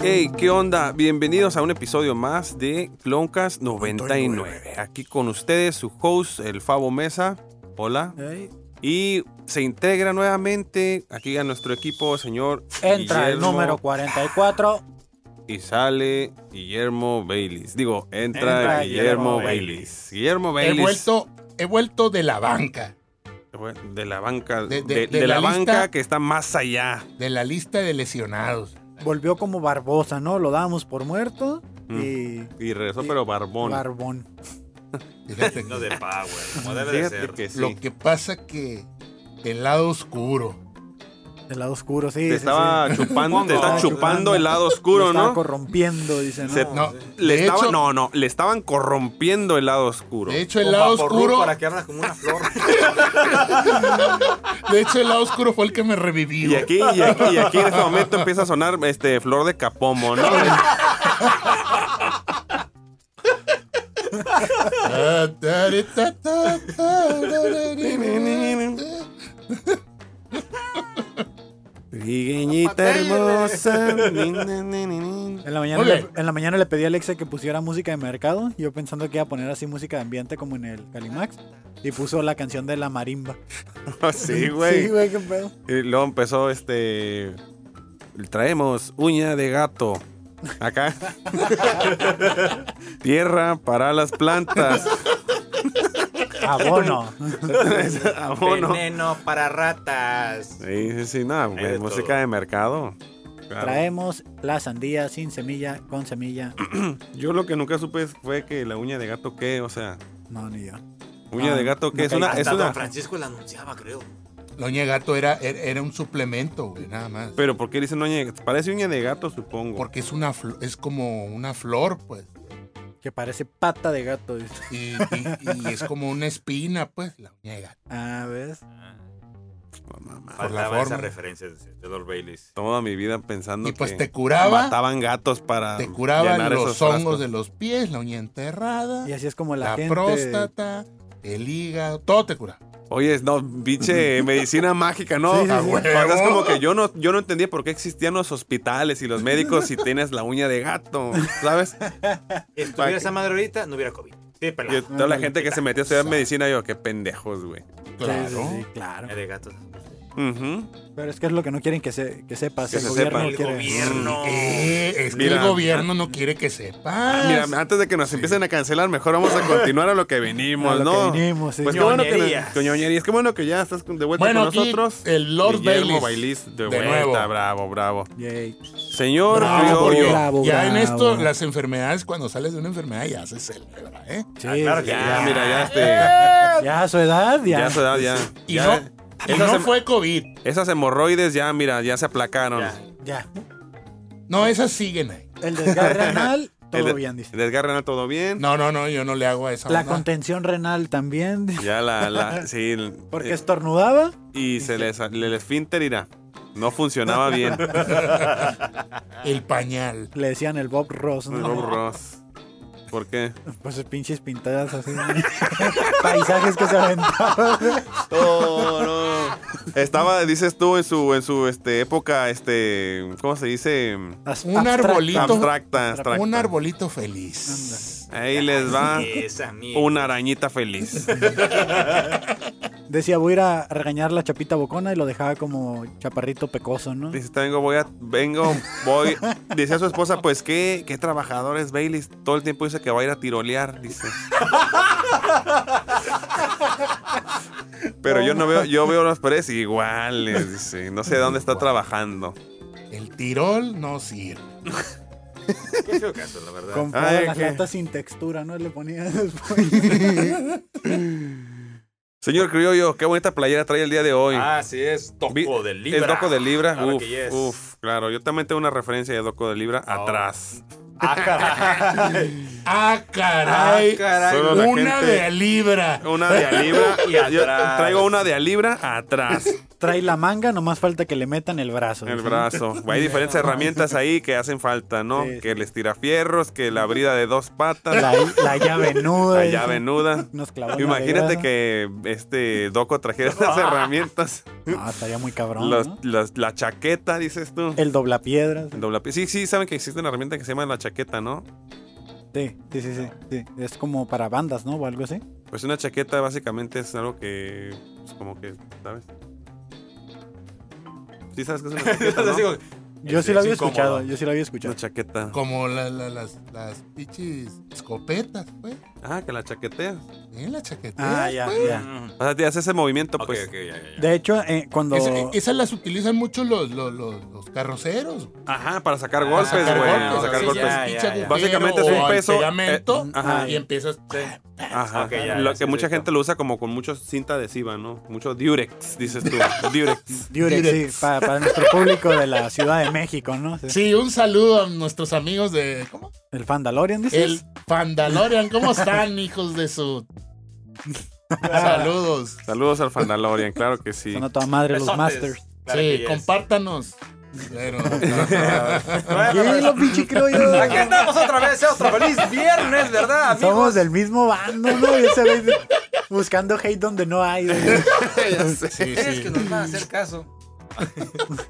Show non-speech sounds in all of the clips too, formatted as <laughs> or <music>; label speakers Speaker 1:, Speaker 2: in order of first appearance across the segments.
Speaker 1: Hey, ¿qué onda? Bienvenidos a un episodio más de Cloncast 99. Aquí con ustedes su host, el Fabo Mesa. Hola.
Speaker 2: Ey,
Speaker 1: Y se integra nuevamente aquí a nuestro equipo, señor.
Speaker 2: Entra el
Speaker 1: Guillermo,
Speaker 2: número 44.
Speaker 1: Y sale Guillermo Baylis. Digo, entra,
Speaker 2: Entra
Speaker 1: Guillermo,
Speaker 2: Guillermo
Speaker 1: Baylis. Guillermo
Speaker 3: He
Speaker 1: Baylis.
Speaker 3: vuelto, he vuelto de la banca,
Speaker 1: De la banca. De,
Speaker 3: De- de-
Speaker 1: de
Speaker 3: de
Speaker 1: la,
Speaker 3: la lista.
Speaker 1: banca que está más allá.
Speaker 3: de la lista de lesionados.
Speaker 2: Volvió como Barbosa, ¿no? Lo dábamos por muerto
Speaker 1: Mm.
Speaker 2: y
Speaker 1: Y regresó,
Speaker 2: Sí.
Speaker 1: pero barbón.
Speaker 2: Barbón.
Speaker 1: <laughs>
Speaker 3: Fíjate
Speaker 4: No
Speaker 3: que
Speaker 4: de power, como debe de
Speaker 1: Fíjate
Speaker 4: ser.
Speaker 1: que sí.
Speaker 3: lo que pasa que el lado oscuro.
Speaker 2: Del lado oscuro, sí.
Speaker 1: Te
Speaker 2: sí,
Speaker 1: estaba
Speaker 2: sí.
Speaker 1: chupando, te está
Speaker 2: No,
Speaker 1: chupando el lado oscuro,
Speaker 2: Lo estaba
Speaker 1: ¿no?
Speaker 2: corrompiendo, dice, ¿no?
Speaker 1: Se-
Speaker 3: No,
Speaker 1: Pues, eh, Le
Speaker 3: de,
Speaker 1: estaba-
Speaker 3: hecho,
Speaker 1: no, no, le estaban corrompiendo el lado oscuro.
Speaker 3: de hecho el
Speaker 4: Con
Speaker 3: lado
Speaker 4: vaporru
Speaker 3: oscuro,
Speaker 4: Para que ardas como una <laughs> flor.
Speaker 3: de hecho el lado oscuro fue el que me
Speaker 1: <laughs>
Speaker 3: revivió.
Speaker 1: Y aquí, y aquí, y aquí en este momento empieza a sonar este flor de capomo, ¿no?
Speaker 3: Ta, ta, ri, ta, ta, ta, ra, ri, ri, ri.
Speaker 1: Trigueñita hermosa.
Speaker 2: En la, mañana
Speaker 3: Muy
Speaker 2: le,
Speaker 3: bien.
Speaker 2: en la mañana le pedí a Alexa que pusiera música de mercado. Yo pensando que iba a poner así música de ambiente como en el Calimax. Y puso la canción de la marimba.
Speaker 1: <laughs> Ah, sí,
Speaker 2: Sí,
Speaker 1: güey.
Speaker 2: güey, qué pedo.
Speaker 1: Y luego empezó este. Traemos uña de gato.
Speaker 3: <laughs>
Speaker 1: Acá. Tierra para las plantas.
Speaker 2: Ah,
Speaker 1: <laughs>
Speaker 2: Abono.
Speaker 1: Abono.
Speaker 4: Veneno para ratas.
Speaker 1: Sí, sí, sí, nada, güey,
Speaker 4: de
Speaker 1: música
Speaker 4: todo.
Speaker 1: de mercado. Claro.
Speaker 2: Traemos la sandía sin semilla, con semilla.
Speaker 1: Yo lo que nunca supe fue que la uña de gato qué, o sea,
Speaker 2: No, ni yo.
Speaker 1: uña
Speaker 2: Ah,
Speaker 1: de gato qué,
Speaker 2: no
Speaker 1: es una,
Speaker 2: caí.
Speaker 1: es
Speaker 4: Hasta
Speaker 1: una,
Speaker 4: Don Francisco la anunciaba, creo.
Speaker 3: Doña Gato era, era, era un suplemento, güey, nada más.
Speaker 1: pero ¿por qué dicen uña de gato? Parece uña de gato, supongo.
Speaker 3: Porque es una fl- es como una flor, pues.
Speaker 2: Que parece pata de gato. dice.
Speaker 3: Y, y- y es como una espina, pues, la uña de gato.
Speaker 2: Ah, ¿ves?
Speaker 3: la
Speaker 4: Faltaba
Speaker 3: forma.
Speaker 4: esas referencias de de Lord Baileys.
Speaker 1: Toda mi vida pensando
Speaker 3: Y pues
Speaker 1: que
Speaker 3: te curaba,
Speaker 1: mataban gatos para
Speaker 3: te curaban
Speaker 1: Ah, llenar
Speaker 3: los
Speaker 1: esos
Speaker 3: hongos
Speaker 1: frascos.
Speaker 3: de los pies, la uña enterrada.
Speaker 2: Y así es como la,
Speaker 3: la,
Speaker 2: gente.
Speaker 3: próstata, el hígado, todo te cura.
Speaker 1: Oye, no,
Speaker 3: <laughs>
Speaker 1: pinche medicina mágica, ¿no?
Speaker 2: Sí, sí,
Speaker 1: A
Speaker 2: sí.
Speaker 1: huevo. O sea, es como que yo no, yo no entendía por qué existían los hospitales y los médicos si tienes la uña de gato, ¿sabes?
Speaker 4: Estuviera esa madre ahorita, no hubiera COVID. Sí, pero
Speaker 1: Y toda
Speaker 3: <laughs>
Speaker 1: la gente que se metió a estudiar medicina, yo, qué pendejos, güey.
Speaker 3: Claro.
Speaker 2: Sí, sí, sí, claro.
Speaker 4: de gatos.
Speaker 1: Ujú.
Speaker 2: Pero es que es lo que no quieren que, se, que sepas.
Speaker 1: Que
Speaker 2: el
Speaker 1: se
Speaker 2: gobierno
Speaker 1: sepa. Mm,
Speaker 2: no quiere.
Speaker 4: El gobierno.
Speaker 3: Eh, es que
Speaker 1: Mira.
Speaker 3: el gobierno no quiere que sepas.
Speaker 1: Mira, antes de que nos empiecen a cancelar, mejor vamos a continuar a lo que venimos,
Speaker 2: A lo
Speaker 1: ¿no?
Speaker 2: que vinimos, sí.
Speaker 1: Pues qué bueno que
Speaker 4: Ñoñerías.
Speaker 1: con ñoñerías, qué bueno que ya estás de vuelta
Speaker 3: Bueno,
Speaker 1: con
Speaker 3: aquí
Speaker 1: nosotros.
Speaker 3: el Lord
Speaker 1: Guillermo Baileys
Speaker 3: Baileys,
Speaker 1: de,
Speaker 3: de
Speaker 1: vuelta,
Speaker 3: nuevo.
Speaker 1: bravo, bravo.
Speaker 2: Yay.
Speaker 1: Señor
Speaker 3: Bravo,
Speaker 1: Criollo.
Speaker 3: yo.
Speaker 2: bravo,
Speaker 3: ya en
Speaker 2: bravo.
Speaker 3: esto, las enfermedades, cuando sales de una enfermedad, ya se celebra, ¿eh?
Speaker 2: Sí,
Speaker 4: claro que
Speaker 1: Ya,
Speaker 4: Ya.
Speaker 1: mira, ya este
Speaker 2: ya a su edad, ya.
Speaker 1: ya se da ya.
Speaker 3: Y
Speaker 1: ya. eh,
Speaker 3: no, y
Speaker 1: esas, em-
Speaker 3: no
Speaker 1: hem-
Speaker 3: fue COVID.
Speaker 1: esas hemorroides ya, mira, ya se aplacaron.
Speaker 4: Ya.
Speaker 2: Ya.
Speaker 3: No, esas siguen ahí.
Speaker 2: El desgarre renal, todo
Speaker 1: El de-
Speaker 2: bien, dice.
Speaker 1: Desgarre renal, todo bien.
Speaker 3: No, no, no, yo no le hago a esa
Speaker 2: La
Speaker 3: onda.
Speaker 2: contención renal también. dice.
Speaker 1: Ya la, la sí, el-
Speaker 2: Porque
Speaker 1: eh,
Speaker 2: estornudaba.
Speaker 1: y se les el esfínter irá. No funcionaba bien.
Speaker 3: El pañal.
Speaker 2: Le decían el Bob Ross, ¿no?
Speaker 1: Bob Ross. ¿Por qué?
Speaker 2: Pues pinches pintadas así. ¿no? <laughs> Paisajes que se aventaban.
Speaker 1: Oh, no. <laughs> Estaba, dices tú, en su, en su este, época, este, ¿cómo se dice?
Speaker 3: Un arbolito.
Speaker 1: Abstracta, abstracta. Ah,
Speaker 3: Un arbolito feliz.
Speaker 1: Ahí les va
Speaker 4: Esa mierda.
Speaker 1: una arañita feliz.
Speaker 2: Decía, voy a ir a regañar la chapita bocona y lo dejaba como chaparrito pecoso, ¿no?
Speaker 1: Dice, vengo, voy a, vengo, voy. Decía su esposa, pues, ¿qué, qué trabajador es Bailey? Todo el tiempo dice que va a ir a tirolear, dice. Pero yo no veo, yo veo las paredes iguales, dice. No sé dónde está trabajando.
Speaker 3: El tirol no sirve.
Speaker 4: Qué feo caso, la verdad.
Speaker 2: Con
Speaker 1: Ay,
Speaker 2: las
Speaker 1: Ah, que-
Speaker 2: latas sin textura, ¿no? Le ponía <laughs> después.
Speaker 1: Señor Criollo, qué bonita playera trae el día de hoy.
Speaker 4: Ah, sí, es
Speaker 1: Vi-
Speaker 4: Toco de Libra.
Speaker 1: El Doco de Libra.
Speaker 4: Claro
Speaker 1: uf,
Speaker 4: que yes.
Speaker 1: uf, claro. Yo también tengo una referencia de Doco de Libra
Speaker 4: Oh.
Speaker 1: atrás. <laughs>
Speaker 4: Ah, caray.
Speaker 3: ¡Ah, caray!
Speaker 4: Ah, caray.
Speaker 1: Solo la
Speaker 3: Una
Speaker 1: gente-
Speaker 3: de a libra.
Speaker 1: Una de a <laughs> libra.
Speaker 4: Y
Speaker 1: Yo
Speaker 4: atrás.
Speaker 1: traigo una de a libra
Speaker 2: <laughs>
Speaker 1: atrás.
Speaker 2: Trae la manga, nomás falta que le metan el brazo.
Speaker 1: El
Speaker 2: dice.
Speaker 1: brazo. Hay diferentes herramientas ahí que hacen falta, ¿no?
Speaker 2: Sí,
Speaker 1: que el estirafierros, que la brida de dos patas,
Speaker 2: La,
Speaker 1: la,
Speaker 2: la llave nuda. dice.
Speaker 1: llave nuda.
Speaker 2: Nos clavó una
Speaker 1: Imagínate
Speaker 2: regada.
Speaker 1: que este Doco trajera esas herramientas.
Speaker 2: No, estaría muy cabrón.
Speaker 1: Los-
Speaker 2: ¿no?
Speaker 1: las- la chaqueta, dices tú.
Speaker 2: El doblapiedras.
Speaker 1: El doble- Sí, sí, saben que existe una herramienta que se llama la chaqueta, ¿no?
Speaker 2: Sí, sí, sí, sí, sí. Es como para bandas, ¿no? O algo así.
Speaker 1: Pues una chaqueta básicamente es algo que. pues, como que, ¿sabes? Sí, sabes
Speaker 4: <laughs>
Speaker 1: que es una chaqueta.
Speaker 4: Entonces
Speaker 1: ¿no?
Speaker 4: digo,
Speaker 2: Yo
Speaker 4: es-
Speaker 2: sí lo
Speaker 4: es
Speaker 2: había
Speaker 4: incómodo.
Speaker 2: escuchado. Yo sí lo había
Speaker 1: Una
Speaker 2: escuchado.
Speaker 1: chaqueta.
Speaker 3: Como la- la- las, las pinches escopetas, güey.
Speaker 1: Ah, que la chaqueteas.
Speaker 3: Bien, la chaqueteas,
Speaker 2: Ah, ya,
Speaker 3: güey.
Speaker 2: ya.
Speaker 4: Mm.
Speaker 1: O sea, te haces ese movimiento,
Speaker 4: Ok,
Speaker 1: pues.
Speaker 4: ok, ya, ya, ya.
Speaker 2: De hecho, eh, cuando.
Speaker 3: Esa- esas las utilizan mucho los, los, los, los carroceros.
Speaker 1: Ajá, para sacar
Speaker 4: Ah,
Speaker 1: golpes, Pues, güey.
Speaker 4: sacar
Speaker 1: Para
Speaker 4: golpes,
Speaker 1: sacar
Speaker 4: sí,
Speaker 1: golpes.
Speaker 4: ya, ya, ya.
Speaker 1: pues, Básicamente es un peso, eh,
Speaker 3: pegamento
Speaker 1: ajá.
Speaker 3: y empiezas.
Speaker 1: Ajá.
Speaker 4: Ok, ya,
Speaker 1: lo
Speaker 4: ya,
Speaker 1: que
Speaker 4: sí,
Speaker 1: mucha
Speaker 4: sí,
Speaker 1: gente lo usa como con mucha cinta adhesiva, ¿no? Mucho Durex, dices
Speaker 4: <laughs>
Speaker 1: tú. Durex.
Speaker 2: Durex,
Speaker 3: Durex.
Speaker 2: sí, para, para nuestro público de la Ciudad de México, ¿no? Sí.
Speaker 3: Sí, un saludo a nuestros amigos de. ¿Cómo?
Speaker 2: El Fandalorian, dices.
Speaker 3: El Pandalorian. ¿Cómo están, <laughs> hijos
Speaker 2: <laughs>
Speaker 3: de su. Saludos.
Speaker 1: Saludos al Fandalorian, claro que sí.
Speaker 2: Son a toda madre los
Speaker 4: Besotes.
Speaker 2: Masters.
Speaker 1: <laughs>
Speaker 4: Claro
Speaker 3: sí,
Speaker 4: que yes. <laughs>
Speaker 3: compártanos. Pero-
Speaker 2: Y los pinche criollos. <laughs>
Speaker 4: pues, Aquí andamos otra vez, sea otro feliz viernes, ¿verdad, amigos?
Speaker 2: Somos del mismo bando, ¿no? Y ese güey buscando hate donde no hay. güey.
Speaker 1: <laughs>
Speaker 3: sí,
Speaker 4: Es
Speaker 3: sí.
Speaker 4: que nos van a hacer caso. <laughs>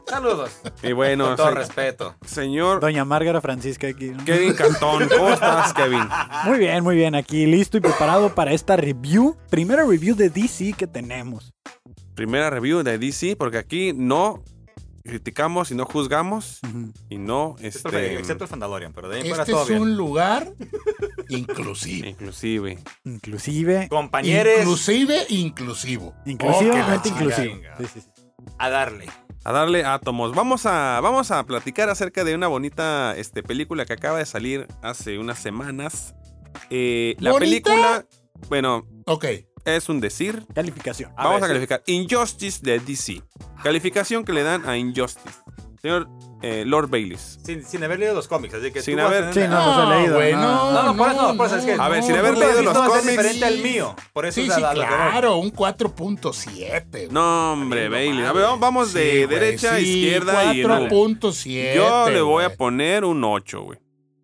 Speaker 4: Saludos.
Speaker 1: Y bueno,
Speaker 4: Con todo
Speaker 1: se-
Speaker 4: respeto.
Speaker 1: señor
Speaker 2: Doña Márgara Francisca aquí. ¿no? Ah.
Speaker 1: Kevin Cantón. ¿Cómo estás, Kevin?
Speaker 2: Muy bien, muy bien. Aquí listo y preparado para esta review. Primera review de DC que tenemos.
Speaker 1: Primera review de DC, porque aquí no criticamos y no juzgamos
Speaker 2: Ujú.
Speaker 1: y no, este,
Speaker 4: Excepto el Fandalorian, pero de ahí fuera
Speaker 3: Este
Speaker 4: todo
Speaker 3: es
Speaker 4: bien.
Speaker 3: un lugar inclusivo.
Speaker 1: inclusive.
Speaker 2: Inclusive.
Speaker 4: Oh, Compañeros,
Speaker 3: Inclusive, inclusivo.
Speaker 2: Inclusivamente
Speaker 4: Oh, que la
Speaker 2: inclusive.
Speaker 4: chinga.
Speaker 2: Sí, sí, sí.
Speaker 4: a darle.
Speaker 1: A darle átomos. Vamos a, vamos a platicar acerca de una bonita este, película que acaba de salir hace unas semanas. Eh, la
Speaker 3: ¿Bonita?
Speaker 1: película, bueno,
Speaker 3: Ok.
Speaker 1: es un decir.
Speaker 2: Calificación.
Speaker 4: A
Speaker 1: Vamos
Speaker 4: ver,
Speaker 1: a
Speaker 4: sí.
Speaker 1: calificar Injustice de DC. Calificación que le dan a Injustice. Señor eh, Lord Baylis.
Speaker 4: Sin, sin haber leído los cómics, así que
Speaker 1: Sin
Speaker 4: tú vas
Speaker 1: haber-
Speaker 4: a
Speaker 2: Sí,
Speaker 4: tener-
Speaker 2: no, no,
Speaker 1: Ah,
Speaker 2: se ha leído.
Speaker 3: güey,
Speaker 2: no.
Speaker 4: No, no, por eso, no, por eso es que-
Speaker 1: A ver, sin
Speaker 3: no,
Speaker 1: haber
Speaker 3: no,
Speaker 1: leído
Speaker 3: no,
Speaker 1: los
Speaker 3: no, no,
Speaker 4: va a ser
Speaker 1: cómics.
Speaker 4: diferente al mío. Por eso
Speaker 3: Sí,
Speaker 4: es a
Speaker 3: sí,
Speaker 4: la- a lo que voy.
Speaker 3: claro, un 4.7.
Speaker 1: No, hombre, Baylis. A ver,
Speaker 4: madre.
Speaker 1: vamos
Speaker 3: Sí,
Speaker 1: de
Speaker 3: güey,
Speaker 1: derecha
Speaker 3: sí,
Speaker 1: izquierda y.
Speaker 3: 4.7.
Speaker 1: Yo le voy a
Speaker 3: güey.
Speaker 1: poner un 8, güey.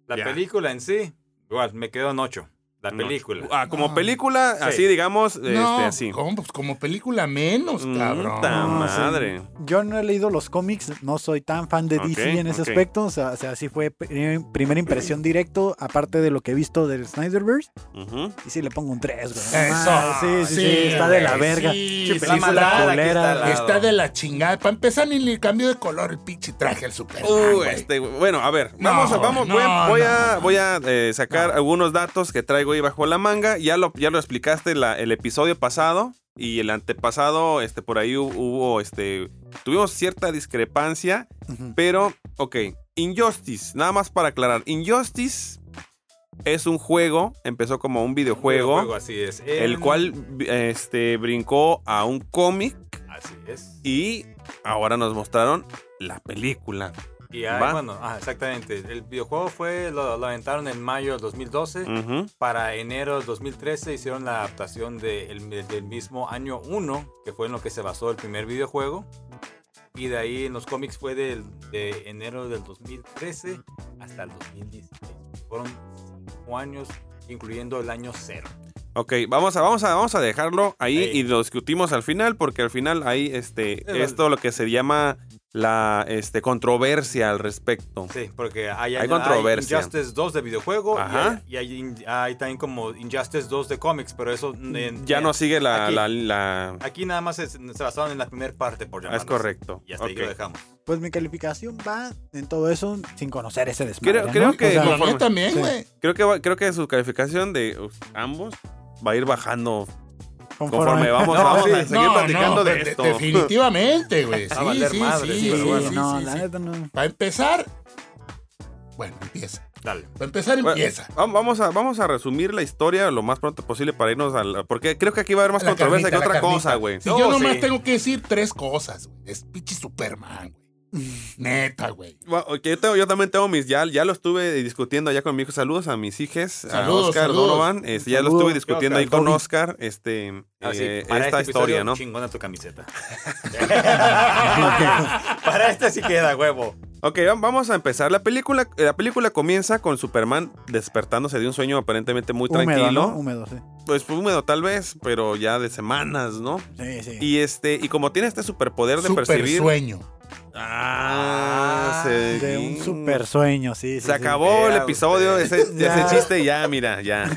Speaker 4: La
Speaker 1: Ya.
Speaker 4: película en sí, igual, me quedó en 8. La
Speaker 1: Un
Speaker 4: película.
Speaker 1: ocho. Ah, como
Speaker 3: No.
Speaker 1: película,
Speaker 4: Sí.
Speaker 1: así digamos,
Speaker 3: No,
Speaker 1: este, así.
Speaker 3: ¿cómo? Pues como película menos,
Speaker 1: Mm,
Speaker 3: cabrón.
Speaker 1: ta
Speaker 2: No, sí.
Speaker 1: madre.
Speaker 2: Yo no he leído los cómics, no soy tan fan de
Speaker 1: Ok,
Speaker 2: DC en ese
Speaker 1: ok.
Speaker 2: aspecto. O sea, o sea, sí fue pri- primera impresión directo, aparte de lo que he visto del Snyderverse.
Speaker 1: Ujú.
Speaker 2: Y sí le pongo un 3, güey. No
Speaker 3: Eso.
Speaker 2: mames, sí, sí, sí, está de la
Speaker 3: güey,
Speaker 2: verga.
Speaker 3: sí,
Speaker 2: Che,
Speaker 3: está
Speaker 2: película
Speaker 4: mal, aquí
Speaker 2: culera.
Speaker 4: está
Speaker 3: Está de la chingada. Para empezar, ni le cambio de color el pinche traje al Superman.
Speaker 1: Uh,
Speaker 3: güey.
Speaker 1: este, bueno, a ver,
Speaker 3: No,
Speaker 1: vamos, a- vamos, voy a,
Speaker 3: no,
Speaker 1: voy
Speaker 3: no,
Speaker 1: a,
Speaker 3: no.
Speaker 1: voy a, eh, sacar algunos datos que traigo ahí bajo la manga. Ya lo, ya lo explicaste la- el episodio pasado y el antepasado, este, por ahí hu- hubo, este, tuvimos cierta discrepancia,
Speaker 2: Ujú.
Speaker 1: pero, ok, Injustice, nada más para aclarar, Injustice es un juego, empezó como un videojuego,
Speaker 4: así es.
Speaker 1: el
Speaker 4: En-
Speaker 1: cual, este, brincó a un cómic
Speaker 4: Así es.
Speaker 1: y ahora nos mostraron la película.
Speaker 4: Y ahí,
Speaker 1: Va.
Speaker 4: bueno, ah, exactamente. El videojuego fue, lo, lo aventaron en mayo del 2012.
Speaker 1: Ujú.
Speaker 4: Para enero del 2013 hicieron la adaptación de el- del- del mismo año 1, que fue en lo que se basó el primer videojuego. Y de ahí en los cómics fue del, de enero del 2013 hasta el 2016. Fueron 5 años, incluyendo el año 0.
Speaker 1: Ok, vamos a, vamos a, vamos a dejarlo ahí
Speaker 4: Ahí.
Speaker 1: y lo discutimos al final, porque al final hay este,
Speaker 4: vale.
Speaker 1: esto lo que se llama la este, controversia al respecto.
Speaker 4: Sí, porque hay,
Speaker 1: Hay controversia.
Speaker 4: Injustice 2 de videojuego y
Speaker 1: Ajá.
Speaker 4: hay- y hay, in- hay también como Injustice 2 de cómics, pero eso... en-
Speaker 1: ya no sigue la...
Speaker 4: aquí.
Speaker 1: la- la-
Speaker 4: Aquí nada más se, se basaron en la primera parte, por llamarlo
Speaker 1: Ah, es
Speaker 4: así.
Speaker 1: correcto.
Speaker 4: Y hasta ahí
Speaker 1: Ok.
Speaker 4: lo dejamos.
Speaker 2: Pues mi calificación va en todo eso sin conocer ese desmadre.
Speaker 1: Creo-
Speaker 2: ¿no?
Speaker 1: creo que-
Speaker 2: O sea,
Speaker 3: La
Speaker 1: conforme-
Speaker 3: mía también,
Speaker 2: Sí.
Speaker 3: güey.
Speaker 1: Creo, que va- creo que su calificación de uh, ambos va a ir bajando conforme
Speaker 2: conforme <laughs>
Speaker 1: vamos,
Speaker 4: No,
Speaker 1: vamos
Speaker 4: sí,
Speaker 1: a seguir platicando de
Speaker 3: de-
Speaker 1: esto.
Speaker 3: Definitivamente,
Speaker 1: <laughs>
Speaker 3: güey. Sí,
Speaker 4: A valer
Speaker 3: sí,
Speaker 4: madre,
Speaker 3: sí,
Speaker 2: Sí,
Speaker 3: sí,
Speaker 4: pero bueno.
Speaker 3: sí,
Speaker 2: no,
Speaker 3: sí,
Speaker 2: la
Speaker 3: sí.
Speaker 2: neta no.
Speaker 3: Para empezar. Bueno, empieza.
Speaker 4: Dale.
Speaker 3: Para empezar,
Speaker 1: Bueno,
Speaker 3: empieza.
Speaker 1: vam- vamos, a, vamos a resumir la historia lo más pronto posible para irnos al... Porque creo que aquí va a haber más
Speaker 3: La
Speaker 1: controversia
Speaker 3: carnita,
Speaker 1: que
Speaker 3: la
Speaker 1: otra
Speaker 3: carnita.
Speaker 1: cosa, güey.
Speaker 3: Si
Speaker 4: No,
Speaker 3: yo nomás
Speaker 4: sí.
Speaker 3: tengo que decir tres cosas, güey. Es pinche Superman, güey. Neta, güey.
Speaker 1: Bueno, ok, yo, tengo- yo también tengo mis, ya, ya lo estuve discutiendo allá con mi hijo. Saludos a mis hijes, a
Speaker 3: Saludos,
Speaker 1: Oscar
Speaker 3: saludos.
Speaker 1: Donovan. Este, ya lo
Speaker 2: Saludos.
Speaker 1: estuve discutiendo ahí con
Speaker 2: Donovan.
Speaker 1: Oscar, este,
Speaker 4: Ahora sí,
Speaker 1: eh,
Speaker 4: para
Speaker 1: esta
Speaker 4: este
Speaker 1: historia,
Speaker 4: episodio,
Speaker 1: ¿no?
Speaker 4: Chingona
Speaker 1: <laughs>
Speaker 4: tu camiseta. para esta sí queda, huevo.
Speaker 1: Ok, vam- vamos a empezar. La película, eh, la película comienza con Superman despertándose de un sueño aparentemente muy
Speaker 2: Húmedo,
Speaker 1: tranquilo.
Speaker 2: ¿no? Húmedo, sí.
Speaker 1: Pues húmedo tal vez, pero ya de semanas, ¿no?
Speaker 2: Sí, sí.
Speaker 1: Y este, y como tiene este superpoder de
Speaker 3: Super
Speaker 1: percibir.
Speaker 3: sueño.
Speaker 1: Ah, se,
Speaker 2: de un super sueño, sí. sí,
Speaker 1: mm, Se
Speaker 2: sí.
Speaker 1: acabó el
Speaker 4: Vea
Speaker 1: episodio,
Speaker 4: usted.
Speaker 1: ese,
Speaker 2: Ya.
Speaker 1: ese chiste ya, mira,
Speaker 2: <laughs>
Speaker 1: ya.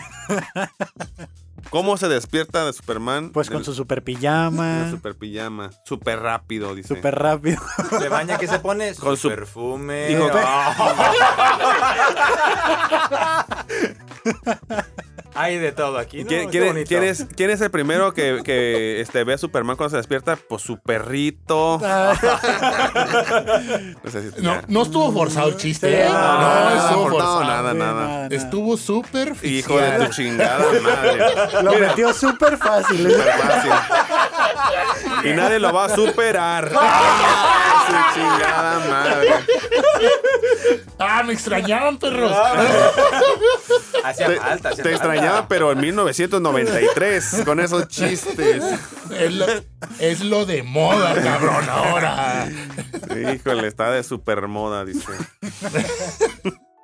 Speaker 1: ¿Cómo se despierta de Superman?
Speaker 2: Pues con Ah.
Speaker 1: Del-
Speaker 2: su super
Speaker 1: del
Speaker 2: pijama,
Speaker 1: <laughs>
Speaker 2: super,
Speaker 1: super pijama. Súper rápido, dice.
Speaker 2: rápido.
Speaker 4: Se baña, ¿qué se pone?
Speaker 1: Con su-
Speaker 4: perfume.
Speaker 1: Y con-
Speaker 4: <laughs> Hay de todo aquí.
Speaker 1: ¿Y
Speaker 4: ¿no?
Speaker 1: ¿Quién,
Speaker 4: Qué
Speaker 1: quién es-
Speaker 4: bonito.
Speaker 1: quién es, quién es el primero que, que, este, ve a Superman cuando se despierta? Pues su
Speaker 2: <laughs>
Speaker 1: perrito. No, sé si-
Speaker 3: No,
Speaker 1: ya.
Speaker 3: no estuvo forzado el chiste.
Speaker 2: Sí,
Speaker 3: ¿eh?
Speaker 2: no,
Speaker 3: No,
Speaker 2: nada,
Speaker 3: no estuvo
Speaker 1: por- no, <laughs>
Speaker 3: forzado.
Speaker 1: nada,
Speaker 2: Sí,
Speaker 1: nada.
Speaker 3: Estuvo súper
Speaker 1: Hijo de tu chingada madre.
Speaker 2: Lo metió súper fácil.
Speaker 1: <laughs>
Speaker 2: ¿eh?
Speaker 1: Súper fácil. Y nadie lo va a
Speaker 4: <laughs>
Speaker 1: superar. Ah, su chingada madre.
Speaker 3: Ah, me extrañaban, perros.
Speaker 4: <laughs> Hacía
Speaker 1: Te,
Speaker 4: falta. hacía
Speaker 1: te
Speaker 4: falta.
Speaker 1: extrañaba, pero en 1993, con esos chistes.
Speaker 3: Es lo, es lo de moda, cabrón, ahora.
Speaker 1: Híjole, está de super moda, dice.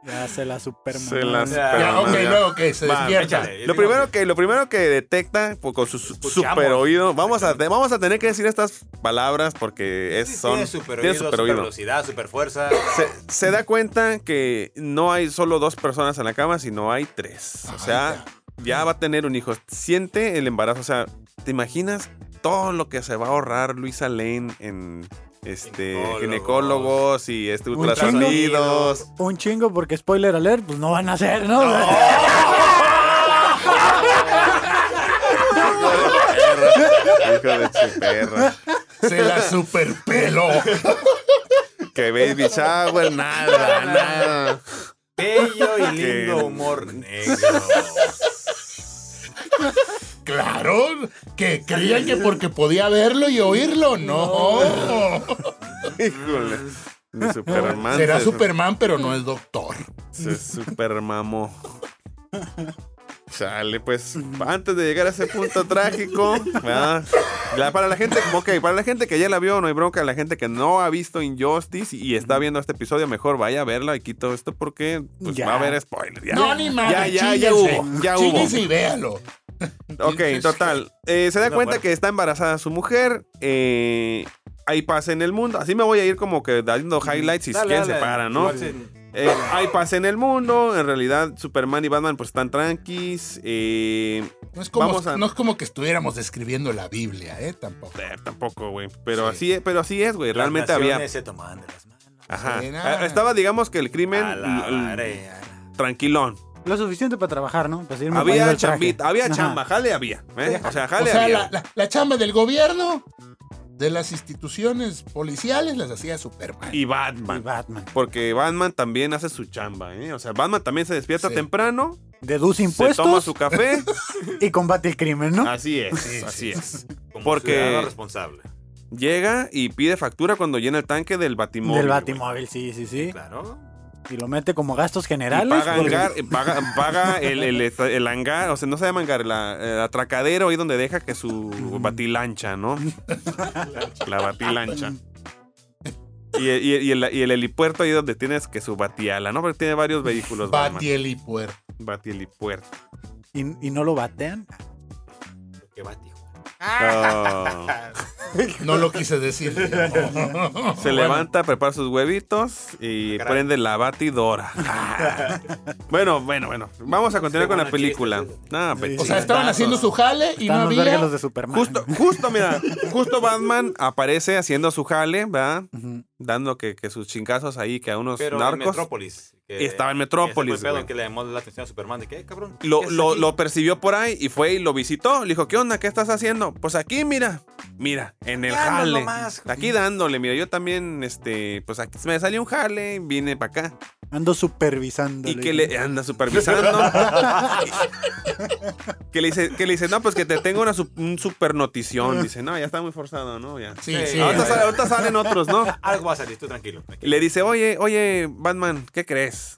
Speaker 2: Ya se la super
Speaker 1: Se la
Speaker 3: Ya,
Speaker 1: supermamó,
Speaker 3: ok,
Speaker 1: ya.
Speaker 3: luego que se
Speaker 1: Ah, Va,
Speaker 3: despierta.
Speaker 4: échale.
Speaker 1: Lo primero que, lo primero que detecta pues, con su su-
Speaker 4: Escuchamos.
Speaker 1: super oído, vamos a, te- vamos a tener que decir estas palabras porque es,
Speaker 4: Sí,
Speaker 1: son.
Speaker 4: tiene
Speaker 1: tiene
Speaker 4: super oído,
Speaker 1: super
Speaker 4: super
Speaker 1: oído.
Speaker 4: velocidad, super fuerza.
Speaker 1: Se, se da cuenta que no hay solo dos personas en la cama, sino hay tres. O sea, ya va a tener un hijo. Siente el embarazo. O sea, ¿te imaginas todo lo que se va a ahorrar Luisa Lane en este
Speaker 4: Ginecólogos.
Speaker 1: ginecólogos y este
Speaker 2: Un
Speaker 1: ultrasonidos?
Speaker 2: Un chingo, porque spoiler alert, pues no van a hacer,
Speaker 1: <laughs>
Speaker 2: ¿no? <laughs>
Speaker 1: <laughs> Hijo de su perra.
Speaker 3: Se la
Speaker 1: <laughs>
Speaker 3: superpeló.
Speaker 1: Que baby shower, nada, nada. <laughs>
Speaker 4: Bello y
Speaker 1: Qué-
Speaker 4: lindo humor negro.
Speaker 3: Claro, que creían que porque podía verlo y oírlo. No.
Speaker 1: Híjole. De Superman.
Speaker 3: Será
Speaker 1: se-
Speaker 3: Superman, pero no es doctor.
Speaker 4: <laughs>
Speaker 1: Se supermamó. Sale, pues antes de llegar a ese punto trágico, ¿verdad? La- para la gente, ok, para la gente que ya la vio, no hay bronca, la gente que no ha visto Injustice y está viendo este episodio, mejor vaya a verla y quito esto porque pues,
Speaker 2: Ya.
Speaker 1: va a haber spoiler. Ya.
Speaker 3: No, ni madre.
Speaker 1: Ya, ya, ya
Speaker 3: chíguense.
Speaker 1: hubo, ya
Speaker 3: Chíguense
Speaker 1: hubo.
Speaker 3: y véalo.
Speaker 1: Ok, total. Eh, se da
Speaker 4: No,
Speaker 1: cuenta
Speaker 4: bueno.
Speaker 1: que está embarazada su mujer. eh, hay paz en el mundo. Así me voy a ir como que dando highlights y
Speaker 4: Dale,
Speaker 1: quién
Speaker 4: dale.
Speaker 1: se para, ¿no?
Speaker 4: Igual se-
Speaker 1: Eh, hay paz en el mundo. En realidad, Superman y Batman pues están tranquis. eh,
Speaker 3: No es, como,
Speaker 1: Vamos a-
Speaker 3: no es como que estuviéramos describiendo la Biblia, ¿eh? Tampoco.
Speaker 1: eh, tampoco, güey. Pero
Speaker 3: Sí.
Speaker 1: así, es- pero así es, güey.
Speaker 4: las
Speaker 1: Realmente
Speaker 4: naciones
Speaker 1: había.
Speaker 4: se tomaban de las manos.
Speaker 1: Ajá.
Speaker 3: Sí, nada.
Speaker 1: Eh, Estaba, digamos que el crimen
Speaker 4: A la
Speaker 1: l- l-
Speaker 4: madre, a la-
Speaker 1: tranquilón.
Speaker 2: Lo suficiente para trabajar, ¿no? Para seguirme poniendo
Speaker 1: Había
Speaker 2: el traje.
Speaker 1: chambita, había
Speaker 2: Ajá.
Speaker 1: chamba, jale había. ¿eh? O sea,
Speaker 3: O
Speaker 1: jale
Speaker 3: sea,
Speaker 1: había.
Speaker 3: la, la- la chamba del gobierno, de las instituciones policiales, las hacía Superman.
Speaker 1: Y
Speaker 2: Y
Speaker 1: Batman.
Speaker 2: Batman.
Speaker 1: Porque Batman también hace su chamba, ¿eh? O sea, Batman también se despierta
Speaker 3: Sí.
Speaker 1: temprano,
Speaker 2: Deduce
Speaker 1: se toma
Speaker 2: impuestos
Speaker 1: su Ah, café.
Speaker 2: y combate el crimen, <laughs> ¿no?
Speaker 1: Así es,
Speaker 3: sí,
Speaker 1: así es.
Speaker 4: como
Speaker 1: Porque-
Speaker 4: ciudadano responsable.
Speaker 1: Llega y pide factura cuando llena el tanque del batimóvil.
Speaker 2: Del
Speaker 1: güey.
Speaker 2: Batimóvil, sí, sí, sí.
Speaker 4: Claro.
Speaker 2: Y lo mete como gastos
Speaker 1: Y
Speaker 2: generales.
Speaker 1: paga,
Speaker 2: porque-
Speaker 1: hangar- paga, paga el, el- el hangar, o sea, no se llama hangar, la, el atracadero ahí donde deja que su batilancha, ¿no? la batilancha. Y, el- y el- y el, y el helipuerto ahí donde tienes que su batiala, ¿no? Porque tiene varios vehículos. Batman.
Speaker 3: Batiel y puerto.
Speaker 1: Batihelipuerto.
Speaker 2: Y, y no lo batean.
Speaker 4: Que va, tío.
Speaker 1: Oh.
Speaker 3: No lo quise
Speaker 1: <laughs>
Speaker 3: decir.
Speaker 1: Se levanta, prepara sus huevitos y
Speaker 4: Caray.
Speaker 1: prende la batidora. Ah. bueno, bueno, bueno. Vamos a continuar con la
Speaker 4: Según
Speaker 1: película.
Speaker 4: aquí, este,
Speaker 1: Ah,
Speaker 2: sí.
Speaker 3: O sea, estaban haciendo su jale y no
Speaker 2: Están más verga
Speaker 3: había.
Speaker 2: los de Superman.
Speaker 1: Justo, justo, mira, justo Batman aparece haciendo su jale, ¿verdad?
Speaker 2: Ujú.
Speaker 1: Dando que, que sus chingazos ahí, que a unos
Speaker 4: Pero en
Speaker 1: narcos.
Speaker 4: Metrópolis.
Speaker 1: Y
Speaker 4: que-
Speaker 1: estaba en
Speaker 4: que
Speaker 1: Metrópolis,
Speaker 4: ese fue el
Speaker 1: güey.
Speaker 4: pedo que le llamó la atención a Superman de que, "Eh, cabrón. ¿qué
Speaker 1: Lo,
Speaker 4: haces
Speaker 1: lo-
Speaker 4: aquí?"
Speaker 1: lo percibió por ahí y fue y lo visitó. Le dijo, ¿qué onda? ¿Qué estás haciendo? Pues aquí, mira, Mira, en el
Speaker 4: Ya, no,
Speaker 1: jale.
Speaker 4: nomás.
Speaker 1: aquí dándole, mira, yo también, este, pues aquí me salió un jale, vine para acá.
Speaker 2: Ando supervisando.
Speaker 1: Y que le anda supervisando. que le dice, que le dice, no, pues que te tengo una sup- un super notición. Dice, no, ya está muy forzado, ¿no? Ya.
Speaker 3: Sí,
Speaker 4: Sí.
Speaker 3: sí.
Speaker 1: Ahorita, sal- ahorita salen otros, ¿no?
Speaker 4: Algo va a salir, tú tranquilo.
Speaker 1: Y le dice, oye, oye, Batman, ¿qué crees?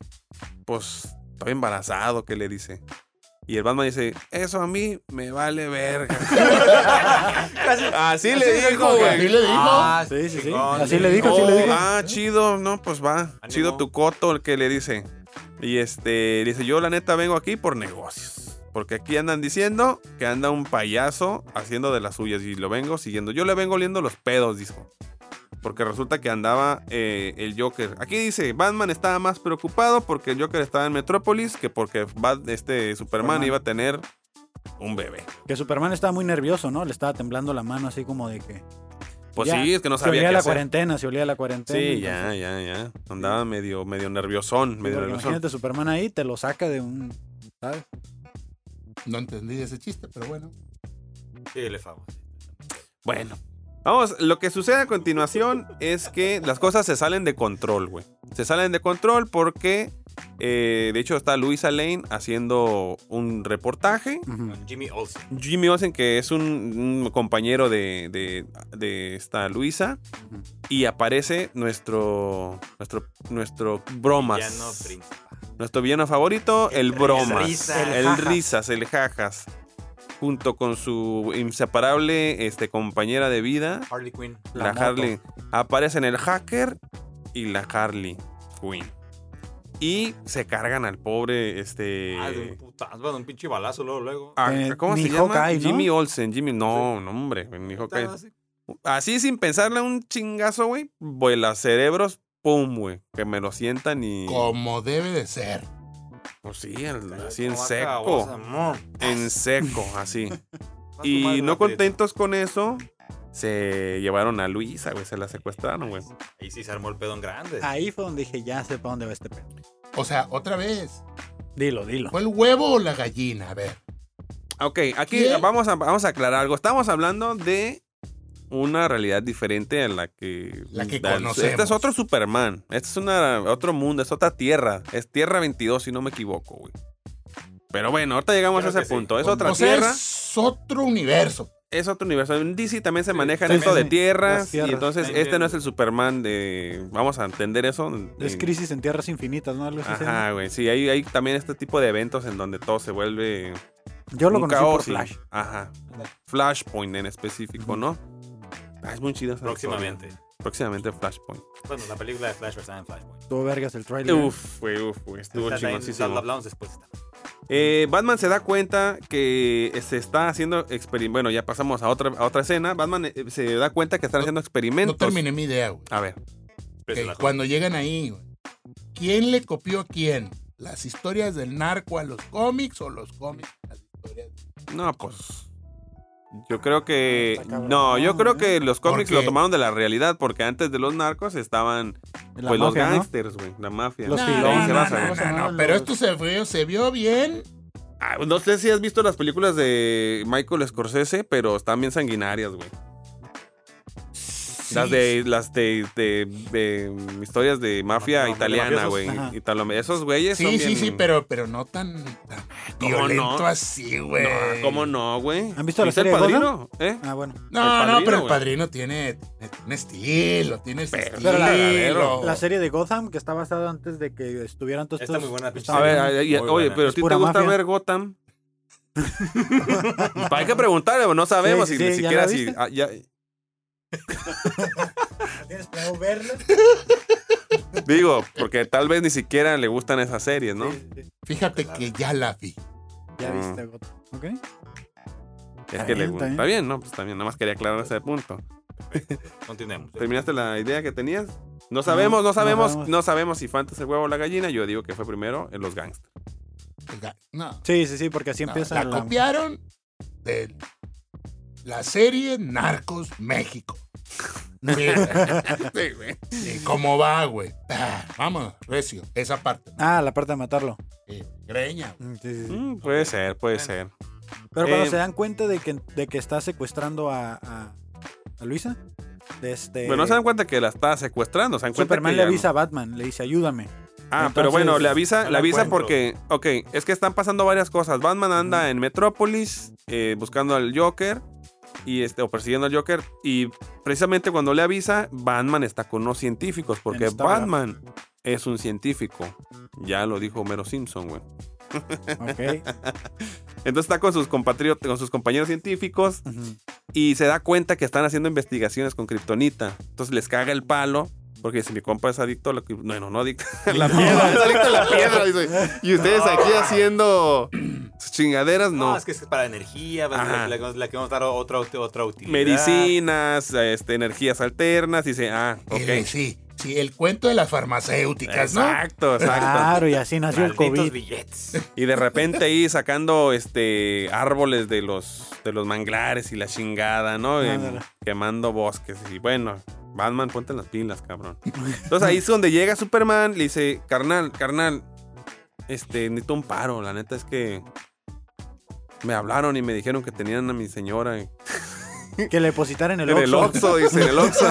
Speaker 1: Pues estoy embarazado, que le dice. Y el Batman dice, eso a mí me vale verga. así le dijo,
Speaker 3: Así
Speaker 1: güey.
Speaker 3: le dijo.
Speaker 1: Ah.
Speaker 2: Sí, sí, sí.
Speaker 4: Ah, chingón,
Speaker 2: Así le
Speaker 4: sí.
Speaker 2: dijo, así
Speaker 1: Oh,
Speaker 2: le dijo.
Speaker 1: ah, chido, no, pues va. Chido tu coto, el que le dice. Y este, dice, yo la neta vengo aquí por negocios. Porque aquí andan diciendo que anda un payaso haciendo de las suyas y lo vengo siguiendo. Yo le vengo oliendo los pedos, dijo. Porque resulta que andaba eh, el Joker. Aquí dice, Batman estaba más preocupado porque el Joker estaba en Metrópolis que porque Bat- este Superman
Speaker 2: Superman.
Speaker 1: iba a tener un bebé.
Speaker 2: Que Superman estaba muy nervioso, ¿no? Le estaba temblando la mano así como de que.
Speaker 1: Pues
Speaker 2: Ya,
Speaker 1: sí, es que no
Speaker 2: Se
Speaker 1: sabía
Speaker 2: olía
Speaker 1: qué
Speaker 2: la
Speaker 1: hacer.
Speaker 2: cuarentena, se olía la cuarentena.
Speaker 1: Sí,
Speaker 2: entonces-
Speaker 1: ya, ya, ya. Andaba medio, medio nerviosón,
Speaker 2: Sí,
Speaker 1: medio
Speaker 2: porque
Speaker 1: nerviosón.
Speaker 2: Imagínate Superman ahí, te lo saca de un. ¿Sabes?
Speaker 3: No entendí ese chiste, pero bueno.
Speaker 4: Sí, le fago.
Speaker 1: Bueno. Vamos, lo que sucede a continuación es que las cosas se salen de control, güey. Se salen de control porque, eh, de hecho, está Luisa Lane haciendo un reportaje.
Speaker 2: Ujú.
Speaker 4: Jimmy Olsen.
Speaker 1: Jimmy Olsen, que es un, un compañero de, de- de esta Luisa.
Speaker 2: Ujú.
Speaker 1: Y aparece nuestro, nuestro, nuestro bromas.
Speaker 4: Villano principal.
Speaker 1: Nuestro villano favorito, el, Bromas.
Speaker 4: Risas.
Speaker 1: El, Risas, el Jajas. Junto con su inseparable este, compañera de vida,
Speaker 4: Harley Quinn.
Speaker 1: la,
Speaker 2: La moto.
Speaker 1: Harley. Aparecen el hacker y la Harley Quinn. Y se cargan al pobre este.
Speaker 4: Ah, de un putazo, bueno, un pinche balazo luego, luego.
Speaker 1: a-
Speaker 2: Eh,
Speaker 1: ¿Cómo se
Speaker 2: ni
Speaker 1: llama?
Speaker 2: Hawkeye, ¿no?
Speaker 1: Jimmy Olsen. Jimmy. No, no, hombre. ni Hawkeye.
Speaker 4: Estaba así.
Speaker 1: Así sin pensarle un chingazo, güey. Vuela cerebros. Pum, güey. Que me lo sientan y.
Speaker 3: Como debe de ser.
Speaker 1: Pues sí, al- así en
Speaker 4: Como vaca
Speaker 1: seco.
Speaker 4: babosa, amor.
Speaker 1: En seco,
Speaker 4: <laughs>
Speaker 1: así.
Speaker 4: Va tu madre,
Speaker 1: Y no
Speaker 4: la prieta.
Speaker 1: contentos con eso. Se llevaron a Luisa, güey. Se la secuestraron, güey.
Speaker 4: Ahí sí se armó el pedón grande.
Speaker 2: Ahí fue donde dije, ya sé para dónde va este pedo.
Speaker 3: O sea, otra vez.
Speaker 2: Dilo, dilo.
Speaker 3: ¿Fue el huevo o la gallina? A ver.
Speaker 1: Ok, aquí
Speaker 3: ¿Qué?
Speaker 1: vamos a, vamos a aclarar algo. Estamos hablando de una realidad diferente a la que...
Speaker 3: La que
Speaker 1: da-
Speaker 3: conocemos.
Speaker 1: Este es otro Superman. Este es una, otro mundo, es otra tierra. Es Tierra 22, si no me equivoco, güey. Pero bueno, ahorita llegamos
Speaker 4: Creo
Speaker 1: a ese
Speaker 4: que sí.
Speaker 1: punto. Es
Speaker 4: Con-
Speaker 1: otra
Speaker 3: o sea,
Speaker 1: tierra, es...
Speaker 3: es otro universo.
Speaker 1: otro universo. En DC también se manejan
Speaker 2: sí,
Speaker 1: esto de
Speaker 2: sí.
Speaker 1: tierras,
Speaker 2: Las tierras.
Speaker 1: Y entonces
Speaker 4: También.
Speaker 1: este no es el Superman de... Vamos a entender eso. en-
Speaker 2: Es crisis en tierras infinitas, ¿no? Algo así se llama.
Speaker 1: Ajá, güey. Sí, hay, hay también este tipo de eventos en donde todo se vuelve
Speaker 2: Yo lo
Speaker 1: un
Speaker 2: conocí por
Speaker 1: caos y-
Speaker 2: Flash.
Speaker 1: Ajá. Flashpoint en específico, ¿no? Ah, es muy chido. esa
Speaker 4: Próximamente.
Speaker 1: historia. Próximamente Flashpoint.
Speaker 4: Bueno, la película de Flash vs. Flashpoint.
Speaker 2: Tuvo vergas el trailer.
Speaker 1: Uf, güey, uf, güey. Estuvo
Speaker 4: Esa también La la
Speaker 1: chingoncísimo.
Speaker 4: hablamos después.
Speaker 1: Eh, Batman se da cuenta que se está haciendo experimentos. Bueno, ya pasamos a otra, a otra escena. Batman eh, se da cuenta que están haciendo experimentos.
Speaker 3: No terminé mi idea, güey.
Speaker 1: A ver. pues
Speaker 3: Ok, cuando llegan ahí, güey, ¿quién le copió a quién? ¿Las historias del narco a los cómics o los cómics a las historias?
Speaker 1: No, pues. Yo creo que.
Speaker 2: Está cabrón,
Speaker 1: No, yo creo
Speaker 2: ¿eh?
Speaker 1: que los cómics
Speaker 3: Porque-
Speaker 1: lo tomaron de la realidad, porque antes de los narcos estaban.
Speaker 2: La
Speaker 1: pues los
Speaker 2: mafia, ¿no?
Speaker 1: gangsters, güey. La mafia.
Speaker 2: Los
Speaker 1: De ahí
Speaker 2: filones.
Speaker 1: se
Speaker 2: No,
Speaker 1: basa,
Speaker 2: no,
Speaker 1: güey.
Speaker 2: no,
Speaker 3: no,
Speaker 2: no,
Speaker 3: pero
Speaker 2: los-
Speaker 3: esto se, vio- se vio bien.
Speaker 1: Ah, no sé si has visto las películas de Michael Scorsese, pero están bien sanguinarias, güey.
Speaker 3: Sí,
Speaker 1: Las de las de, de- de mm, historias de mafia
Speaker 4: Mafia,
Speaker 1: italiana,
Speaker 4: mafiosos.
Speaker 1: güey.
Speaker 2: Ajá.
Speaker 1: Italo- esos güeyes
Speaker 3: Sí,
Speaker 1: son
Speaker 3: sí,
Speaker 1: bien-
Speaker 3: sí, pero, pero no tan, tan
Speaker 1: ¿Cómo
Speaker 3: violento
Speaker 1: no?
Speaker 3: así, güey.
Speaker 1: No, ¿cómo no, güey?
Speaker 2: ¿Han visto la
Speaker 1: ¿Viste el
Speaker 2: serie de
Speaker 1: padrino? ¿Eh?
Speaker 2: Ah, bueno.
Speaker 3: No,
Speaker 1: El
Speaker 3: no,
Speaker 1: Padrino,
Speaker 3: pero el
Speaker 1: güey.
Speaker 3: padrino tiene, tiene un estilo, tiene su
Speaker 1: Pero-
Speaker 3: estilo.
Speaker 2: Pero la, la serie de Gotham, que está basada antes de que estuvieran todos
Speaker 4: Está
Speaker 2: estos-
Speaker 4: muy buena, pinche
Speaker 1: A
Speaker 2: estaba-
Speaker 1: ver,
Speaker 4: Sí,
Speaker 1: a- a-
Speaker 4: muy
Speaker 1: oye,
Speaker 4: buena.
Speaker 1: pero
Speaker 2: Es
Speaker 1: ¿a ti te
Speaker 2: pura
Speaker 1: gusta
Speaker 2: mafia.
Speaker 1: ver
Speaker 2: <laughs>
Speaker 1: Gotham? Hay que preguntarle, güey, no sabemos
Speaker 2: Sí,
Speaker 1: si ni
Speaker 2: sí, ¿ya
Speaker 1: siquiera
Speaker 2: la
Speaker 1: si.
Speaker 2: viste?
Speaker 1: ah, ya-
Speaker 2: ¿Tienes planeado verla?
Speaker 1: digo, porque tal vez ni siquiera le gustan esas series, <laughs> ¿no?
Speaker 2: Sí, sí.
Speaker 3: Fíjate que ya la vi.
Speaker 2: Ya
Speaker 1: Mm.
Speaker 2: viste Gotham. ¿Ok?
Speaker 1: Es
Speaker 2: Ah, Está
Speaker 1: que le
Speaker 2: bien,
Speaker 1: gusta.
Speaker 2: está
Speaker 1: Está bien, ¿no? Pues también, nada más quería aclarar ese punto.
Speaker 4: Continuemos.
Speaker 1: ¿Terminaste la idea que tenías? No sabemos, no,
Speaker 2: no
Speaker 1: sabemos,
Speaker 2: sabemos.
Speaker 1: no sabemos si fue antes el huevo o la gallina. Yo digo que fue primero en los gangsters.
Speaker 3: Oiga, No,
Speaker 2: Sí, sí, sí, porque
Speaker 1: Ah,
Speaker 2: así
Speaker 3: no,
Speaker 2: empieza
Speaker 3: la copiaron de la serie
Speaker 1: <laughs>
Speaker 3: Narcos México. Sí, güey. Sí, güey. Sí, ¿Cómo va, güey? Ah, Vamos, recio, esa parte.
Speaker 2: Ah, la parte de matarlo.
Speaker 3: Sí, greña.
Speaker 2: Mm, sí, sí, sí.
Speaker 1: Mm, puede ser, puede ser.
Speaker 2: Pero cuando
Speaker 1: Eh,
Speaker 2: se dan cuenta de que, de que está secuestrando a, a- a Luisa. de Este,
Speaker 1: Bueno, no se dan cuenta que la está secuestrando. Se dan cuenta
Speaker 2: Superman
Speaker 1: que
Speaker 2: le
Speaker 1: ya no.
Speaker 2: avisa a Batman, le dice ayúdame.
Speaker 1: Ah,
Speaker 2: Entonces,
Speaker 1: pero bueno, le
Speaker 4: no
Speaker 1: avisa, le
Speaker 4: la
Speaker 1: avisa
Speaker 4: encuentro.
Speaker 1: porque, ok, es que están pasando varias cosas. Batman anda en Metrópolis eh, buscando al Joker y este o persiguiendo al Joker y precisamente cuando le avisa, Batman está con unos científicos porque
Speaker 2: En Stargate.
Speaker 1: Batman es un científico. Ya lo dijo Homero Simpson, güey. <laughs>
Speaker 2: Ok.
Speaker 1: Entonces está con sus compatriotas, con sus compañeros científicos
Speaker 2: Ujú.
Speaker 1: y se da cuenta que están haciendo investigaciones con Kryptonita. Entonces les caga el palo. Porque si mi compa es adicto a la cri- Bueno, no adicto <laughs> a la piedra. Es adicto a la piedra. dice. Y ustedes aquí haciendo sus chingaderas,
Speaker 4: No,
Speaker 1: no.
Speaker 4: es que es para energía, la,
Speaker 1: Ajá.
Speaker 4: la, la que vamos a dar otra, otra utilidad.
Speaker 1: Medicinas, este, energías alternas. Dice, ah,
Speaker 3: Eh,
Speaker 1: ok.
Speaker 3: sí, sí, el cuento de las farmacéuticas, ¿no?
Speaker 1: Exacto, exacto.
Speaker 2: Claro, y así nació el
Speaker 4: Malditos
Speaker 2: COVID.
Speaker 1: <laughs>
Speaker 4: billetes.
Speaker 1: Y de repente ahí sacando este árboles de los, de los manglares y la chingada, ¿no? Y
Speaker 2: Ándale.
Speaker 1: quemando bosques. Y bueno, Batman, ponte las pilas,
Speaker 2: <laughs>
Speaker 1: cabrón. Entonces ahí es donde llega Superman, le dice, carnal, carnal, este, necesito un paro. La neta es que me hablaron y me dijeron que tenían a mi señora en
Speaker 2: Que le depositaran el
Speaker 1: en el
Speaker 2: Oxxo.
Speaker 1: Oxxo, dice, en el
Speaker 2: <laughs>
Speaker 1: Oxxo.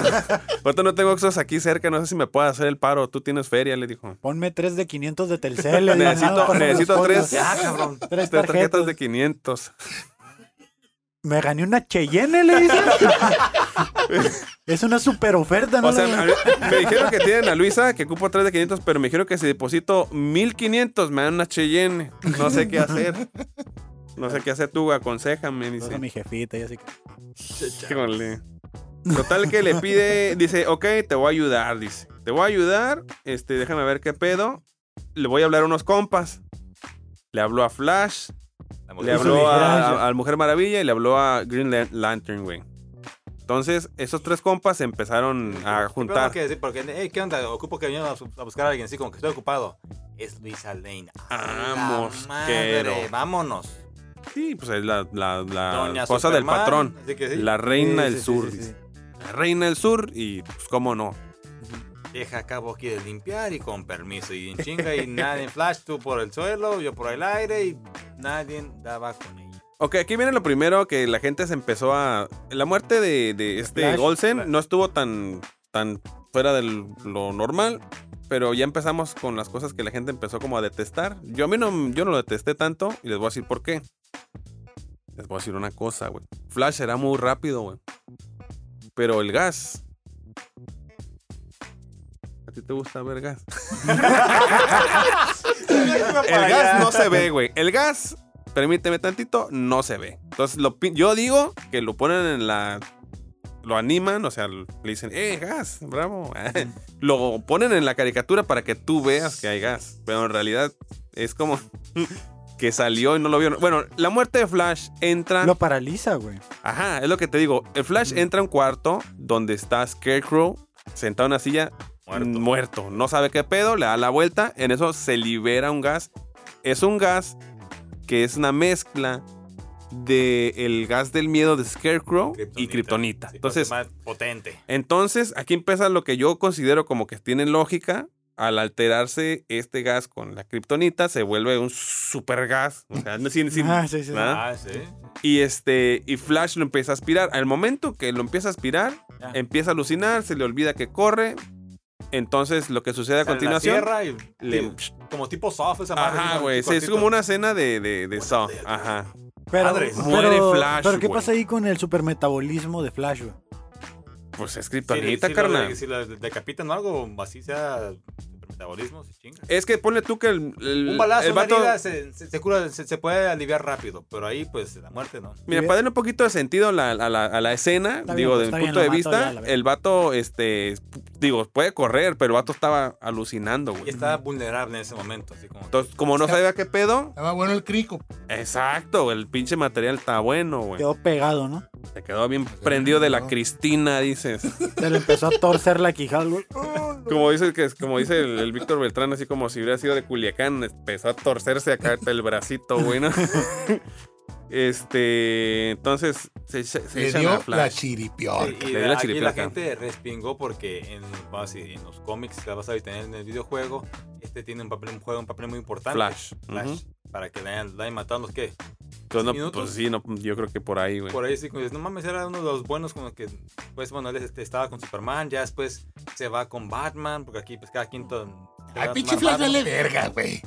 Speaker 1: Ahorita no tengo Oxxos aquí cerca, no sé si me puedes hacer el paro. Tú tienes feria, le dijo.
Speaker 2: Ponme tres de 500 de Telcel. le digo,
Speaker 1: Necesito-
Speaker 2: "No, pásame
Speaker 1: necesito
Speaker 2: los
Speaker 1: tres".
Speaker 2: fondos".
Speaker 4: Ya, cabrón.
Speaker 2: Tres
Speaker 1: Tres
Speaker 2: tarjetas.
Speaker 1: tarjetas de 500.
Speaker 2: Me gané una Cheyenne, le dice. <laughs> es una super oferta, Ah, ¿no?
Speaker 1: O sea, a mí- me dijeron que tienen a Luisa, que cupo 3 de 500, pero me dijeron que si deposito 1500 me dan una Cheyenne. No sé qué hacer. No sé qué hacer tú, aconséjame,
Speaker 2: Entonces,
Speaker 1: dice.
Speaker 2: mi jefita y así. que-
Speaker 1: Híjole. Total que le pide, dice, ok, te voy a ayudar, dice. Te voy a ayudar, este, déjame ver qué pedo. Le voy a hablar a unos compas. Le habló a Flash,
Speaker 4: La
Speaker 1: le
Speaker 4: mujer-
Speaker 1: habló
Speaker 2: Flash.
Speaker 1: a, a- a Mujer Maravilla y le habló a Green Lan- Lantern, güey. Entonces, esos tres compas se empezaron a
Speaker 4: Pero no
Speaker 1: juntar.
Speaker 4: que decir, porque, hey, ¿qué onda? Ocupo que vengan a, su- a buscar a alguien así, como que estoy ocupado. Es Luisa Lane. ¡A la
Speaker 1: Vamos,
Speaker 4: madre!
Speaker 1: quiero.
Speaker 4: Vámonos.
Speaker 1: Sí, pues es la, la, la
Speaker 4: Doña
Speaker 1: esposa del
Speaker 4: Superman,
Speaker 1: patrón.
Speaker 4: así que sí,
Speaker 1: La reina
Speaker 2: Sí,
Speaker 1: del
Speaker 2: sí,
Speaker 1: sur.
Speaker 2: sí, sí,
Speaker 1: dice.
Speaker 2: sí.
Speaker 1: La reina del sur y pues cómo no.
Speaker 4: Deja a cabo aquí de limpiar y con permiso. Y en chinga, y nadie en flash, tú por el suelo, yo por el aire y nadie daba con ella.
Speaker 1: Ok, aquí viene lo primero que la gente se empezó a... La muerte de, de este
Speaker 2: Flash.
Speaker 1: Golsen no estuvo tan, tan fuera de lo normal, pero ya empezamos con las cosas que la gente empezó como a detestar. Yo a mí no, yo no lo detesté tanto y les voy a decir por qué. Les voy a decir una cosa, güey. Flash era muy rápido, güey. Pero el gas... ¿A ti te gusta ver gas? El gas no se ve, güey. El gas, permíteme tantito, no se ve. Entonces, lo, pi- yo digo que lo ponen en la. Lo animan, o sea, le dicen, ¡eh, gas! ¡Bravo! <laughs> lo ponen en la caricatura para que tú veas que hay gas. Pero en realidad es como <laughs> que salió y no lo vieron. Bueno, la muerte de Flash entra.
Speaker 2: Lo paraliza, güey.
Speaker 1: Ajá, es lo que te digo. El Flash entra a un cuarto donde está Scarecrow sentado en una silla muerto. No sabe qué pedo, le da la vuelta. En eso se libera un gas. Es un gas que es una mezcla de el gas del miedo de Scarecrow y Kryptonita.
Speaker 4: Sí,
Speaker 1: Entonces,
Speaker 4: más potente.
Speaker 1: entonces, aquí empieza lo que yo considero como que tiene lógica. Al alterarse este gas con la kriptonita, se vuelve un super gas. O sea, sin, sin-
Speaker 2: Ah, sí, sí, sí.
Speaker 1: ¿verdad?
Speaker 4: Ah, sí.
Speaker 1: Y este. Y Flash lo empieza a aspirar. Al momento que lo empieza a aspirar,
Speaker 4: Ya.
Speaker 1: empieza a alucinar, se le olvida que corre. Entonces, lo que sucede a
Speaker 4: Sale la
Speaker 1: continuación.
Speaker 4: sierra y-
Speaker 1: le-
Speaker 4: como tipo soft esa madre, así
Speaker 1: Ajá,
Speaker 4: con-
Speaker 1: güey. sí, es
Speaker 4: cortito.
Speaker 1: como una escena de, de, de Saw. Ajá.
Speaker 2: Pero,
Speaker 4: Madres.
Speaker 2: pero-
Speaker 1: Muere Flash,
Speaker 2: Pero, ¿qué
Speaker 1: güey.
Speaker 2: pasa ahí con el supermetabolismo de Flash, güey?
Speaker 1: Pues es
Speaker 4: Sí,
Speaker 1: kriptonita,
Speaker 4: sí, lo
Speaker 1: carnal.
Speaker 4: de- Si la decapitan o algo, así sea metabolismo, se chinga.
Speaker 1: Es que ponle tú que el. el-
Speaker 4: Un balazo,
Speaker 1: el
Speaker 4: una
Speaker 1: vato-
Speaker 4: herida, se, se- se cura, se, se puede aliviar rápido, pero ahí pues la muerte no.
Speaker 1: Mira,
Speaker 2: Sí.
Speaker 1: para darle un poquito de sentido a la, a la- a la escena,
Speaker 2: Está bien,
Speaker 1: digo,
Speaker 2: pues,
Speaker 1: desde
Speaker 2: está
Speaker 1: mi
Speaker 2: bien,
Speaker 1: punto de
Speaker 2: lo mato ya,
Speaker 1: vista,
Speaker 2: la verga.
Speaker 1: el vato, este, digo, puede correr, pero el vato estaba alucinando,
Speaker 4: Y
Speaker 1: güey.
Speaker 4: está vulnerable en ese momento, así como
Speaker 1: Entonces, como no sabía qué pedo,
Speaker 3: Estaba bueno el crico.
Speaker 1: exacto, el pinche material está bueno, güey.
Speaker 2: Quedó pegado, ¿no?
Speaker 1: Te quedó bien prendido de la
Speaker 3: no.
Speaker 1: Cristina,
Speaker 3: <laughs>
Speaker 1: dices.
Speaker 2: Se le empezó a torcer la quijada, güey.
Speaker 1: Como dice, que es, como dice el, el Víctor Beltrán, así como si hubiera sido de Culiacán, empezó a torcerse acá el bracito, güey,
Speaker 3: <laughs>
Speaker 1: ¿no? Este, entonces, se, se- se
Speaker 3: Le
Speaker 1: echan a
Speaker 3: dio la
Speaker 1: Flash.
Speaker 4: Sí,
Speaker 3: chiripiorca.
Speaker 4: y
Speaker 1: Ah, Le dio
Speaker 4: la-
Speaker 1: la
Speaker 4: aquí la
Speaker 1: chiripiorca.
Speaker 4: gente respingó porque en, vamos a decir, en los cómics que vas a tener en el videojuego,
Speaker 3: ¿eh?
Speaker 4: este tiene un papel, un juego, un papel muy importante.
Speaker 1: Flash.
Speaker 4: Flash.
Speaker 1: Ujú.
Speaker 4: Para que le hayan, le hayan matado los que
Speaker 1: Entonces, no,
Speaker 4: minutos.
Speaker 1: pues sí, no, yo creo que por ahí, güey.
Speaker 4: Por ahí sí, como dices, no mames, era uno de los buenos con los que, pues bueno, él este, estaba con Superman, ya después se va con Batman, porque aquí pues cada quinto...
Speaker 3: Ay, pinche Flash, dale verga, güey.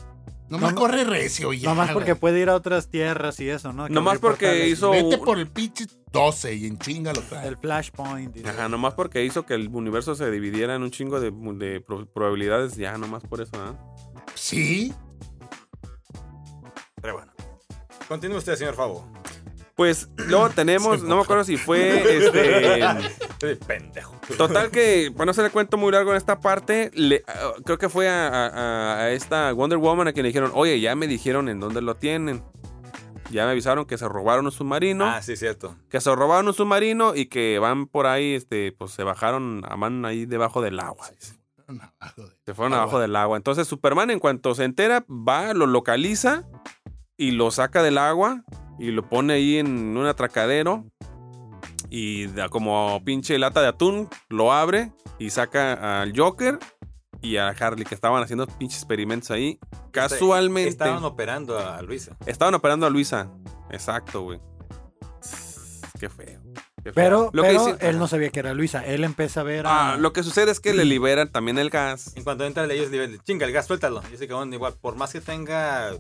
Speaker 3: Nomás
Speaker 2: No-
Speaker 3: corre recio <laughs> ya.
Speaker 2: Nomás
Speaker 3: güey.
Speaker 2: porque puede ir a otras tierras y eso, ¿no? Que
Speaker 1: Nomás
Speaker 2: abrir
Speaker 1: porque
Speaker 2: portales.
Speaker 1: hizo-
Speaker 3: Vete por el pinche 12 y en chinga lo trae.
Speaker 2: El Flashpoint. y-
Speaker 1: Ajá, nomás porque hizo que el universo se dividiera en un chingo de, de pro- probabilidades, ya, nomás por eso, ¿ah?
Speaker 3: Sí,
Speaker 4: Pero bueno. Continúe usted, señor Favo.
Speaker 1: Pues luego tenemos, no me acuerdo si fue
Speaker 4: <laughs>
Speaker 3: <laughs>
Speaker 1: este.
Speaker 4: Estoy pendejo.
Speaker 1: Total que, para no hacer el cuento muy largo en esta parte, le- ah, creo que fue a, a- a esta Wonder Woman a quien le dijeron, oye, ya me dijeron en dónde lo tienen. Ya me avisaron que se robaron un submarino,
Speaker 4: Ah, sí, cierto.
Speaker 1: que se robaron un submarino y que van por ahí, este, pues se bajaron, a man ahí debajo del agua. Se fueron
Speaker 3: Agua.
Speaker 1: abajo del agua. Entonces Superman en cuanto se entera, va, lo localiza y lo saca del agua y lo pone ahí en un atracadero y da como pinche lata de atún, lo abre y saca al Joker y a Harley que estaban haciendo pinches experimentos ahí. Casualmente
Speaker 4: Estaban operando a Luisa.
Speaker 1: estaban operando a Luisa. Exacto, güey. Qué feo. qué feo.
Speaker 2: Pero,
Speaker 1: Lo que
Speaker 2: pero
Speaker 1: dice-
Speaker 2: él no sabía que era Luisa. Él empieza a ver. a-
Speaker 1: Ah, lo que sucede es que le liberan también el gas.
Speaker 4: En cuanto entra ellos, le dicen, chinga el gas, suéltalo. Y ese cabrón, igual, por más que tenga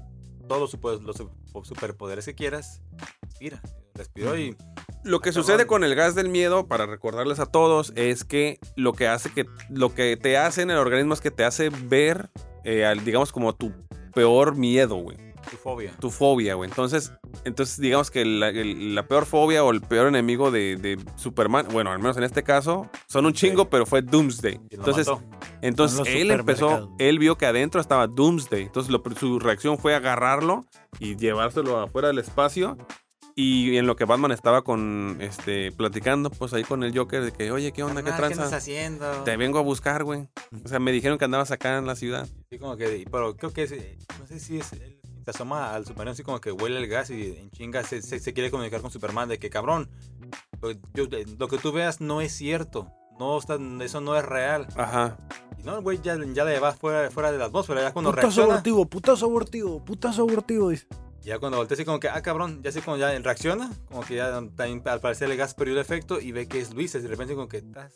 Speaker 4: todos los, super- los su- superpoderes que quieras, respira. Respiró y
Speaker 1: Lo que
Speaker 4: Cabrón.
Speaker 1: sucede con el gas del miedo, para recordarles a todos, es que lo que hace que lo que te hace en el organismo es que te hace ver, eh, al- digamos, como tu peor miedo, güey.
Speaker 4: su fobia.
Speaker 1: Tu fobia, güey. Entonces, entonces digamos que la, el- la peor fobia o el peor enemigo de, de Superman, bueno, al menos en este caso, son un chingo, pero fue Doomsday.
Speaker 4: Y lo
Speaker 1: Entonces,
Speaker 4: mató.
Speaker 1: entonces
Speaker 2: Son los
Speaker 1: él empezó,
Speaker 2: supermercados.
Speaker 1: él vio que adentro estaba Doomsday. Entonces lo- su reacción fue agarrarlo y llevárselo afuera del espacio. Y en lo que Batman estaba con este platicando, pues ahí con el Joker de que, oye, ¿qué onda? ¿Qué
Speaker 4: Carnal, Ah, ¿Qué
Speaker 1: tranza?
Speaker 4: andas haciendo?
Speaker 1: Te vengo a buscar, güey. O sea, me dijeron que andabas acá en la ciudad.
Speaker 4: Sí, como que, pero creo que, es, eh, no sé si es, él se asoma al Superman así como que huele el gas y en chinga se, se- se quiere comunicar con Superman de que, cabrón, lo, yo- eh, lo que tú veas no es cierto, no está- eso no es real.
Speaker 1: Ajá.
Speaker 4: Y no, el güey, ya, ya le va fuera, fuera de la atmósfera, ya cuando
Speaker 2: Putazo
Speaker 4: reacciona,
Speaker 2: abortivo, putazo abortivo, putazo abortivo. dice.
Speaker 4: ya cuando voltea así como que, ah, cabrón, ya así como ya reacciona, como que ya también al parecer el gas perdió el efecto y ve que es Luis, y de repente como que, "Tas".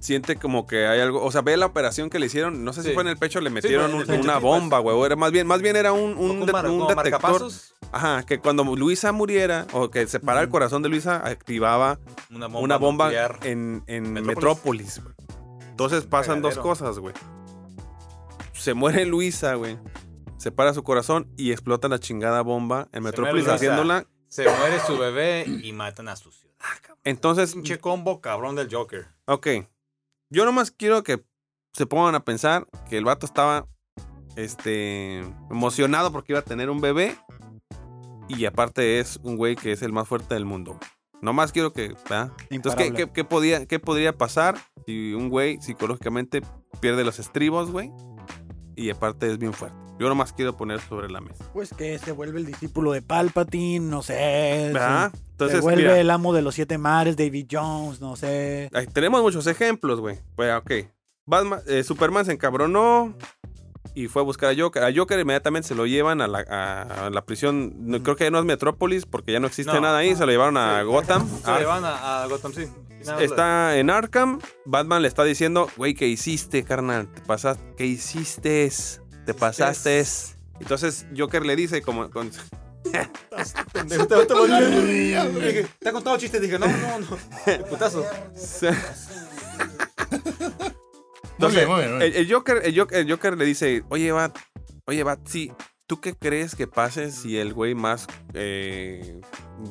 Speaker 1: Siente como que hay algo, o sea, ve la operación que le hicieron, no sé si
Speaker 4: Sí.
Speaker 1: fue en el pecho, le metieron
Speaker 4: en el
Speaker 1: un-
Speaker 4: pecho,
Speaker 1: una
Speaker 4: sí,
Speaker 1: bomba, güey, o era más bien, más bien era un, un,
Speaker 4: Como
Speaker 1: de-
Speaker 4: mar-
Speaker 1: un
Speaker 4: como
Speaker 1: detector.
Speaker 4: marcapasos,
Speaker 1: Ajá, que cuando Luisa muriera, o que se parara el
Speaker 2: Ujú.
Speaker 1: corazón de Luisa, activaba
Speaker 4: una bomba,
Speaker 1: una bomba
Speaker 4: nuclear.
Speaker 1: en, en Metrópolis.
Speaker 4: Metrópolis.
Speaker 1: güey. Entonces pasan dos
Speaker 4: cagadero.
Speaker 1: cosas, güey. Se muere Luisa, güey. Se para su corazón y explota la chingada bomba en Metrópolis
Speaker 4: muere Luisa.
Speaker 1: haciéndola.
Speaker 4: se muere su bebé y matan a su ciudad.
Speaker 1: Entonces,
Speaker 4: Pinche combo cabrón del Joker.
Speaker 1: ok. Yo nomás quiero que se pongan a pensar que el vato estaba este, emocionado porque iba a tener un bebé. Y aparte es un güey que es el más fuerte del mundo. güey. Nomás quiero que... ¿verdad? Entonces, ¿qué,
Speaker 2: Imparable.
Speaker 1: qué- qué podía, ¿qué podría pasar si un güey psicológicamente pierde los estribos, güey? Y aparte es bien fuerte. Yo nomás quiero poner sobre la mesa.
Speaker 2: Pues que se vuelve el discípulo de Palpatine, no sé.
Speaker 1: ¿Verdad?
Speaker 2: se, se
Speaker 1: Entonces,
Speaker 2: vuelve
Speaker 1: mira,
Speaker 2: el amo de los siete mares, David Jones, no sé.
Speaker 1: ahí tenemos muchos ejemplos, güey. Pues, ok. Batman- eh, Superman se encabronó y fue a buscar a Joker. A Joker inmediatamente se lo llevan a la, a- a la prisión. No, creo que ya no es Metrópolis porque ya no existe
Speaker 4: No.
Speaker 1: nada ahí. Se lo llevaron a
Speaker 4: Sí.
Speaker 1: Gotham.
Speaker 4: Se
Speaker 1: Ah,
Speaker 4: llevan a, a Gotham City. Nada,
Speaker 1: Está en Arkham. Batman le está diciendo, güey, ¿qué hiciste, carnal? ¿Te pasaste? ¿Qué hiciste? ¿Te pasaste? Entonces Joker le dice, como, con- <laughs>
Speaker 4: pendejo, te- te- te- Te ha contado chistes, dije, no, no, no.
Speaker 1: <laughs>
Speaker 4: Qué Putazo.
Speaker 3: Muy
Speaker 1: Entonces,
Speaker 3: bien, muy bien,
Speaker 1: el,
Speaker 3: muy
Speaker 2: eh,
Speaker 3: bien.
Speaker 1: el Joker, el, Joker, el Joker le dice, oye, Bat, oye, Bat, sí, ¿tú qué crees que pase si el güey más eh,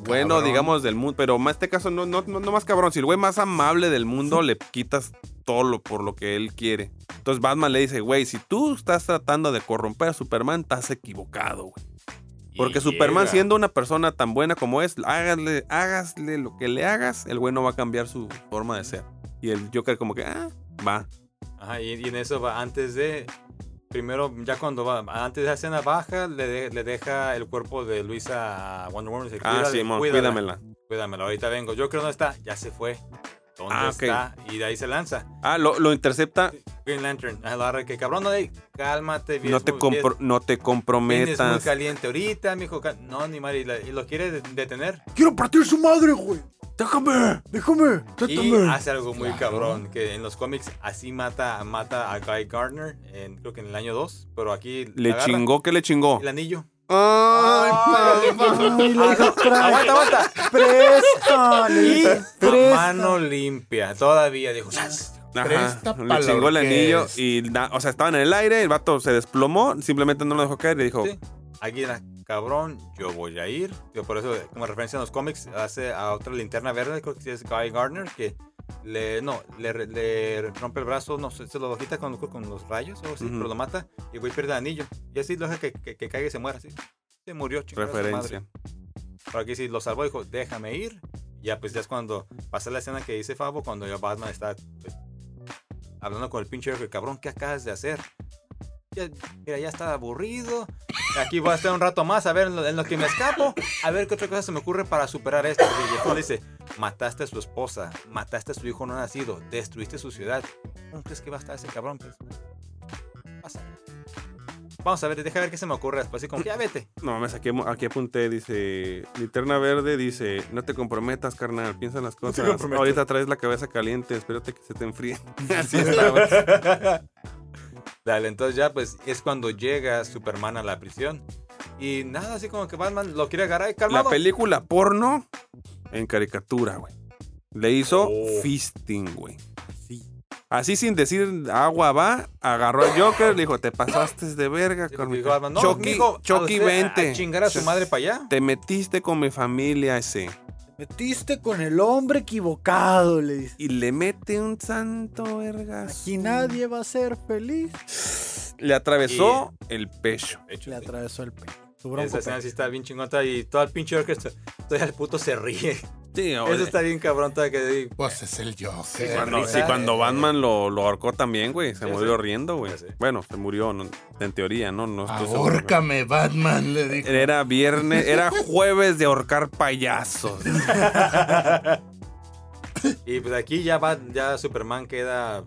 Speaker 1: bueno,
Speaker 3: Cabrón.
Speaker 1: digamos, del mundo, pero en este caso no, no, no, no más cabrón, si el güey más amable del mundo le quitas todo lo, por lo que él quiere? Entonces Batman le dice, güey, si tú estás tratando de corromper a Superman, estás equivocado, güey. Porque
Speaker 4: Y
Speaker 1: Superman,
Speaker 4: llega.
Speaker 1: siendo una persona tan buena como es, hágale, hágasle lo que le hagas, el güey no va a cambiar su forma de ser. Y el Joker como que, ah, va.
Speaker 4: Ajá, y, y en eso va, antes de. Primero, ya cuando va, antes de la escena baja, le, de- le deja el cuerpo de Luisa a Wonder Woman. y dice,
Speaker 1: Ah,
Speaker 4: "Cuídala,
Speaker 1: sí, mon,
Speaker 4: cuídala,
Speaker 1: cuídamela.
Speaker 4: Cuídamela, ahorita vengo. Joker no está, ya se fue. ¿Dónde
Speaker 1: Ah, ok.
Speaker 4: está? Y de ahí se lanza.
Speaker 1: Ah, lo, lo intercepta.
Speaker 4: Green Lantern, agarra que cabrón, no, ey, cálmate.
Speaker 1: No te, compro-
Speaker 4: compro
Speaker 1: no te
Speaker 4: Vienes muy
Speaker 1: comprometas.
Speaker 4: caliente ahorita, mijo. cal- No, ni madre. Y, la- y lo quiere de- detener.
Speaker 2: ¡Quiero partir su madre, güey! ¡Déjame! ¡Déjame!
Speaker 4: Y
Speaker 2: ¡Déjame!
Speaker 4: hace algo muy
Speaker 3: Claro.
Speaker 4: cabrón. Que en los cómics así mata, mata a Guy Gardner. en- creo que en el año 2. Pero aquí.
Speaker 1: Le
Speaker 4: agarra
Speaker 1: chingó que le chingó.
Speaker 4: El anillo.
Speaker 1: Ay,
Speaker 3: Ay,
Speaker 2: ¡Ay,
Speaker 4: <laughs>
Speaker 2: le dijo,
Speaker 4: Aguanta, aguanta.
Speaker 2: ¡Presto! le
Speaker 4: Y
Speaker 2: dijo, <laughs>
Speaker 4: a
Speaker 2: "Presto".
Speaker 4: mano limpia. Todavía dijo. "Sas".
Speaker 1: Ajá,
Speaker 3: Presta
Speaker 1: le
Speaker 3: pa'
Speaker 1: chingó el
Speaker 3: lo que
Speaker 1: anillo
Speaker 3: es.
Speaker 1: y, na- o sea, estaban en el aire, el vato se desplomó, simplemente no lo dejó caer y le dijo,
Speaker 4: Sí. Aquí era, cabrón, yo voy a ir. Yo por eso, como referencia en los cómics, hace a otra linterna verde, creo que sí es Guy Gardner, que le, no, le, re- le rompe el brazo, no sé, se lo quita con, con los rayos o algo así,
Speaker 1: Ujú.
Speaker 4: pero lo mata y güey pierde el anillo. Y así lo deja que, que, que caiga y se muera, así. Se murió, chingada su
Speaker 1: referencia.
Speaker 4: madre. Pero aquí sí lo salvó, dijo, déjame ir. Ya pues ya es cuando pasa la escena que dice Fabo, cuando ya Batman está pues, hablando con el pinche Joker, cabrón, ¿qué acabas de hacer? Ya- mira, ya está aburrido. Aquí voy a estar un rato más a ver en lo, en lo que me escapo, a ver qué otra cosa se me ocurre para superar esto. Y el Joker dice, mataste a su esposa, mataste a su hijo no nacido, destruiste su ciudad. ¿Cómo crees que va a estar ese cabrón? Pues, pasa. Vamos a ver, deja ver qué se me ocurre después. Así como, que, ya vete.
Speaker 1: No mames, aquí, aquí apunté, dice, linterna verde, dice, no te comprometas, carnal, piensa en las cosas.
Speaker 4: comprometas.
Speaker 1: Ahorita traes la cabeza caliente, espérate que se te
Speaker 4: <laughs>
Speaker 1: enfríe. <laughs> Así está, güey.
Speaker 4: Dale, entonces ya pues es cuando llega Superman a la prisión. Y nada, así como que Batman lo quiere agarrar y
Speaker 1: La
Speaker 4: calmado.
Speaker 1: película porno en caricatura, güey. Le hizo
Speaker 4: Oh.
Speaker 1: fisting, güey. Así sin decir agua va, agarró al Joker, le dijo, te pasaste de verga
Speaker 4: Sí,
Speaker 1: con
Speaker 4: porque
Speaker 1: mi...
Speaker 4: dijo Batman, no,
Speaker 1: Chucky,
Speaker 4: mijo, a
Speaker 1: Chucky,
Speaker 4: usted ah, a-
Speaker 1: vente.
Speaker 4: A chingar a su madre para allá.
Speaker 1: Te metiste con mi familia ese.
Speaker 2: Metiste con el hombre equivocado, le dice.
Speaker 1: Y le mete un santo vergas.
Speaker 2: Aquí nadie va a ser feliz.
Speaker 1: Le atravesó el pecho.
Speaker 4: De hecho,
Speaker 2: Le
Speaker 4: sí.
Speaker 2: atravesó el pecho. Su bronco
Speaker 4: Esa escena
Speaker 2: pecho.
Speaker 4: sí está bien chingota y todo el pinche Joker está- todavía el puto se ríe.
Speaker 1: Sí,
Speaker 4: Eso está bien cabrón todavía que
Speaker 3: Pues es el Joker.
Speaker 1: Cuando,
Speaker 4: risa,
Speaker 1: sí, cuando
Speaker 4: eh.
Speaker 1: Batman lo, lo ahorcó también, güey. Se
Speaker 4: Sí,
Speaker 1: murió
Speaker 4: sí.
Speaker 1: riendo, güey.
Speaker 4: Sí.
Speaker 1: Bueno, se murió, no- en teoría, ¿no? no estoy seguro, güey.
Speaker 3: Ahórcame, Batman,
Speaker 2: <laughs>
Speaker 3: le dijo.
Speaker 1: Era viernes, era jueves de ahorcar payasos.
Speaker 4: Y pues aquí ya va, ya Superman queda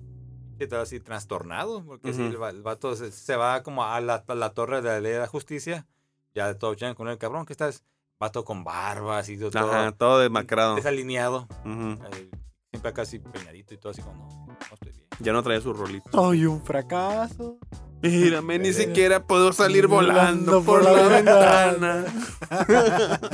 Speaker 4: ¿qué tal? así trastornado, porque sí,
Speaker 1: Ujú.
Speaker 4: el, va- el vato se, se va como a la, a la torre de la ley de la justicia, ya todo chingan con el cabrón que estás, vato con barba, así todo,
Speaker 1: Ajá, todo desmacrado.
Speaker 4: desalineado,
Speaker 1: Ujú.
Speaker 4: eh, siempre casi peinadito y todo así como, no, no estoy bien.
Speaker 1: Ya no traía su rolito.
Speaker 2: Soy un fracaso.
Speaker 1: Mírame, ni
Speaker 4: Eh.
Speaker 1: siquiera puedo salir volando
Speaker 2: Volando
Speaker 1: por
Speaker 2: por
Speaker 1: la
Speaker 2: la
Speaker 1: ventana.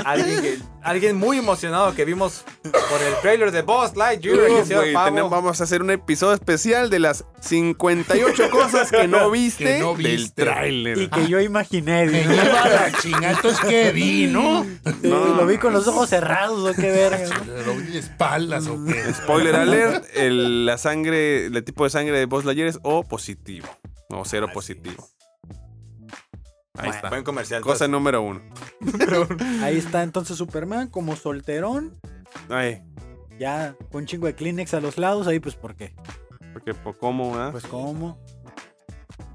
Speaker 4: Alguien, que- alguien muy emocionado que vimos por el trailer de Boss Lightyear, que
Speaker 1: Güey,
Speaker 4: se llama Pavo.
Speaker 1: tenemos- vamos a hacer un episodio especial de las 58 cosas que no viste,
Speaker 3: Que no
Speaker 1: del
Speaker 3: viste.
Speaker 1: tráiler.
Speaker 2: Y que yo imaginé.
Speaker 3: <laughs> Que
Speaker 2: dice.
Speaker 3: lleva la chingada, entonces que
Speaker 2: <laughs>
Speaker 3: vi, ¿no?
Speaker 2: Sí,
Speaker 1: No.
Speaker 2: Lo vi con los ojos cerrados, o qué verga. ¿no?
Speaker 3: Le doy espaldas o qué.
Speaker 1: Spoiler alert, el, la sangre, el tipo de sangre de Buzz Lightyear es O positivo. O cero
Speaker 4: Así
Speaker 1: positivo. Ahí
Speaker 4: Bueno,
Speaker 1: está.
Speaker 4: Buen comercial.
Speaker 1: Cosa número uno.
Speaker 2: Ahí está entonces Superman como solterón,
Speaker 1: Ay,
Speaker 2: ya con chingo de Kleenex a los lados, ahí pues ¿por qué?
Speaker 1: porque por cómo, ¿verdad?
Speaker 4: Ah.
Speaker 2: Pues cómo.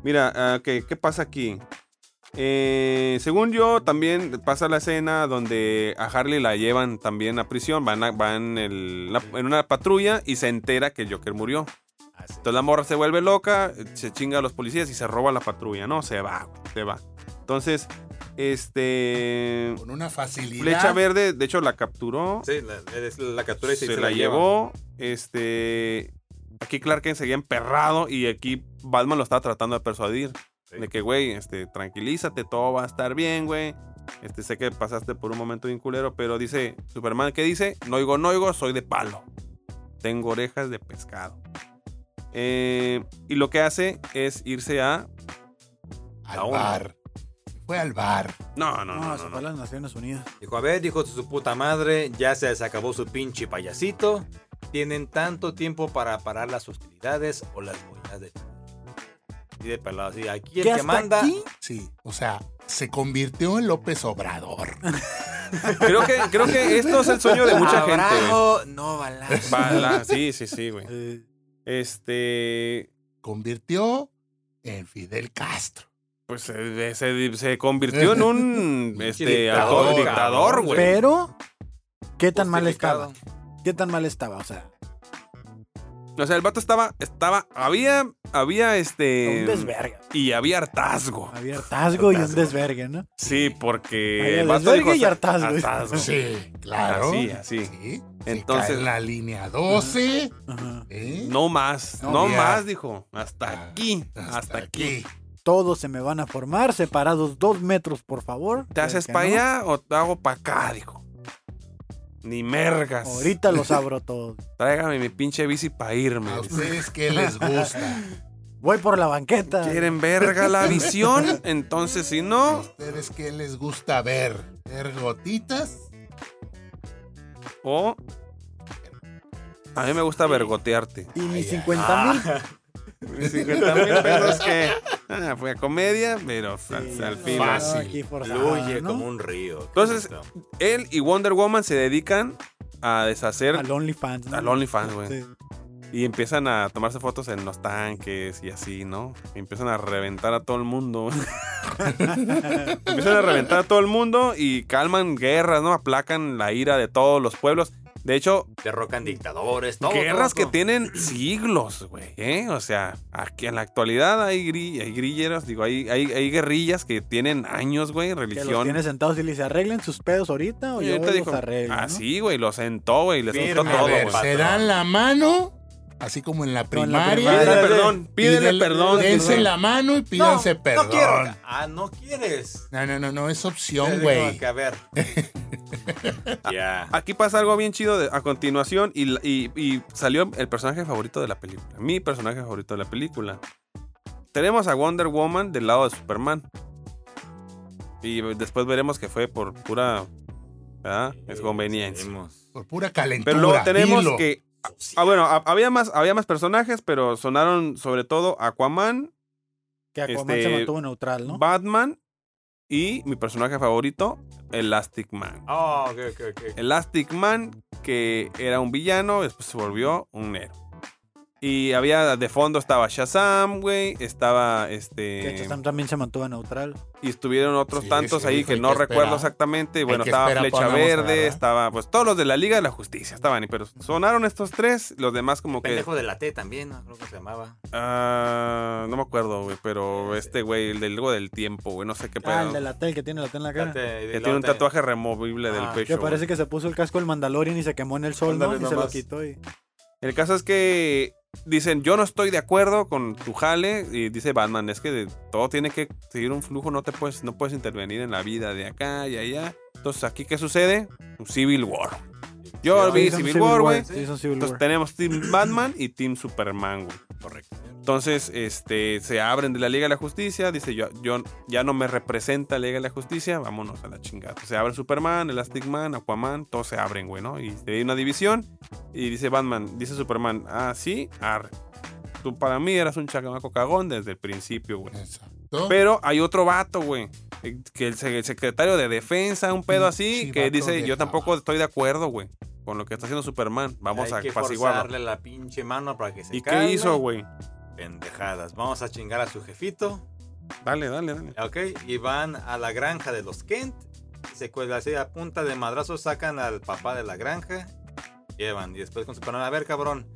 Speaker 1: Mira, ah, ok, ¿qué pasa aquí? Eh, según yo, también pasa la escena donde a Harley la llevan también a prisión. Van, a- van el- la- en una patrulla y se entera que el Joker murió.
Speaker 4: Así.
Speaker 1: Entonces la morra se vuelve loca, se chinga a los policías y se roba la patrulla, ¿no? Se va, güey, se va. Entonces, este.
Speaker 3: Con una facilidad.
Speaker 1: Flecha Verde, de hecho, la capturó.
Speaker 4: Sí, la, es la captura y
Speaker 1: se,
Speaker 4: se
Speaker 1: la
Speaker 4: lleva.
Speaker 1: llevó. Este. Aquí Clark Kent seguía emperrado y aquí Batman lo estaba tratando de persuadir.
Speaker 4: Sí.
Speaker 1: De que, güey, este, tranquilízate, todo va a estar bien, güey. Este, sé que pasaste por un momento bien culero, pero dice Superman, ¿qué dice? No oigo, no oigo, soy de palo. Tengo orejas de pescado. Eh, y lo que hace es irse a.
Speaker 3: Al
Speaker 4: Aún.
Speaker 3: bar. Fue al bar.
Speaker 1: No, no,
Speaker 2: No,
Speaker 1: no.
Speaker 2: se
Speaker 1: no,
Speaker 2: fue a
Speaker 1: no.
Speaker 2: las Naciones Unidas.
Speaker 4: Dijo, a ver, dijo su puta madre, ya se les acabó su pinche payasito. Tienen tanto tiempo para parar las hostilidades o las bolas de Y de pelado, así, aquí
Speaker 2: ¿Qué
Speaker 4: el que
Speaker 2: hasta
Speaker 4: manda. <laughs>
Speaker 2: aquí?
Speaker 3: Sí. O sea, se convirtió en López Obrador.
Speaker 1: Creo, que, creo que esto es el sueño de
Speaker 2: Ah,
Speaker 1: mucha gente. güey.
Speaker 4: <laughs> abrazo, no balazo.
Speaker 1: Bala- sí, sí, sí, güey.
Speaker 2: Eh,
Speaker 1: Este.
Speaker 3: Convirtió en Fidel Castro.
Speaker 1: Pues se, se- se convirtió en
Speaker 2: <laughs>
Speaker 1: un este,
Speaker 4: Dictador,
Speaker 1: alco- dictador, güey.
Speaker 2: pero, ¿qué tan mal
Speaker 4: Justificado.
Speaker 2: estaba? ¿Qué tan mal estaba? O sea,
Speaker 1: O sea, el vato estaba, estaba, había, había
Speaker 2: Un
Speaker 4: Eh,
Speaker 2: Ah,
Speaker 1: este...
Speaker 2: desvergue.
Speaker 1: Y había hartazgo.
Speaker 2: Había hartazgo y un desvergue, ¿no?
Speaker 1: Sí, porque...
Speaker 2: Había
Speaker 1: el vato
Speaker 2: desvergue y hartazgo.
Speaker 1: hartazgo.
Speaker 3: Sí, claro.
Speaker 1: Ah, Así, así.
Speaker 3: Sí.
Speaker 1: Entonces-
Speaker 3: Entonces. la línea 12.
Speaker 2: Ajá.
Speaker 3: ¿eh?
Speaker 1: No más, no,
Speaker 3: No, ya.
Speaker 1: más, dijo. Hasta
Speaker 3: Ah,
Speaker 1: aquí, hasta, aquí.
Speaker 2: Todos se me van a formar, separados dos metros, por favor.
Speaker 1: ¿Te haces
Speaker 2: Que
Speaker 1: para
Speaker 2: no,
Speaker 1: allá o te hago para acá? Dijo. Ni mergas.
Speaker 2: Ahorita los abro todos.
Speaker 1: Tráigame mi pinche bici para irme.
Speaker 2: Ah,
Speaker 3: ¿A
Speaker 1: dice.
Speaker 3: ustedes qué les gusta?
Speaker 1: <laughs>
Speaker 2: Voy por la banqueta.
Speaker 1: ¿Quieren verga la visión? Entonces, si
Speaker 3: ¿A
Speaker 1: no,
Speaker 3: ustedes qué les gusta ver? ¿Ver gotitas?
Speaker 1: o. A mí me gusta vergotearte.
Speaker 2: Y mis
Speaker 3: Ay,
Speaker 2: 50 mil.
Speaker 1: Mis 50 mil pesos que. Ah, fue a comedia, pero Ah, al- al fin.
Speaker 3: no.
Speaker 1: las-
Speaker 3: fácil.
Speaker 2: Aquí forzada,
Speaker 4: Fluye
Speaker 2: ¿no?
Speaker 4: como un río.
Speaker 1: Entonces-
Speaker 4: Qué bonito.
Speaker 1: Él y Wonder Woman se dedican a deshacer
Speaker 2: Al OnlyFans. ¿no?
Speaker 1: al OnlyFans, güey.
Speaker 2: Sí.
Speaker 1: Y empiezan a tomarse fotos en los tanques y así, ¿no? Y empiezan a reventar a todo el mundo. <laughs> empiezan a reventar a todo el mundo y calman guerras, ¿no? Aplacan la ira de todos los pueblos. De hecho,
Speaker 4: derrocan dictadores, todo.
Speaker 1: guerras
Speaker 4: todo,
Speaker 1: que tienen siglos, güey. ¿eh? O sea, aquí en la actualidad hay, gri- hay grilleros, digo, hay, hay, hay guerrillas que tienen años, güey,
Speaker 2: Que los
Speaker 1: religión.
Speaker 2: tiene sentados y le dice, arreglen sus pedos ahorita o
Speaker 1: Y
Speaker 2: yo
Speaker 1: ahorita
Speaker 2: los
Speaker 1: dijo, "Ah,
Speaker 2: arreglo. ¿no?
Speaker 1: Así, güey, lo sentó, güey, les sentó
Speaker 4: Firme,
Speaker 1: todo,
Speaker 3: A ver,
Speaker 1: güey.
Speaker 4: patrón.
Speaker 3: ¿se dan la mano? Así como en la
Speaker 2: en la
Speaker 3: primaria.
Speaker 2: primaria.
Speaker 1: Pídele perdón, pídele
Speaker 3: Pídele-
Speaker 1: perdón.
Speaker 3: Dense la mano y
Speaker 4: No,
Speaker 3: pídanse
Speaker 4: no
Speaker 3: perdón.
Speaker 4: quiero. Ah, no quieres.
Speaker 3: No, no, no, no es
Speaker 4: Es
Speaker 3: opción,
Speaker 4: como
Speaker 3: güey.
Speaker 4: que, A
Speaker 2: <laughs>
Speaker 4: ver. Ya.
Speaker 1: Aquí pasa algo bien chido de- a continuación y, la- y- y salió el personaje favorito de la película. Mi personaje favorito de la película. Tenemos a Wonder Woman del lado de Superman. Y después veremos que fue por pura... ¿verdad? Es conveniencia.
Speaker 4: Seguimos.
Speaker 3: Por pura calentura.
Speaker 1: Pero luego tenemos
Speaker 3: dilo.
Speaker 1: que... Ah, bueno, a- había más, había más personajes, pero sonaron sobre todo Aquaman,
Speaker 2: Que Aquaman
Speaker 1: este,
Speaker 2: se mantuvo neutral, ¿no?
Speaker 1: Batman y mi personaje favorito, Elastic Man.
Speaker 4: Oh, ok, ok, ok.
Speaker 1: Elastic Man, que era un villano, después se volvió un héroe. Y había, de fondo estaba Shazam, güey, estaba
Speaker 2: Que
Speaker 1: este...
Speaker 2: Shazam también se mantuvo neutral.
Speaker 1: Y estuvieron otros
Speaker 3: Sí,
Speaker 1: tantos
Speaker 3: sí,
Speaker 1: ahí
Speaker 3: hay
Speaker 1: que
Speaker 3: que
Speaker 1: no recuerdo
Speaker 3: esperar.
Speaker 1: exactamente. Y
Speaker 3: Hay
Speaker 1: bueno,
Speaker 3: que
Speaker 1: estaba
Speaker 3: esperar,
Speaker 1: Flecha
Speaker 3: pongamos a
Speaker 1: Verde,
Speaker 3: agarrar.
Speaker 1: estaba pues todos los de la Liga de la Justicia estaban ahí, pero sonaron estos tres, los demás como que...
Speaker 4: Pendejo de la T también, ¿no? creo que se llamaba.
Speaker 1: ah, no me acuerdo, güey, pero este güey, el del, del tiempo, güey, no sé qué pedo.
Speaker 2: Ah, el de la tel que tiene la tel en la
Speaker 4: La T,
Speaker 2: cara.
Speaker 1: que tiene un
Speaker 4: la T.
Speaker 1: tatuaje removible del
Speaker 4: Ah,
Speaker 1: pecho.
Speaker 2: Que
Speaker 1: güey.
Speaker 2: parece que se puso el casco del Mandalorian y se quemó en el sol, ¿no?
Speaker 4: Ándale
Speaker 2: Y se lo
Speaker 4: nomás.
Speaker 2: quitó y...
Speaker 1: El caso es que dicen, yo no estoy de acuerdo con tu jale. Y dice Batman, es que de- todo tiene que seguir un flujo, no te puedes, no puedes intervenir en la vida de acá y allá. Entonces, ¿aquí qué sucede? Un Civil War. Yo
Speaker 4: Sí,
Speaker 1: vi
Speaker 2: Sí, son
Speaker 1: Civil War, güey.
Speaker 2: Sí, son Civil
Speaker 1: Entonces
Speaker 2: War.
Speaker 1: tenemos Team Batman y Team Superman, güey. Correcto. Entonces, este, se abren de la Liga de la Justicia. Dice, yo, yo ya no me representa la Liga de la Justicia. Vámonos a la chingada. Se abre Superman, Elastic Man, Aquaman. Todos se abren, güey, ¿no? Y hay una división. Y dice Batman, dice Superman, ah, sí, arre. Tú para mí eras un chacamaco cagón desde el principio, güey.
Speaker 3: Exacto.
Speaker 1: Pero hay otro vato, güey. eh, Que el se- el secretario de defensa, un pedo así,
Speaker 3: Sí,
Speaker 1: que
Speaker 3: vato
Speaker 1: dice,
Speaker 3: de
Speaker 1: yo tampoco estoy Mm, de acuerdo, güey, con lo que está haciendo Superman. Vamos
Speaker 4: Hay
Speaker 1: a
Speaker 4: que
Speaker 1: apaciguarlo.
Speaker 4: forzarle la pinche mano para que se
Speaker 1: ¿Y
Speaker 4: calme.
Speaker 1: qué hizo, güey?
Speaker 4: Pendejadas. Vamos a chingar a su jefito.
Speaker 1: Dale, dale, dale.
Speaker 4: Ok, y van a la granja de los Kent. y Se cuelga así a punta de madrazo, sacan al papá de la granja. Llevan, y después con su panel, a ver, cabrón,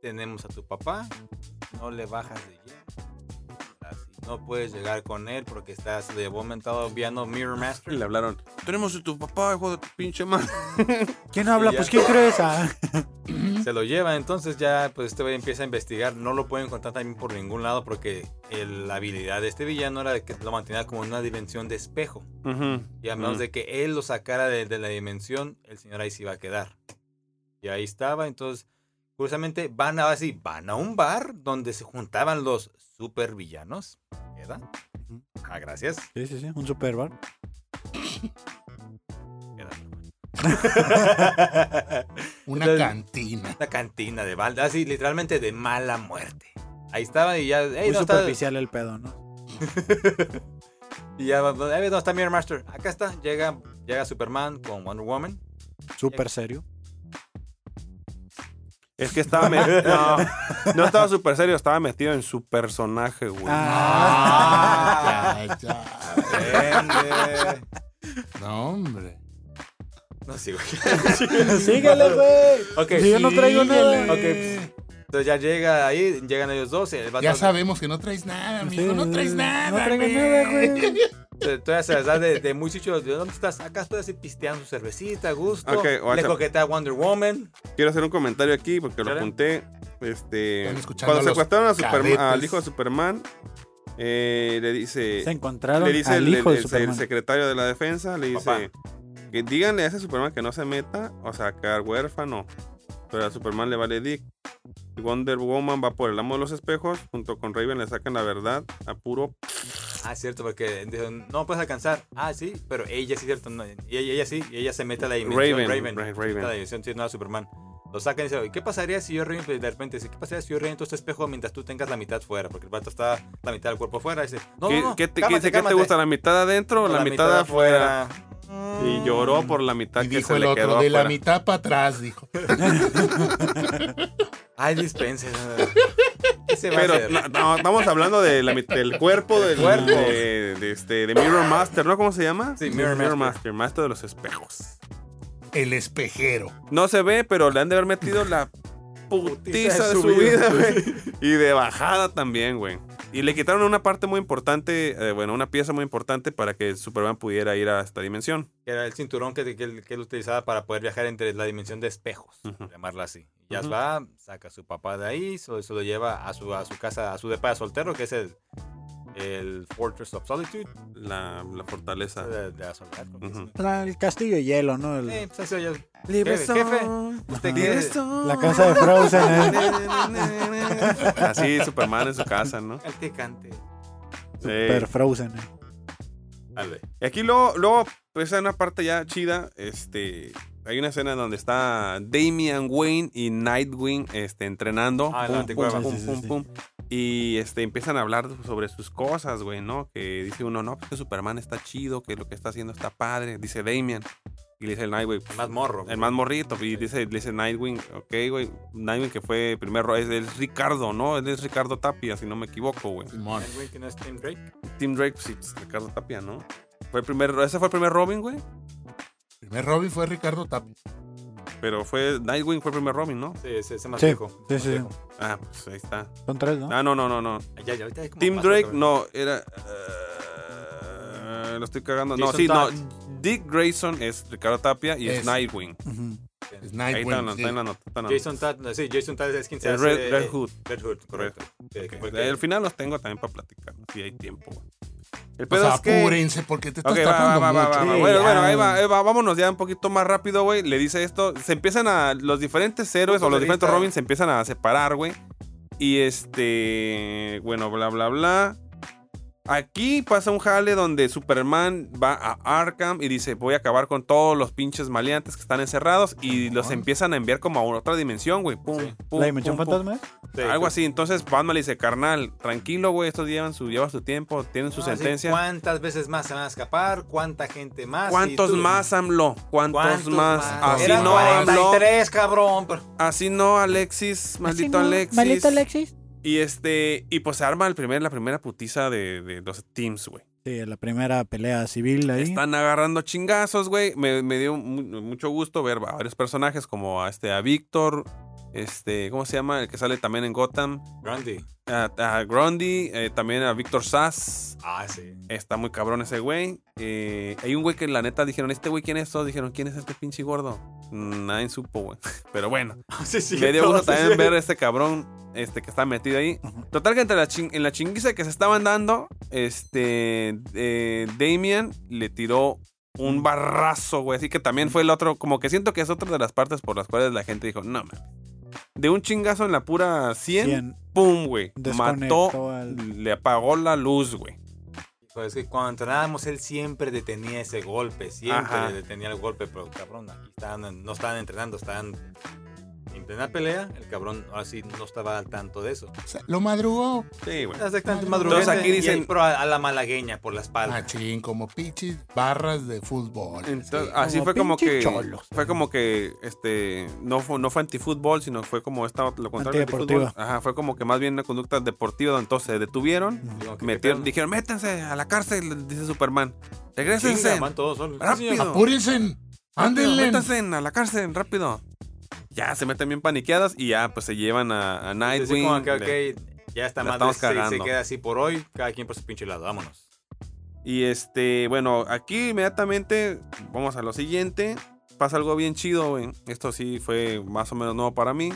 Speaker 4: tenemos a tu papá. No le bajas de lleno. Así, no puedes llegar con él porque estás de momentado obviando Mirror
Speaker 1: Y
Speaker 4: Master.
Speaker 1: le hablaron, tenemos a tu papá, hijo de tu pinche madre.
Speaker 2: ¿Quién habla?
Speaker 4: ya.
Speaker 2: Pues, ¿quién crees? Ah, <laughs>
Speaker 4: Se lo lleva, entonces ya pues este güey empieza a investigar. No lo pueden encontrar también por ningún lado porque el- la habilidad de este villano era que lo mantenía como en una dimensión de espejo.
Speaker 1: Ujú.
Speaker 4: Y a menos
Speaker 1: Mm.
Speaker 4: de que él lo sacara de, de la dimensión, el señor ahí se iba a quedar. Y ahí estaba, entonces, curiosamente, van a, así, van a un bar donde se juntaban los supervillanos, ¿verdad? Ah, gracias.
Speaker 2: Sí, sí, sí. Un super bar.
Speaker 4: Era
Speaker 3: Una
Speaker 4: Entonces-
Speaker 3: cantina.
Speaker 4: <laughs> una cantina de balda, así, literalmente de mala muerte. Ahí estaban y ya, "Ey,
Speaker 2: Muy
Speaker 4: no está-
Speaker 2: superficial el pedo, ¿no?
Speaker 4: y ya, "Ey, no está Mirror Master? Acá está, llega, llega Superman con Wonder Woman.
Speaker 2: Súper serio.
Speaker 1: Es que estaba <laughs> metido. No, no estaba súper serio, estaba metido en su personaje, güey.
Speaker 2: Ah.
Speaker 3: Ah, <laughs> ya, ya.
Speaker 4: Vende.
Speaker 3: No, hombre.
Speaker 4: <laughs> No sigo.
Speaker 2: <laughs> Síguele, güey.
Speaker 4: Ok,
Speaker 2: Yo no traigo nada. pues,
Speaker 3: Síguele.
Speaker 4: Ok, Entonces ya llega ahí, llegan ellos dos. y el vato-
Speaker 3: Ya sabemos que no traes nada, mijo.
Speaker 2: Sí,
Speaker 3: no traes
Speaker 2: no
Speaker 3: nada.
Speaker 2: traigo
Speaker 3: güey.
Speaker 2: nada,
Speaker 1: <laughs>
Speaker 2: güey.
Speaker 4: Eh, Todavía se las da de, de muy chichos. ¿De dónde estás? Acá estoy así pisteando su cervecita, a gusto.
Speaker 1: Ok,
Speaker 4: Le
Speaker 1: guacha.
Speaker 4: coquetea a Wonder Woman.
Speaker 1: Quiero hacer un comentario aquí porque lo
Speaker 4: Dale.
Speaker 1: apunté. Este,
Speaker 3: Están escuchando
Speaker 1: cuando
Speaker 3: a los
Speaker 1: secuestraron a Superma-
Speaker 3: cadetes.
Speaker 1: al hijo de Superman, eh, le dice,
Speaker 2: Se encontraron
Speaker 1: le dice
Speaker 2: al
Speaker 1: el,
Speaker 2: hijo
Speaker 1: el-
Speaker 2: de
Speaker 1: el
Speaker 2: Superman.
Speaker 1: secretario de la defensa, le dice
Speaker 4: Papá.
Speaker 1: que díganle a ese Superman que no se meta, o sea, quedar huérfano. Pero a Superman le vale dick. Y Wonder Woman va por el amo de los espejos, junto con Raven le sacan la verdad a puro.
Speaker 4: Ah, cierto, porque dijo, no puedes alcanzar. Ah, sí, pero ella sí, cierto. no, y ella, ella sí, y ella se mete a la dimensión.
Speaker 1: Raven,
Speaker 4: Raven.
Speaker 1: Ra-
Speaker 4: se
Speaker 1: Raven.
Speaker 4: mete a la dimensión, sí, no a Superman. Lo sacan y dice, ¿qué pasaría si yo reviento? Y de repente dice, ¿qué pasaría si yo reviento este espejo mientras tú tengas la mitad fuera? Porque el vato está la mitad del cuerpo fuera. Dice, no,
Speaker 1: ¿Qué,
Speaker 4: no, no,
Speaker 1: qué te,
Speaker 4: cálmate,
Speaker 1: qué te
Speaker 4: cálmate.
Speaker 1: gusta, la mitad adentro o la, mitad, afuera?
Speaker 4: Mm.
Speaker 1: Y lloró por la mitad
Speaker 3: Y
Speaker 1: que
Speaker 3: dijo
Speaker 1: se
Speaker 3: el
Speaker 1: le
Speaker 3: otro,
Speaker 1: quedó
Speaker 3: de la
Speaker 1: afuera.
Speaker 3: mitad para atrás, dijo.
Speaker 4: Ay, dispense. <laughs> ¿Qué se va a
Speaker 1: Pero
Speaker 4: hacer?
Speaker 1: no, no, estamos hablando de la mit- del cuerpo del
Speaker 4: cuerpo.
Speaker 1: De, de este, de Mirror Master, ¿no? ¿Cómo se llama?
Speaker 4: Sí, Mirror Master.
Speaker 1: Master, Master de los espejos.
Speaker 3: El espejero.
Speaker 1: No se ve, pero le han de haber metido <laughs> la putiza de su vida, güey. Y de bajada también, güey. Y le quitaron una parte muy importante, eh, bueno, una pieza muy importante para que Superman pudiera ir a esta dimensión.
Speaker 4: que era el cinturón que, que él, que él utilizaba para poder viajar entre la dimensión de espejos,
Speaker 1: Ujú.
Speaker 4: llamarla así. Ya
Speaker 1: Ujú.
Speaker 4: va, saca a su papá de ahí, se, lo- se lo lleva a su, a su casa, a su depa de soltero, que es el, el Fortress of Solitude,
Speaker 1: La, la fortaleza.
Speaker 4: de, de la soledad, creo que es,
Speaker 1: Ah. Ujú.
Speaker 4: ¿no?
Speaker 2: La- El castillo de hielo, ¿no? El-
Speaker 4: Eh, pues eso ya-
Speaker 1: Libre
Speaker 4: Jefe, jefe, usted quiere- <laughs>
Speaker 2: La casa de Frozen, ¿eh?
Speaker 1: Así Superman en su casa, ¿no?
Speaker 4: El que cante.
Speaker 2: Super Frozen, ¿eh?
Speaker 4: Dale.
Speaker 1: Y aquí luego, luego pues, hay una parte ya chida. Este, hay una escena donde está Damian Wayne y Nightwing este, entrenando.
Speaker 4: Ah, en la anticueva.
Speaker 1: pum,
Speaker 2: Sí, sí,
Speaker 1: pum,
Speaker 2: sí.
Speaker 1: pum. Y este, empiezan a hablar sobre sus cosas, güey, ¿no? Que dice uno, no, pues que Superman está chido, que lo que está haciendo está padre. Dice Damian. Y le dice el Nightwing,
Speaker 4: El más morro.
Speaker 1: el más morrito. Y dice, le dice Nightwing, ok, güey. Nightwing que fue primero, es, es Ricardo, ¿no? Él es Ricardo Tapia, si no me equivoco, güey.
Speaker 3: Simón.
Speaker 4: El güey que no es Tim Drake.
Speaker 1: Tim Drake, sí, pues, Ricardo Tapia, ¿no? Fue el primer, ese fue el primer Robin, güey.
Speaker 3: El primer Robin fue Ricardo Tapia.
Speaker 1: Pero fue Nightwing fue el primer Robin, ¿no?
Speaker 4: Sí, ese, ese más
Speaker 2: Sí,
Speaker 4: viejo.
Speaker 2: sí,
Speaker 4: más
Speaker 2: sí.
Speaker 4: viejo.
Speaker 1: Ah, pues ahí está.
Speaker 2: Son tres, ¿no?
Speaker 1: Ah, no, no, no, no.
Speaker 4: Ya, ya, ahorita es como
Speaker 1: Tim
Speaker 4: paso
Speaker 1: Drake,
Speaker 4: otra vez.
Speaker 1: no, era. eh, lo estoy cagando. no,
Speaker 4: Jason
Speaker 1: sí,
Speaker 4: Todd.
Speaker 1: no. Dick Grayson es Ricardo Tapia y es,
Speaker 3: Es.
Speaker 1: Nightwing.
Speaker 2: Ujú.
Speaker 3: Es
Speaker 1: Ahí está, en
Speaker 3: Nightwing.
Speaker 1: la-
Speaker 3: sí.
Speaker 1: está en la nota. está en la
Speaker 4: Jason Todd, no, sí, Jason Todd es quien se
Speaker 1: nota. Es
Speaker 4: hace,
Speaker 1: Red, Red
Speaker 4: eh,
Speaker 1: Hood.
Speaker 4: Red Hood, correcto. Sí, que fue el que-
Speaker 1: Al final los tengo también para platicar, si hay tiempo. El
Speaker 3: Pues
Speaker 1: pedo es que-
Speaker 3: apúrense porque te estás
Speaker 1: Ok, va,
Speaker 3: tapando
Speaker 1: va, va,
Speaker 3: mucho.
Speaker 1: va, va.
Speaker 2: Sí,
Speaker 1: Bueno,
Speaker 2: ya.
Speaker 1: bueno, ahí va, ahí va. Vámonos ya un poquito más rápido, güey. Le dice esto. Se empiezan a. Los diferentes héroes o
Speaker 4: Puntos
Speaker 1: los
Speaker 4: de
Speaker 1: diferentes
Speaker 4: vista.
Speaker 1: Robins se empiezan a separar, güey. Y este. Bueno, bla, bla, bla. Aquí pasa un jale donde Superman va a Arkham y dice: Voy a acabar con todos los pinches maleantes que están encerrados. Y los
Speaker 3: Ajá.
Speaker 1: empiezan a enviar como a otra dimensión, güey. Pum,
Speaker 4: Sí.
Speaker 1: pum,
Speaker 2: ¿La dimensión
Speaker 1: pum, pum.
Speaker 2: fantasma?
Speaker 4: sí,
Speaker 1: Algo así. Entonces Batman le dice: Carnal, tranquilo, güey. Estos llevan su, llevan su tiempo, tienen su
Speaker 4: No, Ah, sí,
Speaker 1: sentencia.
Speaker 4: ¿Cuántas veces más se van a escapar? ¿Cuánta gente más?
Speaker 1: ¿Cuántos
Speaker 4: Y tú-
Speaker 1: más, AMLO? Ah, ¿Cuántos, más? Así
Speaker 4: Eran
Speaker 1: no, AMLO.
Speaker 4: 43, cabrón. pero-
Speaker 1: Así no, Alexis. Maldito Alexis.
Speaker 2: Alexis.
Speaker 1: Y este. Y pues se arma el primer, la primera putiza de, de los teams, güey.
Speaker 2: Sí, la primera pelea civil ahí.
Speaker 1: Están agarrando chingazos, güey. Me, me dio mu- mucho gusto ver a varios personajes como a este, a Víctor. Este, ¿cómo se llama? El que sale también en Gotham.
Speaker 4: Grundy.
Speaker 1: A, a Grundy, eh, también a Víctor Sass.
Speaker 4: Ah, sí. <laughs>
Speaker 1: Está muy cabrón ese güey. Eh, hay un güey que la neta dijeron, ¿este güey quién es? Todos dijeron, ¿quién es este pinche gordo? Mm, Nadie supo, güey. <laughs> Pero bueno.
Speaker 4: Ah, sí, sí.
Speaker 1: me dio gusto
Speaker 4: sí,
Speaker 1: también
Speaker 4: sí.
Speaker 1: ver a este cabrón este, que está metido ahí.
Speaker 2: Ujú.
Speaker 1: Total que entre la chin- en la chinguiza que se estaban dando, este eh, Damian le tiró un barrazo, güey. Así que también fue el otro, como que siento que es otra de las partes por las cuales la gente dijo, no, man. De un chingazo en la pura 100,
Speaker 2: Cien.
Speaker 1: ¡pum, güey!
Speaker 2: Desconectó
Speaker 1: Mató,
Speaker 2: al-
Speaker 1: le apagó la luz, güey.
Speaker 4: Pues que cuando entrenábamos, él siempre detenía ese golpe. Siempre
Speaker 1: Ajá.
Speaker 4: le detenía el golpe. Pero, cabrón, aquí estaban, no estaban entrenando, estaban en plena pelea. El cabrón así no estaba al tanto de eso.
Speaker 3: O sea, Lo madrugó.
Speaker 1: Sí, güey.
Speaker 4: Exactamente,
Speaker 1: Entonces, aquí
Speaker 4: y ahí,
Speaker 1: dicen-
Speaker 4: Pero a, a la malagueña por la espalda.
Speaker 3: Machín, como pichis, barras de fútbol.
Speaker 1: Entonces,
Speaker 3: Sí.
Speaker 1: así
Speaker 2: Como
Speaker 1: fue como
Speaker 2: pinche
Speaker 1: que
Speaker 2: cholos.
Speaker 1: fue como que este no fue no fue antifútbol, sino fue como esta lo contrario de
Speaker 2: Antideportiva.
Speaker 1: antifútbol. Ajá, fue como que más bien una conducta deportiva, donde entonces se detuvieron,
Speaker 4: Digo, Mm, ¿qué
Speaker 1: metieron,
Speaker 4: pedo?
Speaker 1: dijeron, "Métanse a la cárcel", dice Superman.
Speaker 4: Chinga,
Speaker 1: "Regrésense,
Speaker 4: van todos solos. Sí,
Speaker 1: rápido.
Speaker 4: señor.
Speaker 1: rápido,
Speaker 3: Apúrense. Ándenle.
Speaker 1: métanse a la cárcel rápido." ya se meten bien paniqueadas y ya pues se llevan a, a
Speaker 4: Entonces, sí,
Speaker 1: Nightwing.
Speaker 4: como que,
Speaker 1: le-
Speaker 4: ok, ya está
Speaker 1: la
Speaker 4: más este,
Speaker 1: estamos
Speaker 4: se,
Speaker 1: cagando.
Speaker 4: queda así por hoy, cada quien por su pinche lado, vámonos.
Speaker 1: Y este, bueno, aquí inmediatamente vamos a lo siguiente. Pasa algo bien chido, güey. Esto sí fue más o menos nuevo para mí.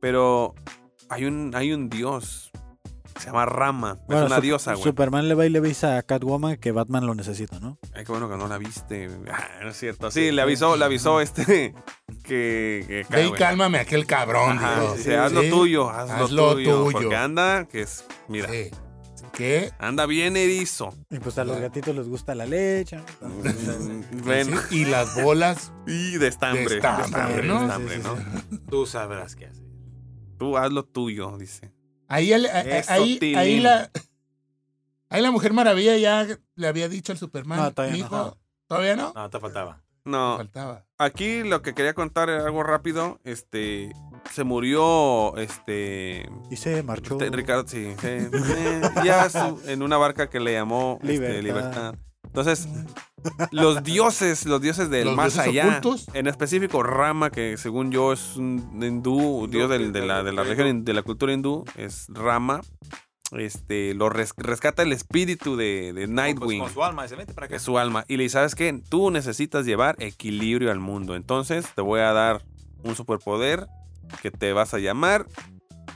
Speaker 1: Pero hay un, hay un dios. Se llama Rama.
Speaker 2: Bueno,
Speaker 1: es una
Speaker 2: Sup-
Speaker 1: diosa, güey.
Speaker 2: Superman le va y le avisa a Catwoman que Batman lo necesita, ¿no?
Speaker 1: Ay, qué bueno que no la viste. güey. Ah, no es cierto. Sí, le avisó, le avisó este. Que. que
Speaker 3: Ve y
Speaker 1: güey.
Speaker 3: cálmame aquel cabrón,
Speaker 1: Ajá,
Speaker 3: digo.
Speaker 1: sí, sí, haz lo
Speaker 3: Sí,
Speaker 1: tuyo, haz,
Speaker 3: haz
Speaker 1: lo
Speaker 3: lo
Speaker 1: tuyo,
Speaker 3: tuyo.
Speaker 1: Porque anda, que es. Mira,
Speaker 3: sí. ¿Qué?
Speaker 1: anda bien erizo.
Speaker 3: <laughs>
Speaker 2: Y pues a los gatitos les gusta la leche.
Speaker 1: Mm, bueno,
Speaker 3: Sí, Y las bolas
Speaker 1: y de estambre.
Speaker 3: De estambre, ¿no?
Speaker 1: de estambre,
Speaker 2: eh, Sí, sí,
Speaker 1: ¿no?
Speaker 4: Tú sabrás qué hacer.
Speaker 1: Tú haz lo tuyo, dice.
Speaker 3: Ahí, el- a- a-
Speaker 1: Eso,
Speaker 3: ahí,
Speaker 1: Tilín.
Speaker 3: ahí la, ahí la Mujer Maravilla ya le había dicho al Superman.
Speaker 2: No, todavía no.
Speaker 3: "Mijo, ¿Todavía no?
Speaker 4: No, te faltaba. pues,
Speaker 1: No,
Speaker 3: Faltaba.
Speaker 1: aquí lo que quería contar era algo rápido. Este, se murió, este,
Speaker 2: Y se marchó.
Speaker 1: este, Ricardo, sí, sí, eh, ya su- en una barca que le llamó este,
Speaker 2: Libertad.
Speaker 1: libertad. Entonces, los dioses, los dioses del
Speaker 3: ¿Los
Speaker 1: más
Speaker 3: dioses
Speaker 1: allá,
Speaker 3: ocultos?
Speaker 1: en específico Rama, que según yo es un hindú, un dios del- de, la, de la región, de la cultura hindú, es Rama. Este, lo res- rescata el espíritu de, de
Speaker 4: Pues,
Speaker 1: Nightwing.
Speaker 4: con su alma, dice, "Vente para
Speaker 1: que
Speaker 4: acá.
Speaker 1: es su alma. Y le dice, ¿sabes qué? Tú necesitas llevar equilibrio al mundo. Entonces te voy a dar un superpoder que te vas a llamar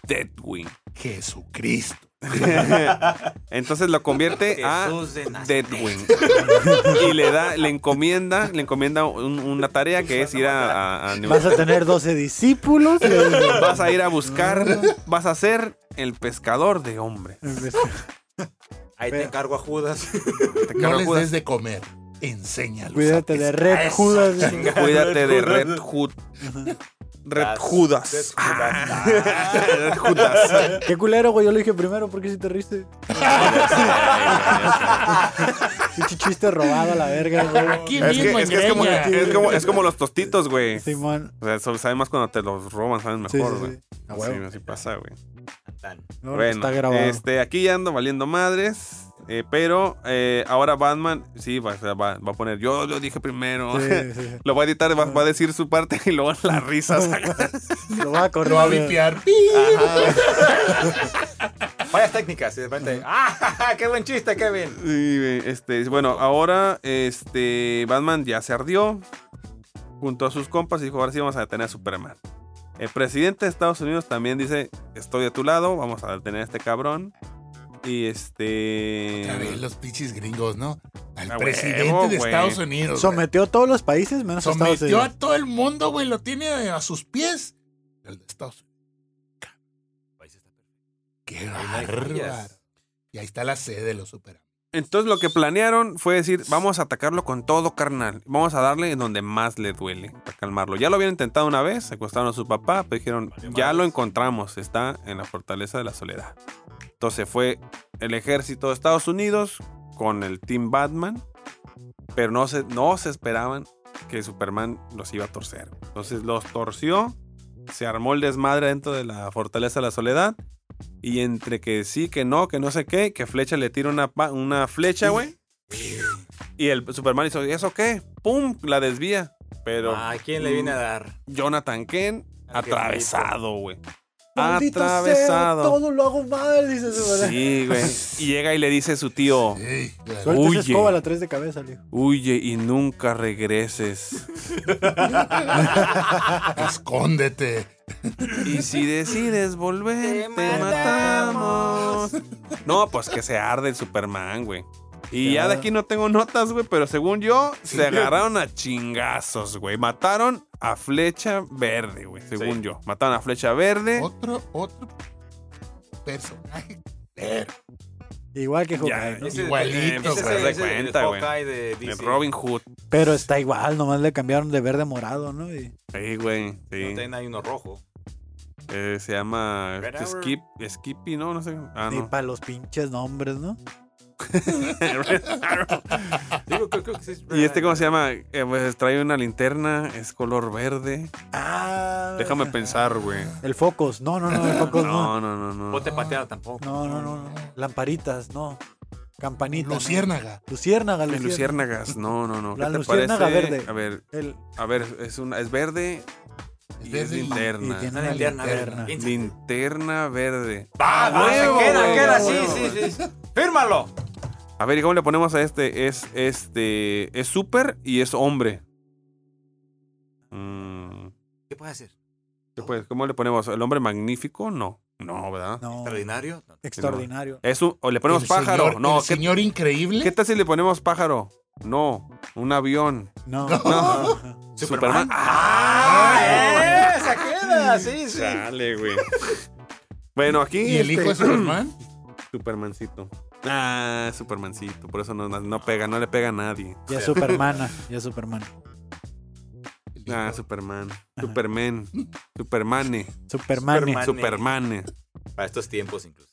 Speaker 1: Deadwing.
Speaker 3: Jesucristo.
Speaker 1: <laughs> Entonces lo convierte a
Speaker 4: Jesús de Nazaret.
Speaker 1: Deadwing. <laughs> Y le da, le encomienda, le encomienda un- una tarea que es ir a, a- a New-
Speaker 2: Vas a tener 12 <laughs> discípulos. y-
Speaker 1: Vas
Speaker 2: <laughs>
Speaker 1: a ir a buscar, vas a ser el pescador de hombres.
Speaker 2: Pues,
Speaker 1: <laughs>
Speaker 4: Ahí te
Speaker 2: Pero-
Speaker 4: encargo a Judas.
Speaker 1: Te
Speaker 3: No
Speaker 1: cargo,
Speaker 3: les
Speaker 1: Judas.
Speaker 3: des de comer. Enséñalos.
Speaker 2: Cuídate
Speaker 3: a
Speaker 2: de
Speaker 3: pescar.
Speaker 2: Red
Speaker 3: Eso,
Speaker 2: Judas.
Speaker 3: chinga.
Speaker 1: Cuídate de Red Hood. Red
Speaker 4: Red
Speaker 1: Judas.
Speaker 4: Judas.
Speaker 1: Red Judas.
Speaker 2: Qué culero, güey. Yo lo dije primero. ¿Por qué si
Speaker 1: <laughs>
Speaker 2: te riste?
Speaker 1: Ah.
Speaker 2: Pinche chiste robado a la verga, güey.
Speaker 3: Aquí
Speaker 1: Es que,
Speaker 3: mismo
Speaker 1: es, que es como,
Speaker 3: engreña.
Speaker 1: es como- es como los tostitos, güey.
Speaker 2: Simón.
Speaker 1: O sea, so- saben más cuando te los roban, saben
Speaker 2: Sí,
Speaker 1: mejor,
Speaker 2: sí,
Speaker 1: güey.
Speaker 2: sí. A huevo.
Speaker 1: Así, así pasa, güey.
Speaker 4: Tan.
Speaker 1: <laughs>
Speaker 2: No,
Speaker 1: bueno,
Speaker 2: está grabado.
Speaker 1: Este, aquí ya ando valiendo madres. eh, pero eh, ahora Batman, sí, va, va- va a poner. Yo lo dije primero.
Speaker 2: Sí, sí.
Speaker 1: <laughs> Lo va a editar, va, va a decir su parte y luego las
Speaker 2: <laughs>
Speaker 1: risas.
Speaker 2: Lo va a
Speaker 3: Lo va a
Speaker 2: correr. güey.
Speaker 3: vipiar.
Speaker 4: Varias técnicas. y de repente, ¡ah! ¡Qué buen chiste, Kevin!
Speaker 1: Sí, güey, este, bueno, ahora este Batman ya se ardió junto a sus compas y dijo, ahora sí vamos a detener a Superman. El presidente de Estados Unidos también dice, estoy a tu lado, vamos a detener a este cabrón. Y este...
Speaker 3: Ya ves los pinches gringos, ¿no? Al
Speaker 1: A huevo,
Speaker 3: presidente de
Speaker 1: Ah, güey.
Speaker 3: Estados Unidos. güey.
Speaker 2: Sometió a todos los países menos a Estados
Speaker 3: Sometió
Speaker 2: Unidos.
Speaker 3: a todo el mundo, güey. Lo tiene a sus pies. El de Estados Unidos. Qué
Speaker 4: Ahí no hay
Speaker 3: bárbaro.
Speaker 4: fallas.
Speaker 3: Y ahí está la sede de los super.
Speaker 1: Entonces lo que planearon fue decir, vamos a atacarlo con todo, carnal. Vamos a darle en donde más le duele, para calmarlo. Ya lo habían intentado una vez, secuestraron a su papá, pero dijeron, ya lo encontramos, está en la fortaleza de la soledad. Entonces fue el ejército de Estados Unidos con el Team Batman, pero no se, no se esperaban que Superman los iba a torcer. Entonces los torció, se armó el desmadre dentro de la fortaleza de la soledad. Y entre que sí, que no, que no sé qué, que Flecha le tira una, pa- una flecha, güey. Y el Superman hizo, ¿y eso qué? ¡Pum! La desvía. Pero
Speaker 4: ¿A Ah, quién le viene a dar?
Speaker 1: Jonathan Kent
Speaker 4: Al jefecito.
Speaker 1: atravesado, güey.
Speaker 2: Maldito sea,
Speaker 1: Atravesado.
Speaker 2: todo lo hago mal, dice Superman.
Speaker 1: Sí, güey. Y llega y le dice a su
Speaker 2: Oh.
Speaker 1: tío,
Speaker 3: Sí, claro.
Speaker 2: Suelta esa
Speaker 1: Huye.
Speaker 2: escoba a la tres de cabeza, le dijo.
Speaker 1: huye y nunca regreses.
Speaker 3: Escóndete.
Speaker 1: Y si decides volver,
Speaker 4: Te
Speaker 1: te, matamos.
Speaker 4: matamos.
Speaker 1: No, pues que se arde el Superman, güey. Y ya de
Speaker 2: Ya.
Speaker 1: aquí no tengo notas, güey, pero según yo, se agarraron a chingazos, güey. Mataron a Flecha Verde, güey, según
Speaker 4: Sí.
Speaker 1: yo. Mataron a Flecha Verde.
Speaker 3: Otro, otro personaje. Pero,
Speaker 2: Igual que Hawkeye,
Speaker 1: Ya,
Speaker 2: ¿no?
Speaker 1: ese-
Speaker 3: Igualito,
Speaker 1: ese-
Speaker 3: güey.
Speaker 1: ese- ese- cuenta, güey.
Speaker 4: Hawkeye de
Speaker 1: de
Speaker 4: DC.
Speaker 1: Robin Hood.
Speaker 2: Pero está igual, nomás le cambiaron de verde a morado, ¿no? Y
Speaker 1: Sí, güey. Sí.
Speaker 4: No ten ahí uno rojo.
Speaker 1: Eh, se llama
Speaker 4: Red
Speaker 1: este,
Speaker 4: Hour.
Speaker 1: Skip, Skippy, ¿no? No sé. Ah, no.
Speaker 2: para los pinches nombres, ¿no?
Speaker 4: <laughs>
Speaker 1: Red Arrow.
Speaker 4: Digo, creo- creo que sí es
Speaker 1: <laughs> y este, ¿cómo se llama? Eh, pues trae una linterna, es color verde.
Speaker 2: Ah.
Speaker 1: Déjame pensar, güey.
Speaker 2: El Focus. No, no, no, el Focus
Speaker 1: No,
Speaker 2: no.
Speaker 1: no, no, no.
Speaker 4: Bote pateado tampoco.
Speaker 2: No, no, no. no. Lamparitas, no. Campanita.
Speaker 3: Luciérnaga.
Speaker 2: no. Luciérnaga,
Speaker 1: Las
Speaker 2: luciérnaga.
Speaker 1: luciérnagas, no, no, no. ¿Qué
Speaker 2: La
Speaker 1: te
Speaker 2: luciérnaga
Speaker 1: parece?
Speaker 2: verde.
Speaker 1: A ver,
Speaker 2: El,
Speaker 1: a ver, es una, es verde. Y
Speaker 3: Desde
Speaker 1: es
Speaker 3: el-
Speaker 1: linterna.
Speaker 2: Y tiene
Speaker 4: Una
Speaker 2: una
Speaker 4: linterna
Speaker 2: linterna.
Speaker 4: verde.
Speaker 1: Linterna verde.
Speaker 4: Ah,
Speaker 1: ¡A
Speaker 4: va, se
Speaker 1: huevo,
Speaker 4: queda,
Speaker 1: güey!
Speaker 4: queda,
Speaker 1: ¡A
Speaker 4: sí,
Speaker 1: huevo!
Speaker 4: sí, sí, sí. ¡Fírmalo!
Speaker 1: A ver, ¿y cómo le ponemos a este? Es este. Es súper y es hombre. Mm,
Speaker 4: ¿Qué puede hacer?
Speaker 1: ¿qué pues? ¿Cómo le ponemos? ¿El hombre magnífico? No. No, ¿verdad?
Speaker 2: No,
Speaker 4: ¿Extraordinario? No.
Speaker 2: extraordinario.
Speaker 1: Es un- o le ponemos
Speaker 3: El
Speaker 1: pájaro.
Speaker 3: señor-
Speaker 1: no,
Speaker 3: el
Speaker 1: ¿qué,
Speaker 3: señor increíble.
Speaker 1: qué tal si le ponemos pájaro? No. Un avión.
Speaker 2: No.
Speaker 1: No. Superman.
Speaker 4: ¡Ah!
Speaker 1: ¡Ah!
Speaker 4: eh! ¡Se queda! Sí, sí.
Speaker 1: Chale,
Speaker 3: <laughs>
Speaker 1: güey. Bueno, aquí.
Speaker 3: ¿Y el
Speaker 1: este,
Speaker 3: hijo de Superman?
Speaker 1: <clears throat> Supermancito. Ah, Supermancito. Por eso no, no pega, no le pega a nadie.
Speaker 2: Y es Supermana. Y es Superman.
Speaker 1: Ah, Superman. Superman. Supermane.
Speaker 2: Superman.
Speaker 4: Superman.
Speaker 1: Supermane.
Speaker 4: Para estos tiempos, inclusive.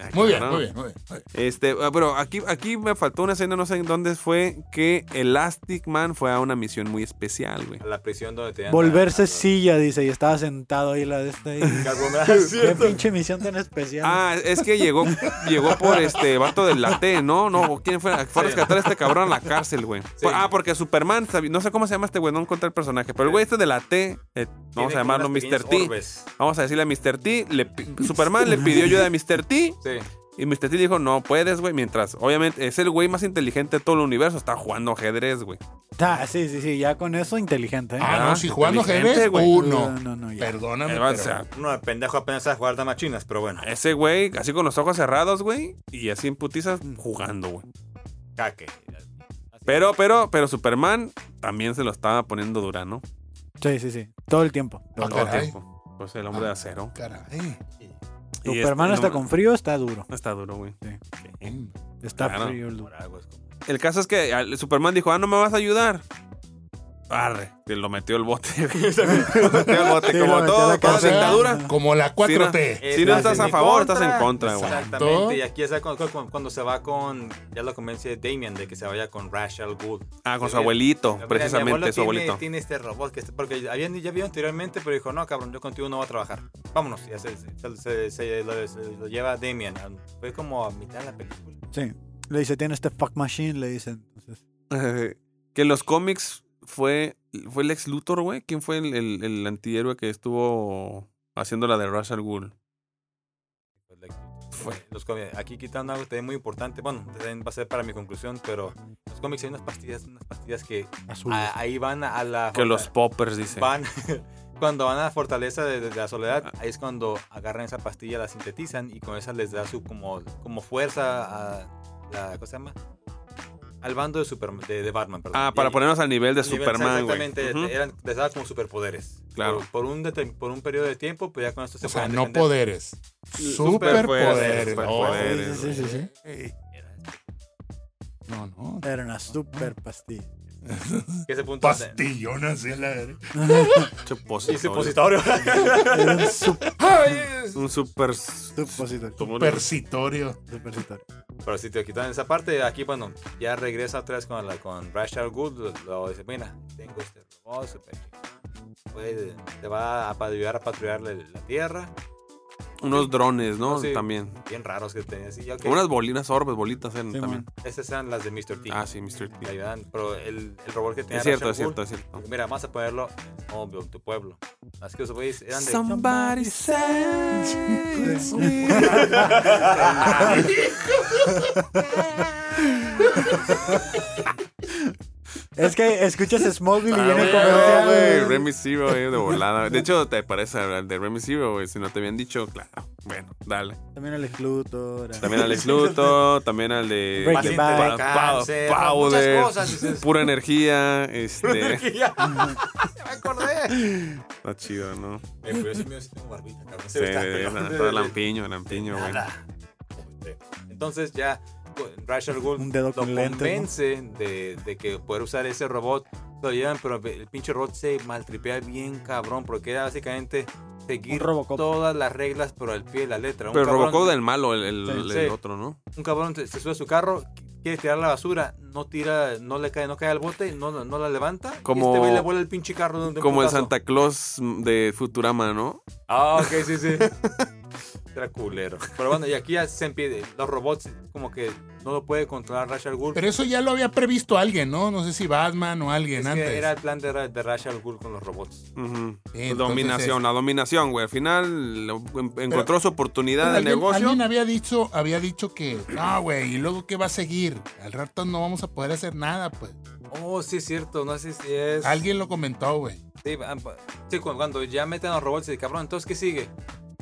Speaker 1: Ay,
Speaker 3: Muy bien,
Speaker 1: cabrón.
Speaker 3: muy bien, muy bien. muy bien.
Speaker 1: Este, ah, pero aquí, aquí me faltó una escena, no sé en dónde fue, que Elastic Man fue a una misión muy especial, güey.
Speaker 4: A la prisión donde te dan
Speaker 2: Volverse
Speaker 4: a- a-
Speaker 2: silla, dice, y estaba sentado ahí la de este. y-
Speaker 1: <laughs>
Speaker 4: Carbonara,
Speaker 2: Qué pinche misión tan especial.
Speaker 1: Ah, es que llegó, llegó por este vato del laté, ¿no? No, ¿quién fue? Fue a rescatar a este cabrón a la cárcel, güey.
Speaker 4: Sí.
Speaker 1: Ah, porque Superman, sabi- no sé cómo se llama este güey, no encontré el personaje, pero el güey este de la T, eh,
Speaker 4: Tiene
Speaker 1: vamos a
Speaker 4: como
Speaker 1: llamarlo
Speaker 4: unas
Speaker 1: Mr.
Speaker 4: pequeñas
Speaker 1: T.
Speaker 4: orbes.
Speaker 1: Vamos a decirle a Mr. T, le pi- Superman le pidió ayuda a Mr. T
Speaker 4: Sí.
Speaker 1: y Mr. T dijo, no puedes, güey, mientras, obviamente, es el güey más inteligente de todo el universo, está jugando ajedrez, güey.
Speaker 2: Ah, sí, sí, sí, ya con eso inteligente. ¿eh?
Speaker 3: Ah,
Speaker 1: Ah,
Speaker 3: no, si jugando
Speaker 1: inteligente,
Speaker 3: ajedrez,
Speaker 1: güey.
Speaker 3: uno.
Speaker 2: No, no, no, ya.
Speaker 3: Perdóname.
Speaker 1: Eh, va, o
Speaker 3: pero-
Speaker 1: sea,
Speaker 4: Uno de pendejo apenas sabe jugar damas chinas, pero bueno.
Speaker 1: Ese güey, así con los ojos cerrados, güey, y así en putizas, jugando, güey.
Speaker 4: Caque.
Speaker 1: Pero, pero, pero Superman también se lo estaba poniendo dura, ¿no?
Speaker 2: Sí, sí, sí. Todo el tiempo.
Speaker 3: Ah,
Speaker 1: Todo el
Speaker 3: caray.
Speaker 1: tiempo. Pues el hombre de acero.
Speaker 3: Caray.
Speaker 1: Y
Speaker 2: Ah. Superman
Speaker 1: este,
Speaker 2: está
Speaker 1: no,
Speaker 2: con frío, está duro.
Speaker 1: Está duro, güey.
Speaker 2: Está
Speaker 1: Claro.
Speaker 2: frío el duro.
Speaker 4: Por algo
Speaker 1: <laughs>
Speaker 4: es como-
Speaker 1: El caso es que al- Superman dijo, ah, no me vas a ayudar. Arre. Y lo metió el bote.
Speaker 4: <laughs>
Speaker 1: lo metió el bote.
Speaker 2: Sí,
Speaker 1: como
Speaker 2: lo metió
Speaker 1: todo,
Speaker 2: a la
Speaker 1: toda
Speaker 2: cárcel.
Speaker 1: dictadura.
Speaker 3: Como la 4T.
Speaker 1: Si no estás
Speaker 4: Eh, en
Speaker 1: a
Speaker 4: mi
Speaker 1: favor, estás en contra, güey.
Speaker 4: Exactamente. Y aquí es cuando, cuando- cuando se va con. Ya lo convence Damien de que se vaya con Ra's al Ghul.
Speaker 1: Ah, con su
Speaker 4: Mira,
Speaker 1: abuelito,
Speaker 4: mira, mi
Speaker 1: precisamente
Speaker 4: abuelo
Speaker 1: su
Speaker 4: tiene-
Speaker 1: abuelito.
Speaker 4: Tiene este robot que. está- Porque habían, ya vio anteriormente, pero dijo: No, cabrón, yo contigo no voy a trabajar. Vámonos. Y ya se, se- se- se- lo, se lo lleva Damien. Fue como a mitad de la película.
Speaker 2: Sí. Le dice, tiene este fuck machine, le dicen. Entonces,
Speaker 1: que en los cómics fue, fue Lex Luthor, güey. ¿Quién fue el, el, el antihéroe que estuvo haciendo la de Rush al Ghul?
Speaker 4: Pues, like, los cómics- aquí quitando algo también muy importante. Bueno, también va a ser para mi conclusión, pero los cómics hay unas pastillas, unas pastillas que
Speaker 2: azul.
Speaker 1: Ah.
Speaker 4: a- ahí van a la.
Speaker 1: Que los poppers, dice.
Speaker 4: van <laughs> cuando van a la fortaleza de, de la soledad
Speaker 1: Ah.
Speaker 4: ahí es cuando agarran esa pastilla la sintetizan y con esa les da su como como fuerza a la ¿cómo se llama? al bando de Superman de, de Batman perdón.
Speaker 1: Ah,
Speaker 4: Y
Speaker 1: para
Speaker 4: ahí-
Speaker 1: ponernos al nivel de
Speaker 4: nivel-
Speaker 1: Superman, güey.
Speaker 4: exactamente
Speaker 1: Ujú.
Speaker 4: eran les daba como superpoderes
Speaker 1: Claro.
Speaker 4: por, por un deten- por un periodo de tiempo pues ya con esto se
Speaker 3: O sea,
Speaker 4: pueden
Speaker 3: no
Speaker 4: defender.
Speaker 3: poderes.
Speaker 1: superpoderes,
Speaker 3: Superpoderes.
Speaker 1: superpoderes,
Speaker 3: Oh, sí, sí, sí, sí.
Speaker 4: Era-
Speaker 3: No, no.
Speaker 1: Eh,
Speaker 2: Era una super pastilla. <laughs>
Speaker 4: que ese punto
Speaker 3: <laughs> Pastillona, sí, la verga.
Speaker 1: Supositorio.
Speaker 4: y supositorio
Speaker 2: Era un super
Speaker 1: Un super.
Speaker 2: supositorio.
Speaker 1: ¿Cómo le-
Speaker 3: Persitorio.
Speaker 2: Supositorio.
Speaker 4: Pero si te quitan esa parte, aquí, bueno, ya regresa otra vez con, la, con Rachel Good. Lo, lo dice, mira, tengo este robot super chingón, puede- te va a pa- ayudar a patrullar la, la tierra.
Speaker 1: Unos drones, ¿no?
Speaker 4: Sí.
Speaker 1: También.
Speaker 4: Bien raros que tenías. Y yo, ok,
Speaker 1: Como unas bolinas, orbes, bolitas eran
Speaker 2: Sí,
Speaker 1: también.
Speaker 4: Esas eran las de Mr. T.
Speaker 1: Ah, sí, Mr.
Speaker 4: Te
Speaker 1: T.
Speaker 4: ayudan, pero el, el robot que tenía
Speaker 1: Es cierto,
Speaker 4: Rachel
Speaker 1: es cierto,
Speaker 4: Good,
Speaker 1: es cierto.
Speaker 4: Mira, vamos a ponerlo en Smallville, tu pueblo. Así que los güeyes eran de. <laughs>
Speaker 1: Somebody save me.
Speaker 2: Es que escuchas Smallville y
Speaker 1: Ah,
Speaker 2: viene
Speaker 1: güey,
Speaker 2: comercial,
Speaker 1: güey,
Speaker 2: güey.
Speaker 1: Remy Zero, güey, de volada. De hecho, te parece al de Remy Zero, güey. Si no te habían dicho, claro. Bueno, dale.
Speaker 2: También el Clutor.
Speaker 1: También al Luto, también al de.
Speaker 2: Breaking Bad.
Speaker 1: Pa-
Speaker 4: Cáncer,
Speaker 1: pa-
Speaker 4: muchas
Speaker 1: Powder,
Speaker 4: cosas, dices.
Speaker 1: Pura energía. Este.
Speaker 4: ¡Ya! <laughs>
Speaker 1: <laughs>
Speaker 4: ¡Me acordé!
Speaker 1: Está chido, ¿no?
Speaker 4: Eh, pero yo sí me sí tengo barbita, cabrón.
Speaker 1: Sí,
Speaker 4: Se me está
Speaker 1: está, <laughs>
Speaker 4: pelando.
Speaker 1: está lampiño, lampiño, güey.
Speaker 4: Nada. Este, Entonces ya pues, Rachel Gould
Speaker 2: Un dedo
Speaker 4: lo
Speaker 2: con lentes,
Speaker 4: convence de, de que poder usar ese robot. Lo llevan, pero el pinche robot se maltripea bien cabrón porque era básicamente seguir
Speaker 2: Un Robocop.
Speaker 4: todas las reglas pero al pie de la letra. Un
Speaker 1: Pero
Speaker 4: cabrón-
Speaker 1: Robocop del malo, el, el-
Speaker 4: Sí.
Speaker 1: el
Speaker 4: Sí.
Speaker 1: otro, ¿no?
Speaker 4: un cabrón se se sube a su carro, quiere tirar la basura, no tira, no le cae, no cae al bote, no, no la levanta. y
Speaker 1: Como-
Speaker 4: este güey le vuela el pinche carro de un- de un
Speaker 1: Como el
Speaker 4: putazo.
Speaker 1: Santa Claus de Futurama, ¿no?
Speaker 4: Ah, ok, sí, sí. Está culero. Pero bueno, y aquí ya se impide. Los robots, como que no lo puede controlar Rachel Gould.
Speaker 3: Pero eso ya lo había previsto alguien, ¿no? No sé si Batman o alguien
Speaker 4: Es que
Speaker 3: antes.
Speaker 4: era el plan de, Ra- de Rachel Gould con los robots.
Speaker 1: Ujú.
Speaker 3: entonces
Speaker 1: dominación,
Speaker 3: es-
Speaker 1: la dominación, güey. Al final lo- en- encontró su oportunidad de
Speaker 3: Alguien,
Speaker 1: negocio.
Speaker 3: alguien había dicho, había dicho que, no, güey, ¿y luego qué va a seguir? Al rato no vamos a poder hacer nada, pues.
Speaker 4: Oh, sí, es cierto. No sé si es.
Speaker 3: Alguien lo comentó, güey.
Speaker 4: Sí, va- va- sí, cu- cuando ya meten a los robots, y cabrón, entonces ¿qué sigue?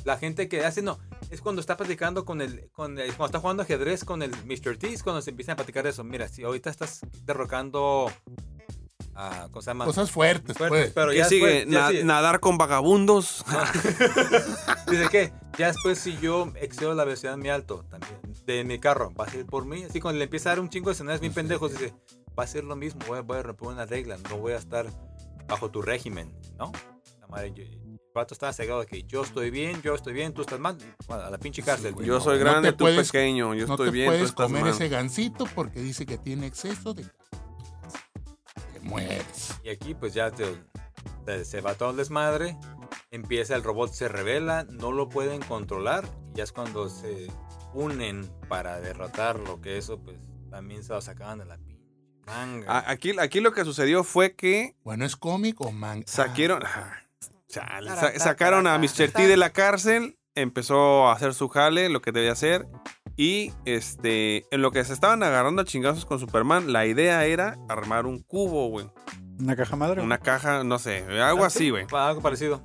Speaker 4: La gente que hace, no, es cuando está platicando con el, con el- cuando está jugando ajedrez con el Mr. T, es cuando se empiezan a platicar de eso. Mira, si ahorita estás derrocando a, ¿cómo se llama?
Speaker 3: Cosas fuertes,
Speaker 4: fuertes,
Speaker 3: pues.
Speaker 4: pero
Speaker 1: ¿Qué
Speaker 4: ya
Speaker 1: sigue?
Speaker 4: después- ya
Speaker 1: Na-
Speaker 4: sigue.
Speaker 1: ¿Nadar con vagabundos?
Speaker 4: Dice que ya después si yo excedo la velocidad muy alto también de mi carro, va a ser por mí. Así cuando le empieza a dar un chingo de escenarios bien pendejos, dice, va a ser lo mismo, voy a, voy a romper una regla, no voy a estar bajo tu régimen, ¿no? La madre, yo, el vato estaba cegado de que yo estoy bien, yo estoy bien, tú estás mal, y, bueno, a la pinche cárcel. güey.
Speaker 1: yo soy
Speaker 3: no
Speaker 1: grande,
Speaker 3: te
Speaker 1: tú
Speaker 3: puedes-
Speaker 1: pequeño. Yo
Speaker 3: no
Speaker 1: estoy
Speaker 3: te
Speaker 1: bien, tú
Speaker 3: puedes
Speaker 1: estás
Speaker 3: comer
Speaker 1: mal.
Speaker 3: ese gancito porque dice que tiene exceso de... Te mueres.
Speaker 4: Y aquí pues ya te- te- se va todo el desmadre, empieza el robot, se revela, no lo pueden controlar, y ya es cuando se unen para derrotar lo que eso pues también se lo sacaban de la pinche manga.
Speaker 1: A- Aquí, aquí lo que sucedió fue que
Speaker 3: Bueno, ¿es cómic o manga? Ah.
Speaker 1: saquieron, Chale, sa- sacaron a Mr. T de la cárcel, empezó a hacer su jale, lo que debía hacer. Y este, en lo que se estaban agarrando a chingazos con Superman, la idea era armar un cubo, güey.
Speaker 2: Una caja madre.
Speaker 1: Una caja, no sé, algo así, güey.
Speaker 4: Ah, Algo parecido.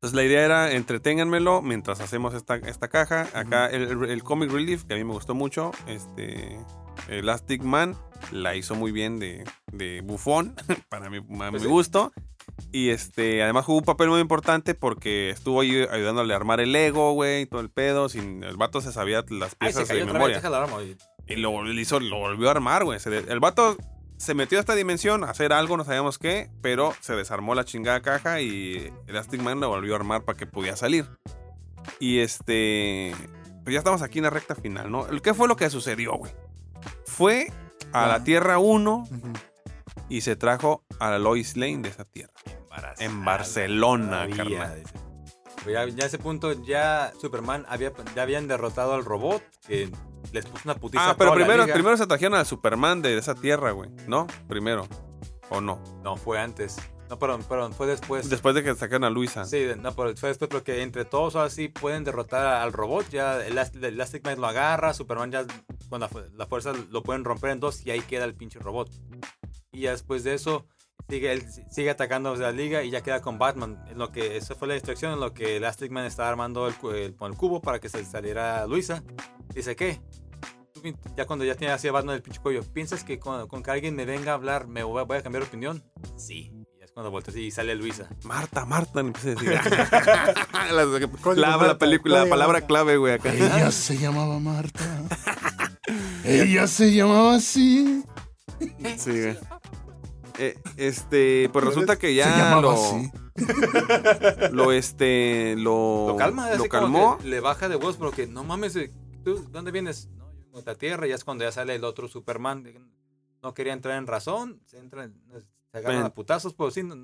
Speaker 1: Entonces la idea era entreténganmelo mientras hacemos esta, esta caja. Acá el, el Comic Relief, que a mí me gustó mucho, este Elastic Man, la hizo muy bien de, de bufón, <laughs> para mi, a mi
Speaker 4: Pues sí.
Speaker 1: gusto. Y este, además jugó un papel muy importante porque estuvo ahí ayudándole a armar el Lego, güey, y todo el pedo. Sin, el vato se sabía las
Speaker 4: Ay, se
Speaker 1: piezas
Speaker 4: cayó
Speaker 1: de
Speaker 4: otra vez,
Speaker 1: memoria.
Speaker 4: deja la arma. oye.
Speaker 1: Y lo, vol- hizo, lo volvió a armar, güey. Se de- El vato se metió a esta dimensión a hacer algo, no sabíamos qué, pero se desarmó la chingada caja y Elastic Man la volvió a armar para que podía salir. Y este. Pues ya estamos aquí en la recta final, ¿no? ¿Qué fue lo que sucedió, güey? Fue a la Tierra 1
Speaker 2: Ujú.
Speaker 1: y se trajo a Lois Lane de esa tierra. En Barcelona,
Speaker 4: Todavía,
Speaker 1: carnal.
Speaker 4: dice. Pero Ya, ya a ese punto, ya Superman había, ya habían derrotado al robot, que les puso una putiza.
Speaker 1: Ah,
Speaker 4: a
Speaker 1: pero
Speaker 4: toda la
Speaker 1: primero,
Speaker 4: liga.
Speaker 1: primero se trajeron al Superman de esa tierra, güey. ¿No? Primero. ¿O no?
Speaker 4: No, fue antes. No, perdón, perdón, fue después.
Speaker 1: Después de que sacaron a Luisa.
Speaker 4: Sí, no, pero fue después porque entre todos ahora sí pueden derrotar al robot. Ya el Elast- el Elastic Man lo agarra, Superman ya con la, fu- la fuerza lo pueden romper en dos y ahí queda el pinche robot. Y ya después de eso sigue, él si- sigue atacando a la liga y ya queda con Batman. En lo que esa fue la distracción en lo que Elastic Man estaba armando el, cu- el- con el cubo para que se saliera Luisa. Dice que ya cuando ya tiene así a Batman el pinche cuello, ¿piensas que con, con que alguien me venga a hablar me voy a, voy a cambiar de opinión? Sí. Y es cuando voltea así y sale Luisa.
Speaker 1: Marta, Marta, le empecé a <laughs> decir. la, la- la
Speaker 2: Marta,
Speaker 1: película, la
Speaker 2: código
Speaker 1: palabra
Speaker 2: Marta.
Speaker 1: clave, güey, acá. <laughs>
Speaker 3: Ella se llamaba Marta. Ella se llamaba así.
Speaker 1: Sí, güey. Eh, este, pues resulta que
Speaker 3: se
Speaker 1: ya
Speaker 3: llamaba
Speaker 1: lo,
Speaker 3: así.
Speaker 1: lo, este, lo,
Speaker 4: Lo calma,
Speaker 1: lo
Speaker 4: así como
Speaker 1: calmó.
Speaker 4: que le baja de voz, pero que no mames, eh, ¿tú dónde vienes? No, yo vengo de la tierra, y ya es cuando ya sale el otro Superman. de que No quería entrar en razón, se, entra, en- se agarran
Speaker 1: Ven.
Speaker 4: a putazos, pero sí, no-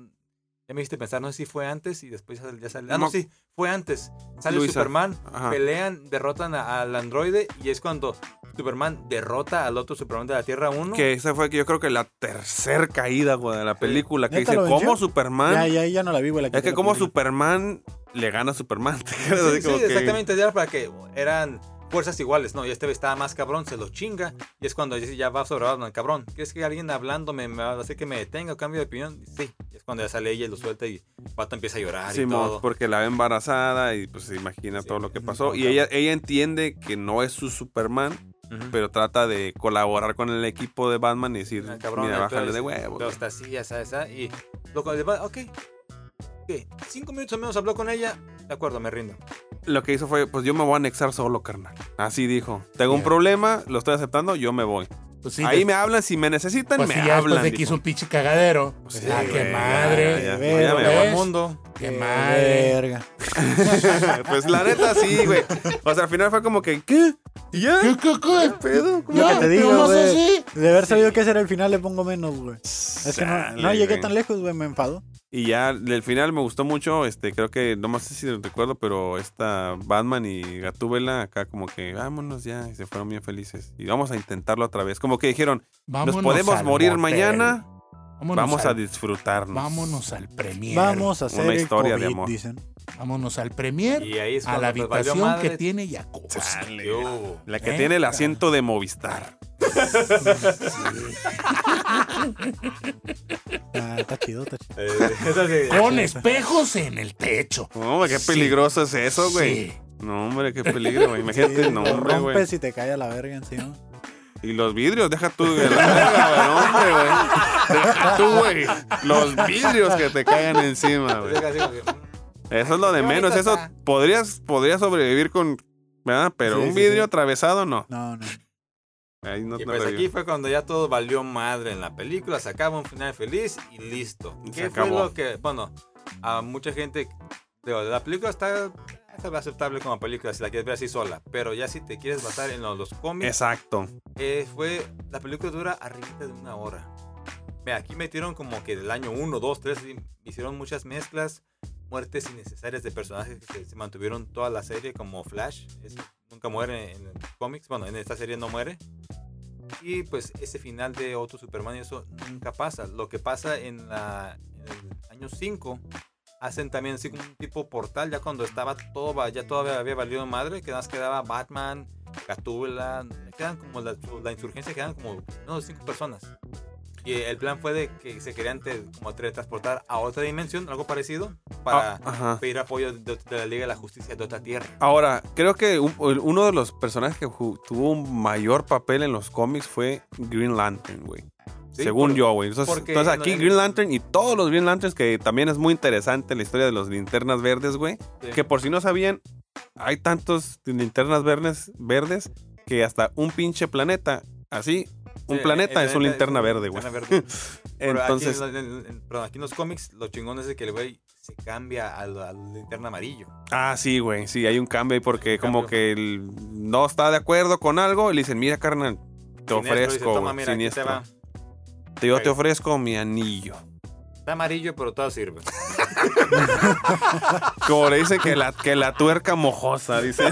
Speaker 4: ya me hiciste pensar, no sé si fue antes y después ya sale. ya sale- ah, no,
Speaker 1: No.
Speaker 4: sí, fue antes. Sale
Speaker 1: Luisa.
Speaker 4: Superman,
Speaker 1: Ajá.
Speaker 4: pelean, derrotan a- al androide y es cuando Superman derrota al otro Superman de la Tierra 1.
Speaker 1: Que esa fue, que yo creo que la tercer caída, güey, de la película. Que
Speaker 2: ¿Neta
Speaker 1: dice,
Speaker 2: lo venció?
Speaker 1: ¿cómo Superman?
Speaker 2: Ya, ya, ya no la vi, güey. la
Speaker 1: Es
Speaker 2: quité
Speaker 1: que
Speaker 2: la
Speaker 1: como
Speaker 2: película.
Speaker 1: Superman le gana a Superman. <laughs> Te quedas
Speaker 4: Sí,
Speaker 1: así
Speaker 4: sí,
Speaker 1: como que-
Speaker 4: exactamente, ya para que eran fuerzas iguales, ¿no? Y este está más cabrón, se lo chinga, y es cuando ya- ya va sobre Batman, cabrón, ¿crees que alguien hablándome me va a hacer que me detenga o cambio de opinión? Sí, y es cuando ya sale ella y lo suelta y Batman empieza a llorar Ah, y
Speaker 1: Simón,
Speaker 4: todo.
Speaker 1: porque la ve embarazada y pues se imagina todo lo que
Speaker 4: es
Speaker 1: pasó.
Speaker 4: un
Speaker 1: Y ella, ella entiende que no es su Superman,
Speaker 4: Ujú.
Speaker 1: pero trata de colaborar con el equipo de Batman y decir,
Speaker 4: Ah, cabrón,
Speaker 1: mira,
Speaker 4: entonces,
Speaker 1: bájale de huevos.
Speaker 4: Pero está así, ya sabes, ¿ah? y lo cual, ok, ok, cinco minutos o menos habló con ella, de acuerdo, me rindo.
Speaker 1: Lo que hizo fue, pues yo me voy a anexar solo, carnal. Así dijo. Tengo un
Speaker 3: Ya.
Speaker 1: problema, lo estoy aceptando, yo me voy.
Speaker 3: Pues sí,
Speaker 1: Ahí
Speaker 3: des-
Speaker 1: me hablan, si me necesitan,
Speaker 3: pues
Speaker 1: me
Speaker 3: sí, ya después
Speaker 1: hablan.
Speaker 3: de que
Speaker 1: dijo.
Speaker 3: hizo un pinche cagadero.
Speaker 1: Pues sí,
Speaker 3: ah,
Speaker 1: güey,
Speaker 3: qué
Speaker 1: ya,
Speaker 3: madre.
Speaker 1: ya,
Speaker 2: ya, ya me
Speaker 3: ¿Ves?
Speaker 4: Todo el mundo.
Speaker 3: Qué
Speaker 2: Qué
Speaker 3: madre.
Speaker 2: verga.
Speaker 1: <laughs> pues la neta sí, güey. O sea, al final fue como que, ¿qué? ¿Y ya?
Speaker 3: ¿Qué, qué,
Speaker 1: ¿Qué
Speaker 3: qué?
Speaker 1: pedo? ¿Cómo
Speaker 2: Lo que
Speaker 3: Ya,
Speaker 2: te digo,
Speaker 3: nomás
Speaker 2: güey.
Speaker 3: así.
Speaker 2: De haber sabido que ese era el final, le pongo menos, güey. Es que no,
Speaker 1: Chale,
Speaker 2: no llegué
Speaker 1: güey.
Speaker 2: tan lejos, güey, me enfado.
Speaker 1: Y ya el final me gustó mucho, este, creo que, no más sé si lo recuerdo, pero esta Batman y Gatúbela acá como que vámonos ya, y se fueron bien felices. Y vamos a intentarlo otra vez. Como que dijeron,
Speaker 3: Vámonos
Speaker 1: nos podemos
Speaker 3: al
Speaker 1: morir
Speaker 3: motel.
Speaker 1: mañana,
Speaker 3: Vámonos
Speaker 1: vamos a
Speaker 3: al-
Speaker 1: disfrutarnos.
Speaker 3: Vámonos al premier.
Speaker 2: Vamos a hacer
Speaker 1: Una
Speaker 2: el
Speaker 1: historia de
Speaker 2: COVID,
Speaker 1: amor.
Speaker 2: dicen.
Speaker 3: Vámonos al premier.
Speaker 4: Y ahí es
Speaker 3: a
Speaker 4: cuando
Speaker 3: la
Speaker 4: nos valió
Speaker 3: habitación que
Speaker 4: madre.
Speaker 3: tiene Jacob.
Speaker 1: Chale.
Speaker 4: ¿Qué hubo?
Speaker 1: La que
Speaker 3: ¿Eh?
Speaker 1: tiene el asiento de Movistar.
Speaker 2: Ah, está chido, está chido.
Speaker 4: Eh, <laughs>
Speaker 1: <laughs>
Speaker 4: esa sí.
Speaker 3: Con espejos en el techo.
Speaker 1: No, hombre, qué peligroso es eso, güey.
Speaker 3: Sí. pues.
Speaker 1: No, hombre, qué peligro, güey. Imagínate,
Speaker 2: Sí,
Speaker 1: no,
Speaker 2: lo
Speaker 1: hombre, güey.
Speaker 2: rompes y te cae a la verga encima.
Speaker 1: Y los vidrios, deja tú, güey. la verga, güey, No, hombre, güey. Deja tú, güey. Los vidrios que te caigan encima, güey.
Speaker 4: Así como que, mm.
Speaker 1: Eso es lo de
Speaker 4: Qué
Speaker 1: menos.
Speaker 4: bonito
Speaker 1: Eso
Speaker 4: está.
Speaker 1: podrías, podrías sobrevivir con. ¿verdad? Pero
Speaker 2: Sí,
Speaker 1: un
Speaker 2: sí,
Speaker 1: vidrio
Speaker 2: sí.
Speaker 1: atravesado, no.
Speaker 2: No, no.
Speaker 1: Ahí no
Speaker 4: Y
Speaker 1: te
Speaker 4: pues aquí
Speaker 1: revives.
Speaker 4: fue cuando ya todo valió madre en la película, se acaba un final feliz y listo.
Speaker 1: Se
Speaker 4: ¿Qué
Speaker 1: acabó.
Speaker 4: fue lo que, bueno, a mucha gente, digo, la película está, está aceptable como película si la quieres ver así sola, pero ya si te quieres basar en los, los cómics,
Speaker 1: Exacto.
Speaker 4: eh, fue, la película dura arriba de una hora. Mira, aquí metieron como que del año 1, 2, 3, hicieron muchas mezclas, muertes innecesarias de personajes que se, se mantuvieron toda la serie, como Flash, es- nunca muere en, en cómics, bueno, en esta serie no muere. Y pues ese final de otro Superman, y eso nunca pasa. Lo que pasa en, la, en el año 5, hacen también así como un tipo portal, ya cuando estaba todo, va- ya todavía había valido madre, que nada más quedaba Batman, Gatúbela, quedan como la, la insurgencia, quedan como unos cinco personas. Y el plan fue de que se querían te- como transportar a otra dimensión, algo parecido, para
Speaker 1: Ah, ajá.
Speaker 4: pedir apoyo de, de la Liga de la Justicia de otra tierra.
Speaker 1: Ahora, creo que un- el- uno de los personajes que ju- tuvo un mayor papel en los cómics fue Green Lantern, güey.
Speaker 4: Sí,
Speaker 1: Según
Speaker 4: por-
Speaker 1: yo, güey. Entonces,
Speaker 4: porque
Speaker 1: entonces
Speaker 4: no-
Speaker 1: aquí
Speaker 4: en-
Speaker 1: Green Lantern y todos los Green Lanterns, que también es muy interesante la historia de los linternas verdes, güey.
Speaker 4: Sí.
Speaker 1: Que por si no sabían, hay tantos linternas verdes, verdes que hasta un pinche planeta, así, un
Speaker 4: Sí, eh,
Speaker 1: planeta
Speaker 4: el
Speaker 1: es un linterna verde, güey.
Speaker 4: linterna
Speaker 1: <laughs>
Speaker 4: verde. eh, Pero
Speaker 1: Entonces,
Speaker 4: Aquí en, los- en- en- perdón, aquí en los cómics, lo chingón es de que el güey se cambia al, al linterna amarillo.
Speaker 1: Ah, sí, güey. Sí, hay un cambio ahí porque
Speaker 4: Un
Speaker 1: como
Speaker 4: cambio.
Speaker 1: que él no está de acuerdo con algo y le dicen, mira, carnal, te
Speaker 4: Siniestro dice,
Speaker 1: ofrezco,
Speaker 4: "Toma,
Speaker 1: güey,
Speaker 4: mira, aquí te
Speaker 1: siniestro.
Speaker 4: va.
Speaker 1: Te- Yo te ofrezco mi anillo.
Speaker 4: Está amarillo, pero todo
Speaker 1: <laughs>
Speaker 4: sirve.
Speaker 1: Como le dicen que la, que la tuerca mojosa,
Speaker 4: <laughs>
Speaker 1: dice.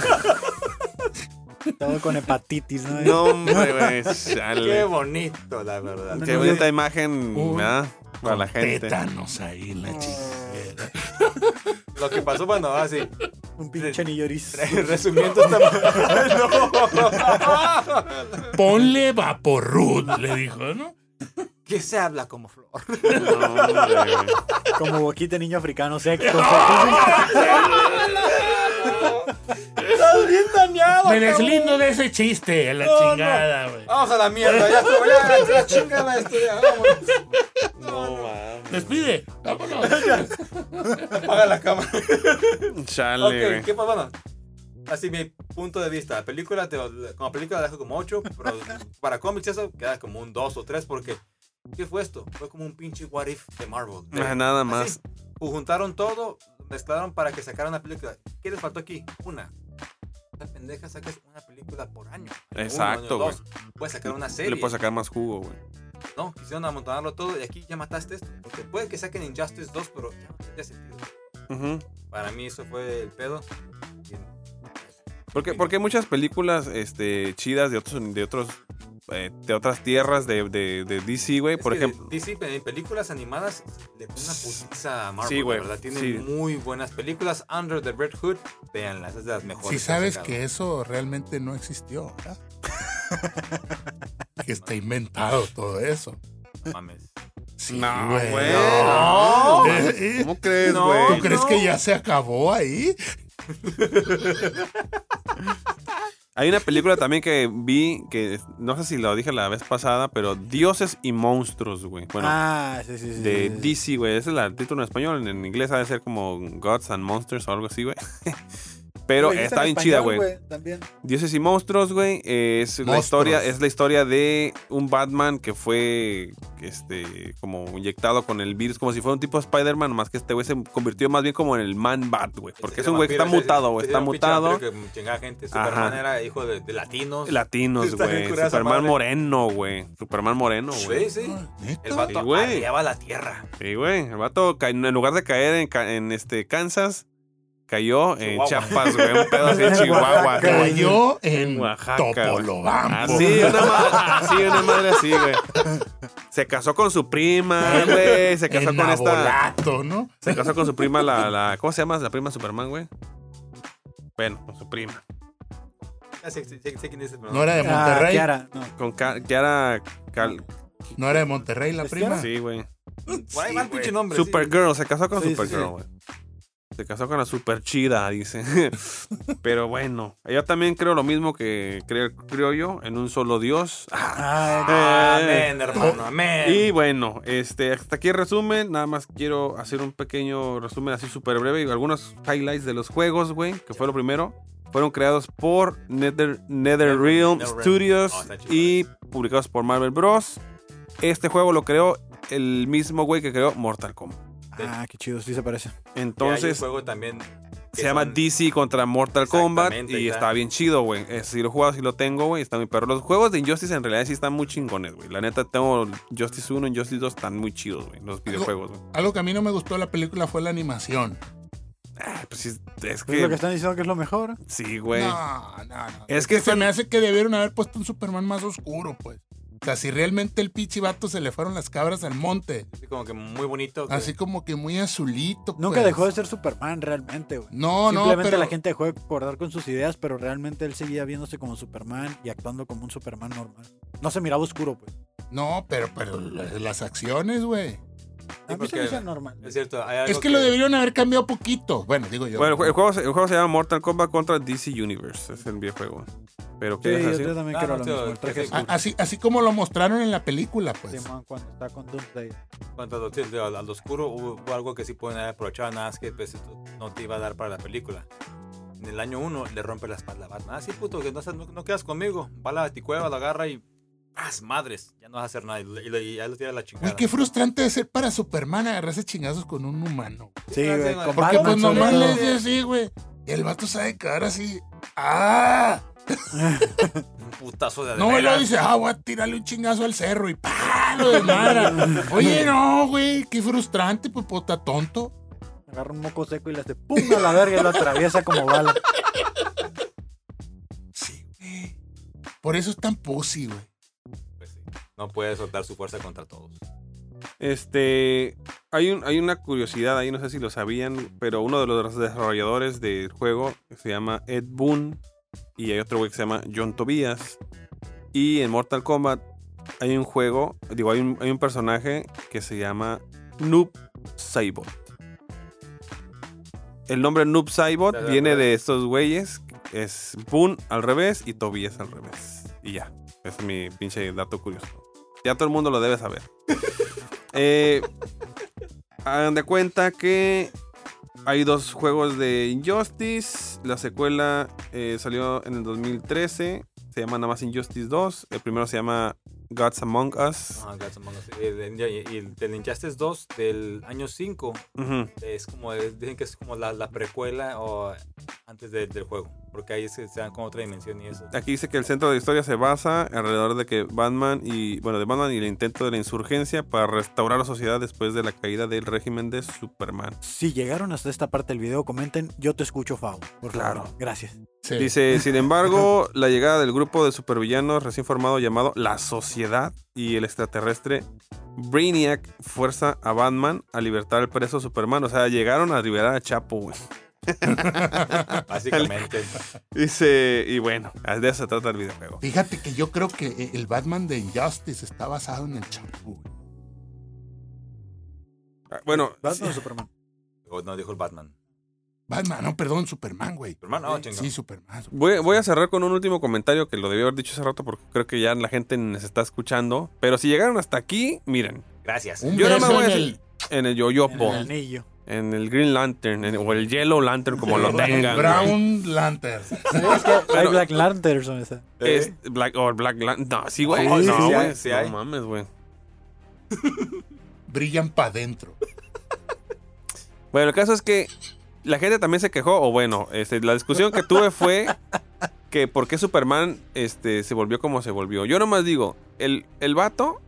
Speaker 2: Todo con hepatitis, ¿no?
Speaker 1: No, hombre, güey.
Speaker 4: Qué
Speaker 1: Chale.
Speaker 4: bonito, la verdad.
Speaker 1: Qué bonita imagen,
Speaker 3: Uy,
Speaker 1: ¿verdad? Para
Speaker 3: Con
Speaker 1: la gente.
Speaker 3: tétanos ahí en la chingadera.
Speaker 4: Lo que pasó, bueno, así.
Speaker 2: Un pinche ni lloris.
Speaker 4: Resumiendo esta. <laughs> no.
Speaker 3: Ponle vaporrud, le dijo, ¿no?
Speaker 4: que se habla como flor.
Speaker 1: No, hombre, güey.
Speaker 2: Como boquita de niño
Speaker 1: <laughs>
Speaker 2: africano seco.
Speaker 1: Ah,
Speaker 4: Estás bien dañado.
Speaker 3: Me deslindo de ese chiste, a la
Speaker 4: No, no.
Speaker 3: chingada, güey.
Speaker 4: Vamos a la mierda, ya estuvo, ya, ya chingada esto, ya, vámonos.
Speaker 3: Despide. Vámonos.
Speaker 4: Apaga la cámara.
Speaker 1: Chale,
Speaker 4: Ok,
Speaker 1: güey.
Speaker 4: ¿qué pasa? Bueno, así mi punto de vista. La película, te, como película la dejo como 8,
Speaker 1: <laughs>
Speaker 4: pero para cómics eso queda como un 2 o 3 porque... ¿Qué fue esto? Fue como un pinche what if de Marvel. De-
Speaker 1: Ah, Nada más.
Speaker 4: así, juntaron todo, mezclaron para que sacaran una película. ¿Qué les faltó aquí? Una. Esta pendeja sacas una película por año. Año uno,
Speaker 1: Exacto,
Speaker 4: año
Speaker 1: güey.
Speaker 4: dos. Puedes sacar una
Speaker 1: Le
Speaker 4: serie.
Speaker 1: puedo sacar más jugo, güey.
Speaker 4: No, quisieron amontonarlo todo y aquí ya mataste esto. Porque puede que saquen Injustice 2, pero ya no tendría sentido.
Speaker 1: Ujú.
Speaker 4: Para mí eso fue el pedo. Y-
Speaker 1: Porque, porque hay muchas películas este, chidas de otros, de otros, eh, de otras tierras de, de, de DC, güey.
Speaker 4: Es
Speaker 1: Por
Speaker 4: que
Speaker 1: ejemplo.
Speaker 4: DC en películas animadas le pone una putiza a Marvel,
Speaker 1: Sí,
Speaker 4: sí,
Speaker 1: güey,
Speaker 4: ¿verdad? Tiene
Speaker 1: sí.
Speaker 4: muy buenas películas. Under the Red Hood, véanlas, es de las mejores.
Speaker 3: Si
Speaker 4: han
Speaker 3: sabes
Speaker 4: sacado.
Speaker 3: que eso realmente no existió, ¿verdad? <laughs> que está inventado todo eso.
Speaker 4: No mames.
Speaker 3: Sí,
Speaker 1: No,
Speaker 3: güey.
Speaker 1: güey,
Speaker 3: No.
Speaker 1: no.
Speaker 3: Eh, eh,
Speaker 1: ¿Cómo crees,
Speaker 4: No.
Speaker 1: güey?
Speaker 3: ¿Tú crees
Speaker 4: no.
Speaker 3: que ya se acabó ahí?
Speaker 1: Hay una película también que vi que no sé si lo dije la vez pasada, pero Dioses y Monstruos, güey. Bueno,
Speaker 2: ah, sí, sí, sí.
Speaker 1: de
Speaker 2: sí, sí.
Speaker 1: DC, güey. Ese es la- el título en español. En inglés ha de ser como Gods and Monsters o algo así, güey. <laughs> Pero
Speaker 2: Lo dijiste
Speaker 1: está
Speaker 2: en
Speaker 1: bien chida,
Speaker 2: español,
Speaker 1: güey.
Speaker 2: También.
Speaker 1: Dioses y monstruos, güey. eh, Es la
Speaker 3: Monstruos.
Speaker 1: historia, es la historia de un Batman que fue este como inyectado con el virus, como si fuera un tipo Spider-Man, más que este güey se convirtió más bien como en el Man Bat, güey. Porque es un güey que está mutado, güey. Está mutado.
Speaker 4: Chingada gente.
Speaker 1: Ajá.
Speaker 4: Superman era hijo de, de latinos.
Speaker 1: Latinos,
Speaker 4: Está bien
Speaker 1: güey.
Speaker 4: curada esa
Speaker 1: Superman
Speaker 4: madre.
Speaker 1: moreno, güey. Superman moreno, güey.
Speaker 4: Sí, sí. El
Speaker 3: ¿Neta?
Speaker 4: vato
Speaker 1: Sí, güey.
Speaker 4: arreaba la tierra.
Speaker 1: Sí, güey. El vato, ca- en lugar de caer en, ca- en este Kansas, cayó en
Speaker 4: Chihuahua.
Speaker 1: Chiapas, güey. Un pedo así en Chihuahua. güey.
Speaker 3: Cayó en
Speaker 1: Oaxaca, Ah, güey.
Speaker 3: Topolobampo.
Speaker 1: Así, una madre así, una madre así, güey. Se casó con su prima, güey. Se casó
Speaker 3: en
Speaker 1: con esta.
Speaker 3: Abolato, ¿no?
Speaker 1: Se casó con su prima, la, la. ¿Cómo se llama la prima de Superman, güey? Bueno, con su prima.
Speaker 4: Ya sé- sé- sé quién es, pero
Speaker 3: No era de
Speaker 2: Ah,
Speaker 3: Monterrey.
Speaker 2: Kiara, no.
Speaker 1: Con Ca- Kiara. Cal-
Speaker 3: no era de Monterrey la
Speaker 2: ¿Es
Speaker 3: prima.
Speaker 1: Pues sí, güey.
Speaker 4: Por ahí va el
Speaker 3: güey.
Speaker 4: pinche nombre. sí.
Speaker 1: Supergirl, se casó con
Speaker 2: Sí, sí,
Speaker 1: Supergirl,
Speaker 2: sí.
Speaker 1: güey. Se casó con la super chida, dice. <laughs> Pero bueno, yo también creo lo mismo que creo, creo yo, en un solo Dios.
Speaker 2: Ah,
Speaker 4: Amén,
Speaker 3: Oh.
Speaker 4: hermano, amén.
Speaker 1: Y bueno, este, hasta aquí el resumen. Nada más quiero hacer un pequeño resumen así súper breve. y Algunos highlights de los juegos, güey, que fue lo primero. Fueron creados por Nether, NetherRealm
Speaker 4: NetherRealm.
Speaker 1: Studios
Speaker 4: Oh, está chido.
Speaker 1: y publicados por Marvel Bros. Este juego lo creó el mismo güey que creó Mortal Kombat.
Speaker 2: ah, qué chido, sí se parece.
Speaker 4: Que hay un
Speaker 1: Entonces,
Speaker 4: juego también
Speaker 1: se llama
Speaker 4: D
Speaker 1: DC contra Mortal Kombat
Speaker 4: Exactamente,
Speaker 1: y
Speaker 4: ya.
Speaker 1: está bien chido, güey. Eh, Si lo he jugado, si lo tengo, güey. Está muy perro. Los juegos de Injustice en realidad sí están muy chingones, güey. La neta, tengo Injustice 1, Injustice 2, están muy chidos, güey. Los videojuegos, güey.
Speaker 3: Algo que a mí no me gustó de la película fue la animación.
Speaker 1: Ah, pues sí, es
Speaker 2: Pues lo que
Speaker 1: que.
Speaker 2: están diciendo que es lo mejor.
Speaker 1: Sí, güey.
Speaker 3: No, no, no.
Speaker 1: Es
Speaker 3: Es
Speaker 1: que
Speaker 3: que
Speaker 1: sí.
Speaker 3: se me hace que debieron haber puesto un Superman más oscuro, pues. O sea, si realmente el pinche vato se le fueron las cabras al monte.
Speaker 4: Como que muy bonito. que-
Speaker 3: Así como que muy azulito.
Speaker 2: Nunca
Speaker 3: pues.
Speaker 2: dejó de ser Superman realmente, güey.
Speaker 3: No, no,
Speaker 2: Simplemente
Speaker 3: pero.
Speaker 2: la gente dejó de acordar con sus ideas, pero realmente él seguía viéndose como Superman y actuando como un Superman normal. No se miraba oscuro, pues.
Speaker 3: No, pero, pero las acciones, güey.
Speaker 2: A mí se
Speaker 4: porque-
Speaker 2: me hacía normal.
Speaker 4: Es cierto. hay algo
Speaker 3: Es que lo debieron haber cambiado poquito. Bueno, digo yo.
Speaker 1: Bueno, el jue- el juego, se- el juego se llama Mortal Kombat contra DC Universe. Es el videojuego. Pero
Speaker 2: Sí,
Speaker 1: ¿qué
Speaker 2: yo,
Speaker 1: es así?
Speaker 2: yo también
Speaker 4: Ah,
Speaker 2: quiero
Speaker 4: no,
Speaker 2: lo
Speaker 4: tío, Ah,
Speaker 2: mismo. El traje
Speaker 4: es
Speaker 3: A-
Speaker 2: oscuro.
Speaker 3: así, así como lo mostraron en la película, pues.
Speaker 2: Simón, cuando está con Doomsday.
Speaker 4: Cuanto al, al- al oscuro hubo, hubo algo que sí pueden haber aprovechado, nada más que pues, esto no te iba a dar para la película. En el año 1 le rompe la espalda a Batman. Ah, sí, puto, que no, haces- no, no quedas conmigo. Va a la ticueva, la agarra y. ¡Paz, madres! Ya no vas a hacer nada. Y, le- y le- y ya lo tira a la chingada.
Speaker 3: Güey, qué frustrante de ser para Superman agarrarse chingazos con un humano.
Speaker 2: Sí,
Speaker 4: Ah, sí,
Speaker 2: güey.
Speaker 4: no,
Speaker 2: con
Speaker 3: Porque
Speaker 4: Batman,
Speaker 3: pues
Speaker 2: sobre
Speaker 3: nomás
Speaker 2: todo.
Speaker 3: le dice así, güey. Y el vato sabe que ahora sí. ¡Ah!
Speaker 4: Un putazo de
Speaker 3: No, y luego
Speaker 4: adeveras.
Speaker 3: dice, ah, voy a tirarle un chingazo al cerro y ¡pá! Lo
Speaker 2: <laughs>
Speaker 3: desmadra. Oye, no, güey, qué frustrante, pues, pues, está tonto.
Speaker 2: Agarra un moco seco y le hace pum a la verga y lo atraviesa como bala.
Speaker 3: Sí, güey. Por eso es tan pussy, güey.
Speaker 4: Pues sí, no puede soltar su fuerza contra todos.
Speaker 1: Este, hay, un, hay una curiosidad ahí, no sé si lo sabían, pero uno de los desarrolladores del juego se llama Ed Boon y hay otro güey que se llama John Tobias. Y en Mortal Kombat hay un juego, digo, hay un, hay un personaje que se llama Noob Saibot. El nombre Noob Saibot
Speaker 4: Ya, ya,
Speaker 1: viene
Speaker 4: ya.
Speaker 1: de estos güeyes, es Boon al revés y Tobias al revés. Y ya, es mi pinche dato curioso. Ya todo el mundo lo debe saber. Eh, hagan de cuenta que hay dos juegos de Injustice. La secuela eh, salió en el 2013. Se llama nada más Injustice 2. El primero se llama Gods Among Us.
Speaker 4: Ah, Gods Among Us. Y el- y el del Injustice 2 del año 5
Speaker 1: Ujú.
Speaker 4: es como, es- dicen que es como la, la precuela o antes de- del juego, porque ahí se, se dan con otra dimensión y
Speaker 3: <laughs>
Speaker 4: eso.
Speaker 1: Aquí dice que el centro de la historia se basa alrededor de que Batman y bueno de Batman y el intento de la insurgencia para restaurar la sociedad después de la caída del régimen de Superman.
Speaker 2: Si llegaron hasta esta parte del video, comenten, yo te escucho, Fau. Por
Speaker 1: Claro.
Speaker 2: claro. Gracias.
Speaker 3: Sí.
Speaker 1: Dice, sin
Speaker 3: <laughs>
Speaker 1: embargo, la llegada del grupo de supervillanos recién formado llamado La Sociedad y el extraterrestre Brainiac fuerza a Batman a libertar al preso Superman. O sea, llegaron a liberar a Chapo, güey.
Speaker 4: Básicamente.
Speaker 1: Dice, y bueno, de eso se trata el videojuego.
Speaker 3: Fíjate que yo creo que eh, el Batman de Injustice está basado en el Chapo, güey.
Speaker 1: Ah, Bueno,
Speaker 2: Batman o Superman.
Speaker 4: o no, dijo el Batman.
Speaker 3: Batman, no, perdón, Superman, güey.
Speaker 4: Superman, no, chingón.
Speaker 3: Sí, Superman. Superman.
Speaker 1: Voy, voy a cerrar con un último comentario que lo debí haber dicho hace rato porque creo que ya la gente nos está escuchando. Pero si llegaron hasta aquí, miren,
Speaker 4: Gracias.
Speaker 3: Un
Speaker 1: Yo no me
Speaker 3: beso
Speaker 1: voy a
Speaker 3: en
Speaker 1: hacer-
Speaker 3: el-
Speaker 1: en el
Speaker 2: En el
Speaker 1: yoyopo.
Speaker 2: anillo.
Speaker 1: En el Green Lantern, en- o el Yellow Lantern, como
Speaker 3: <laughs>
Speaker 1: lo tengan.
Speaker 3: El Brown Lantern. <laughs>
Speaker 2: Hay Black Lanterns o sea.
Speaker 1: güey. Es Black, o Black Lantern. No, sí, güey.
Speaker 4: Oh, Eh. sí,
Speaker 1: no,
Speaker 4: sí
Speaker 1: güey.
Speaker 4: hay, sí
Speaker 1: no
Speaker 4: hay.
Speaker 1: mames, güey.
Speaker 3: Brillan para adentro.
Speaker 1: Bueno, el caso es que la gente también se quejó, o bueno, este, la discusión que tuve fue que por qué Superman este, se volvió como se volvió. Yo nomás digo, el, el vato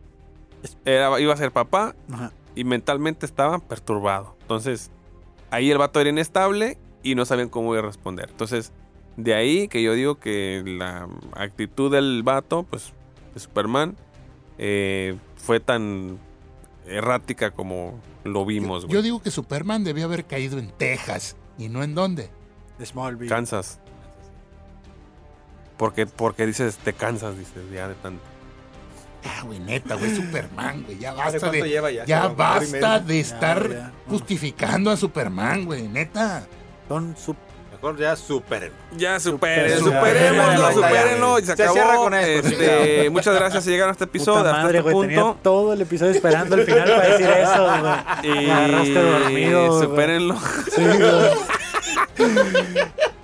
Speaker 1: era- iba a ser papá
Speaker 2: Ajá.
Speaker 1: y mentalmente estaba perturbado. Entonces, ahí el vato era inestable y no sabían cómo iba a responder. Entonces, de ahí que yo digo que la actitud del vato, pues, de Superman, eh, fue tan errática como lo vimos, güey.
Speaker 3: Yo digo que Superman debió haber caído en Texas. ¿Y no en dónde?
Speaker 2: Smallville.
Speaker 1: Kansas. Porque, porque dices, te cansas, dices, ya de tanto.
Speaker 3: Ah, güey, neta, güey, Superman, güey. Ya
Speaker 4: ¿Sabe
Speaker 3: basta
Speaker 4: cuánto
Speaker 3: de,
Speaker 4: lleva ya?
Speaker 3: ya
Speaker 4: Como una hora y
Speaker 3: basta
Speaker 4: media.
Speaker 3: de estar
Speaker 2: ya.
Speaker 3: justificando a Superman, güey, neta.
Speaker 2: Son su-
Speaker 4: Mejor ya super.
Speaker 1: Ya
Speaker 2: superen,
Speaker 1: superémoslo,
Speaker 4: superen,
Speaker 1: supérenlo. Y se,
Speaker 4: Se
Speaker 1: acabó.
Speaker 4: cierra con esto,
Speaker 1: Este, muchas gracias si llegaron a este episodio.
Speaker 2: Puta
Speaker 1: hasta
Speaker 2: madre,
Speaker 1: este
Speaker 2: güey. Tenía
Speaker 1: punto.
Speaker 2: todo el episodio esperando el final para decir eso, güey.
Speaker 1: Y
Speaker 2: Me agarraste dormido, güey.
Speaker 1: supérenlo. <laughs>
Speaker 2: Sí,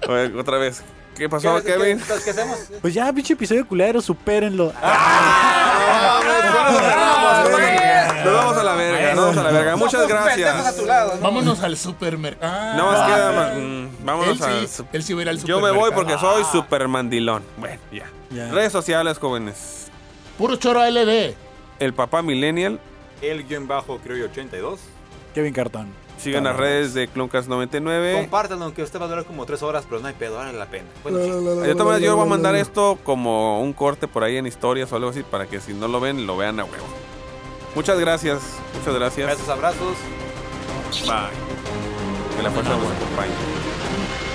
Speaker 2: güey.
Speaker 1: Oye, Otra vez. ¿Qué pasó, Kevin?
Speaker 4: Entonces, ¿qué hacemos?
Speaker 2: Pues ya, pinche episodio culero,
Speaker 1: <laughs>
Speaker 2: supérenlo.
Speaker 4: ¡Ah!
Speaker 1: Ah,
Speaker 2: Ah,
Speaker 1: Nos vamos, nos vamos a la verga, nos vamos a la verga. Muchas
Speaker 4: Pendejos a
Speaker 1: gracias.
Speaker 4: tu lado, Ah. ¿no?
Speaker 3: Vámonos al supermercado. Ah,
Speaker 1: No más queda más. mm,
Speaker 3: Él
Speaker 1: Vámonos a.
Speaker 3: sí, él sí va a ir al
Speaker 1: Yo me
Speaker 3: supermercado.
Speaker 1: voy porque soy supermandilón. Bueno, ya.
Speaker 4: Ah.
Speaker 2: Ya.
Speaker 1: Redes sociales, jóvenes.
Speaker 3: Ah, Puro choro LD.
Speaker 1: El papá millennial.
Speaker 4: El guión bajo, creo yo, 82.
Speaker 2: Kevin Cartón.
Speaker 1: Sigan las redes de Cloncast99.
Speaker 4: Compártanlo, aunque usted va a durar como 3 horas, pero no hay pedo, vale la pena. Bueno, sí.
Speaker 1: De todas maneras, yo voy a mandar esto como un corte por ahí en historias o algo así para que si no lo ven, lo vean a huevo. Muchas gracias, muchas gracias.
Speaker 4: Besos, abrazos.
Speaker 1: Bye. Que la fuerza los acompañe.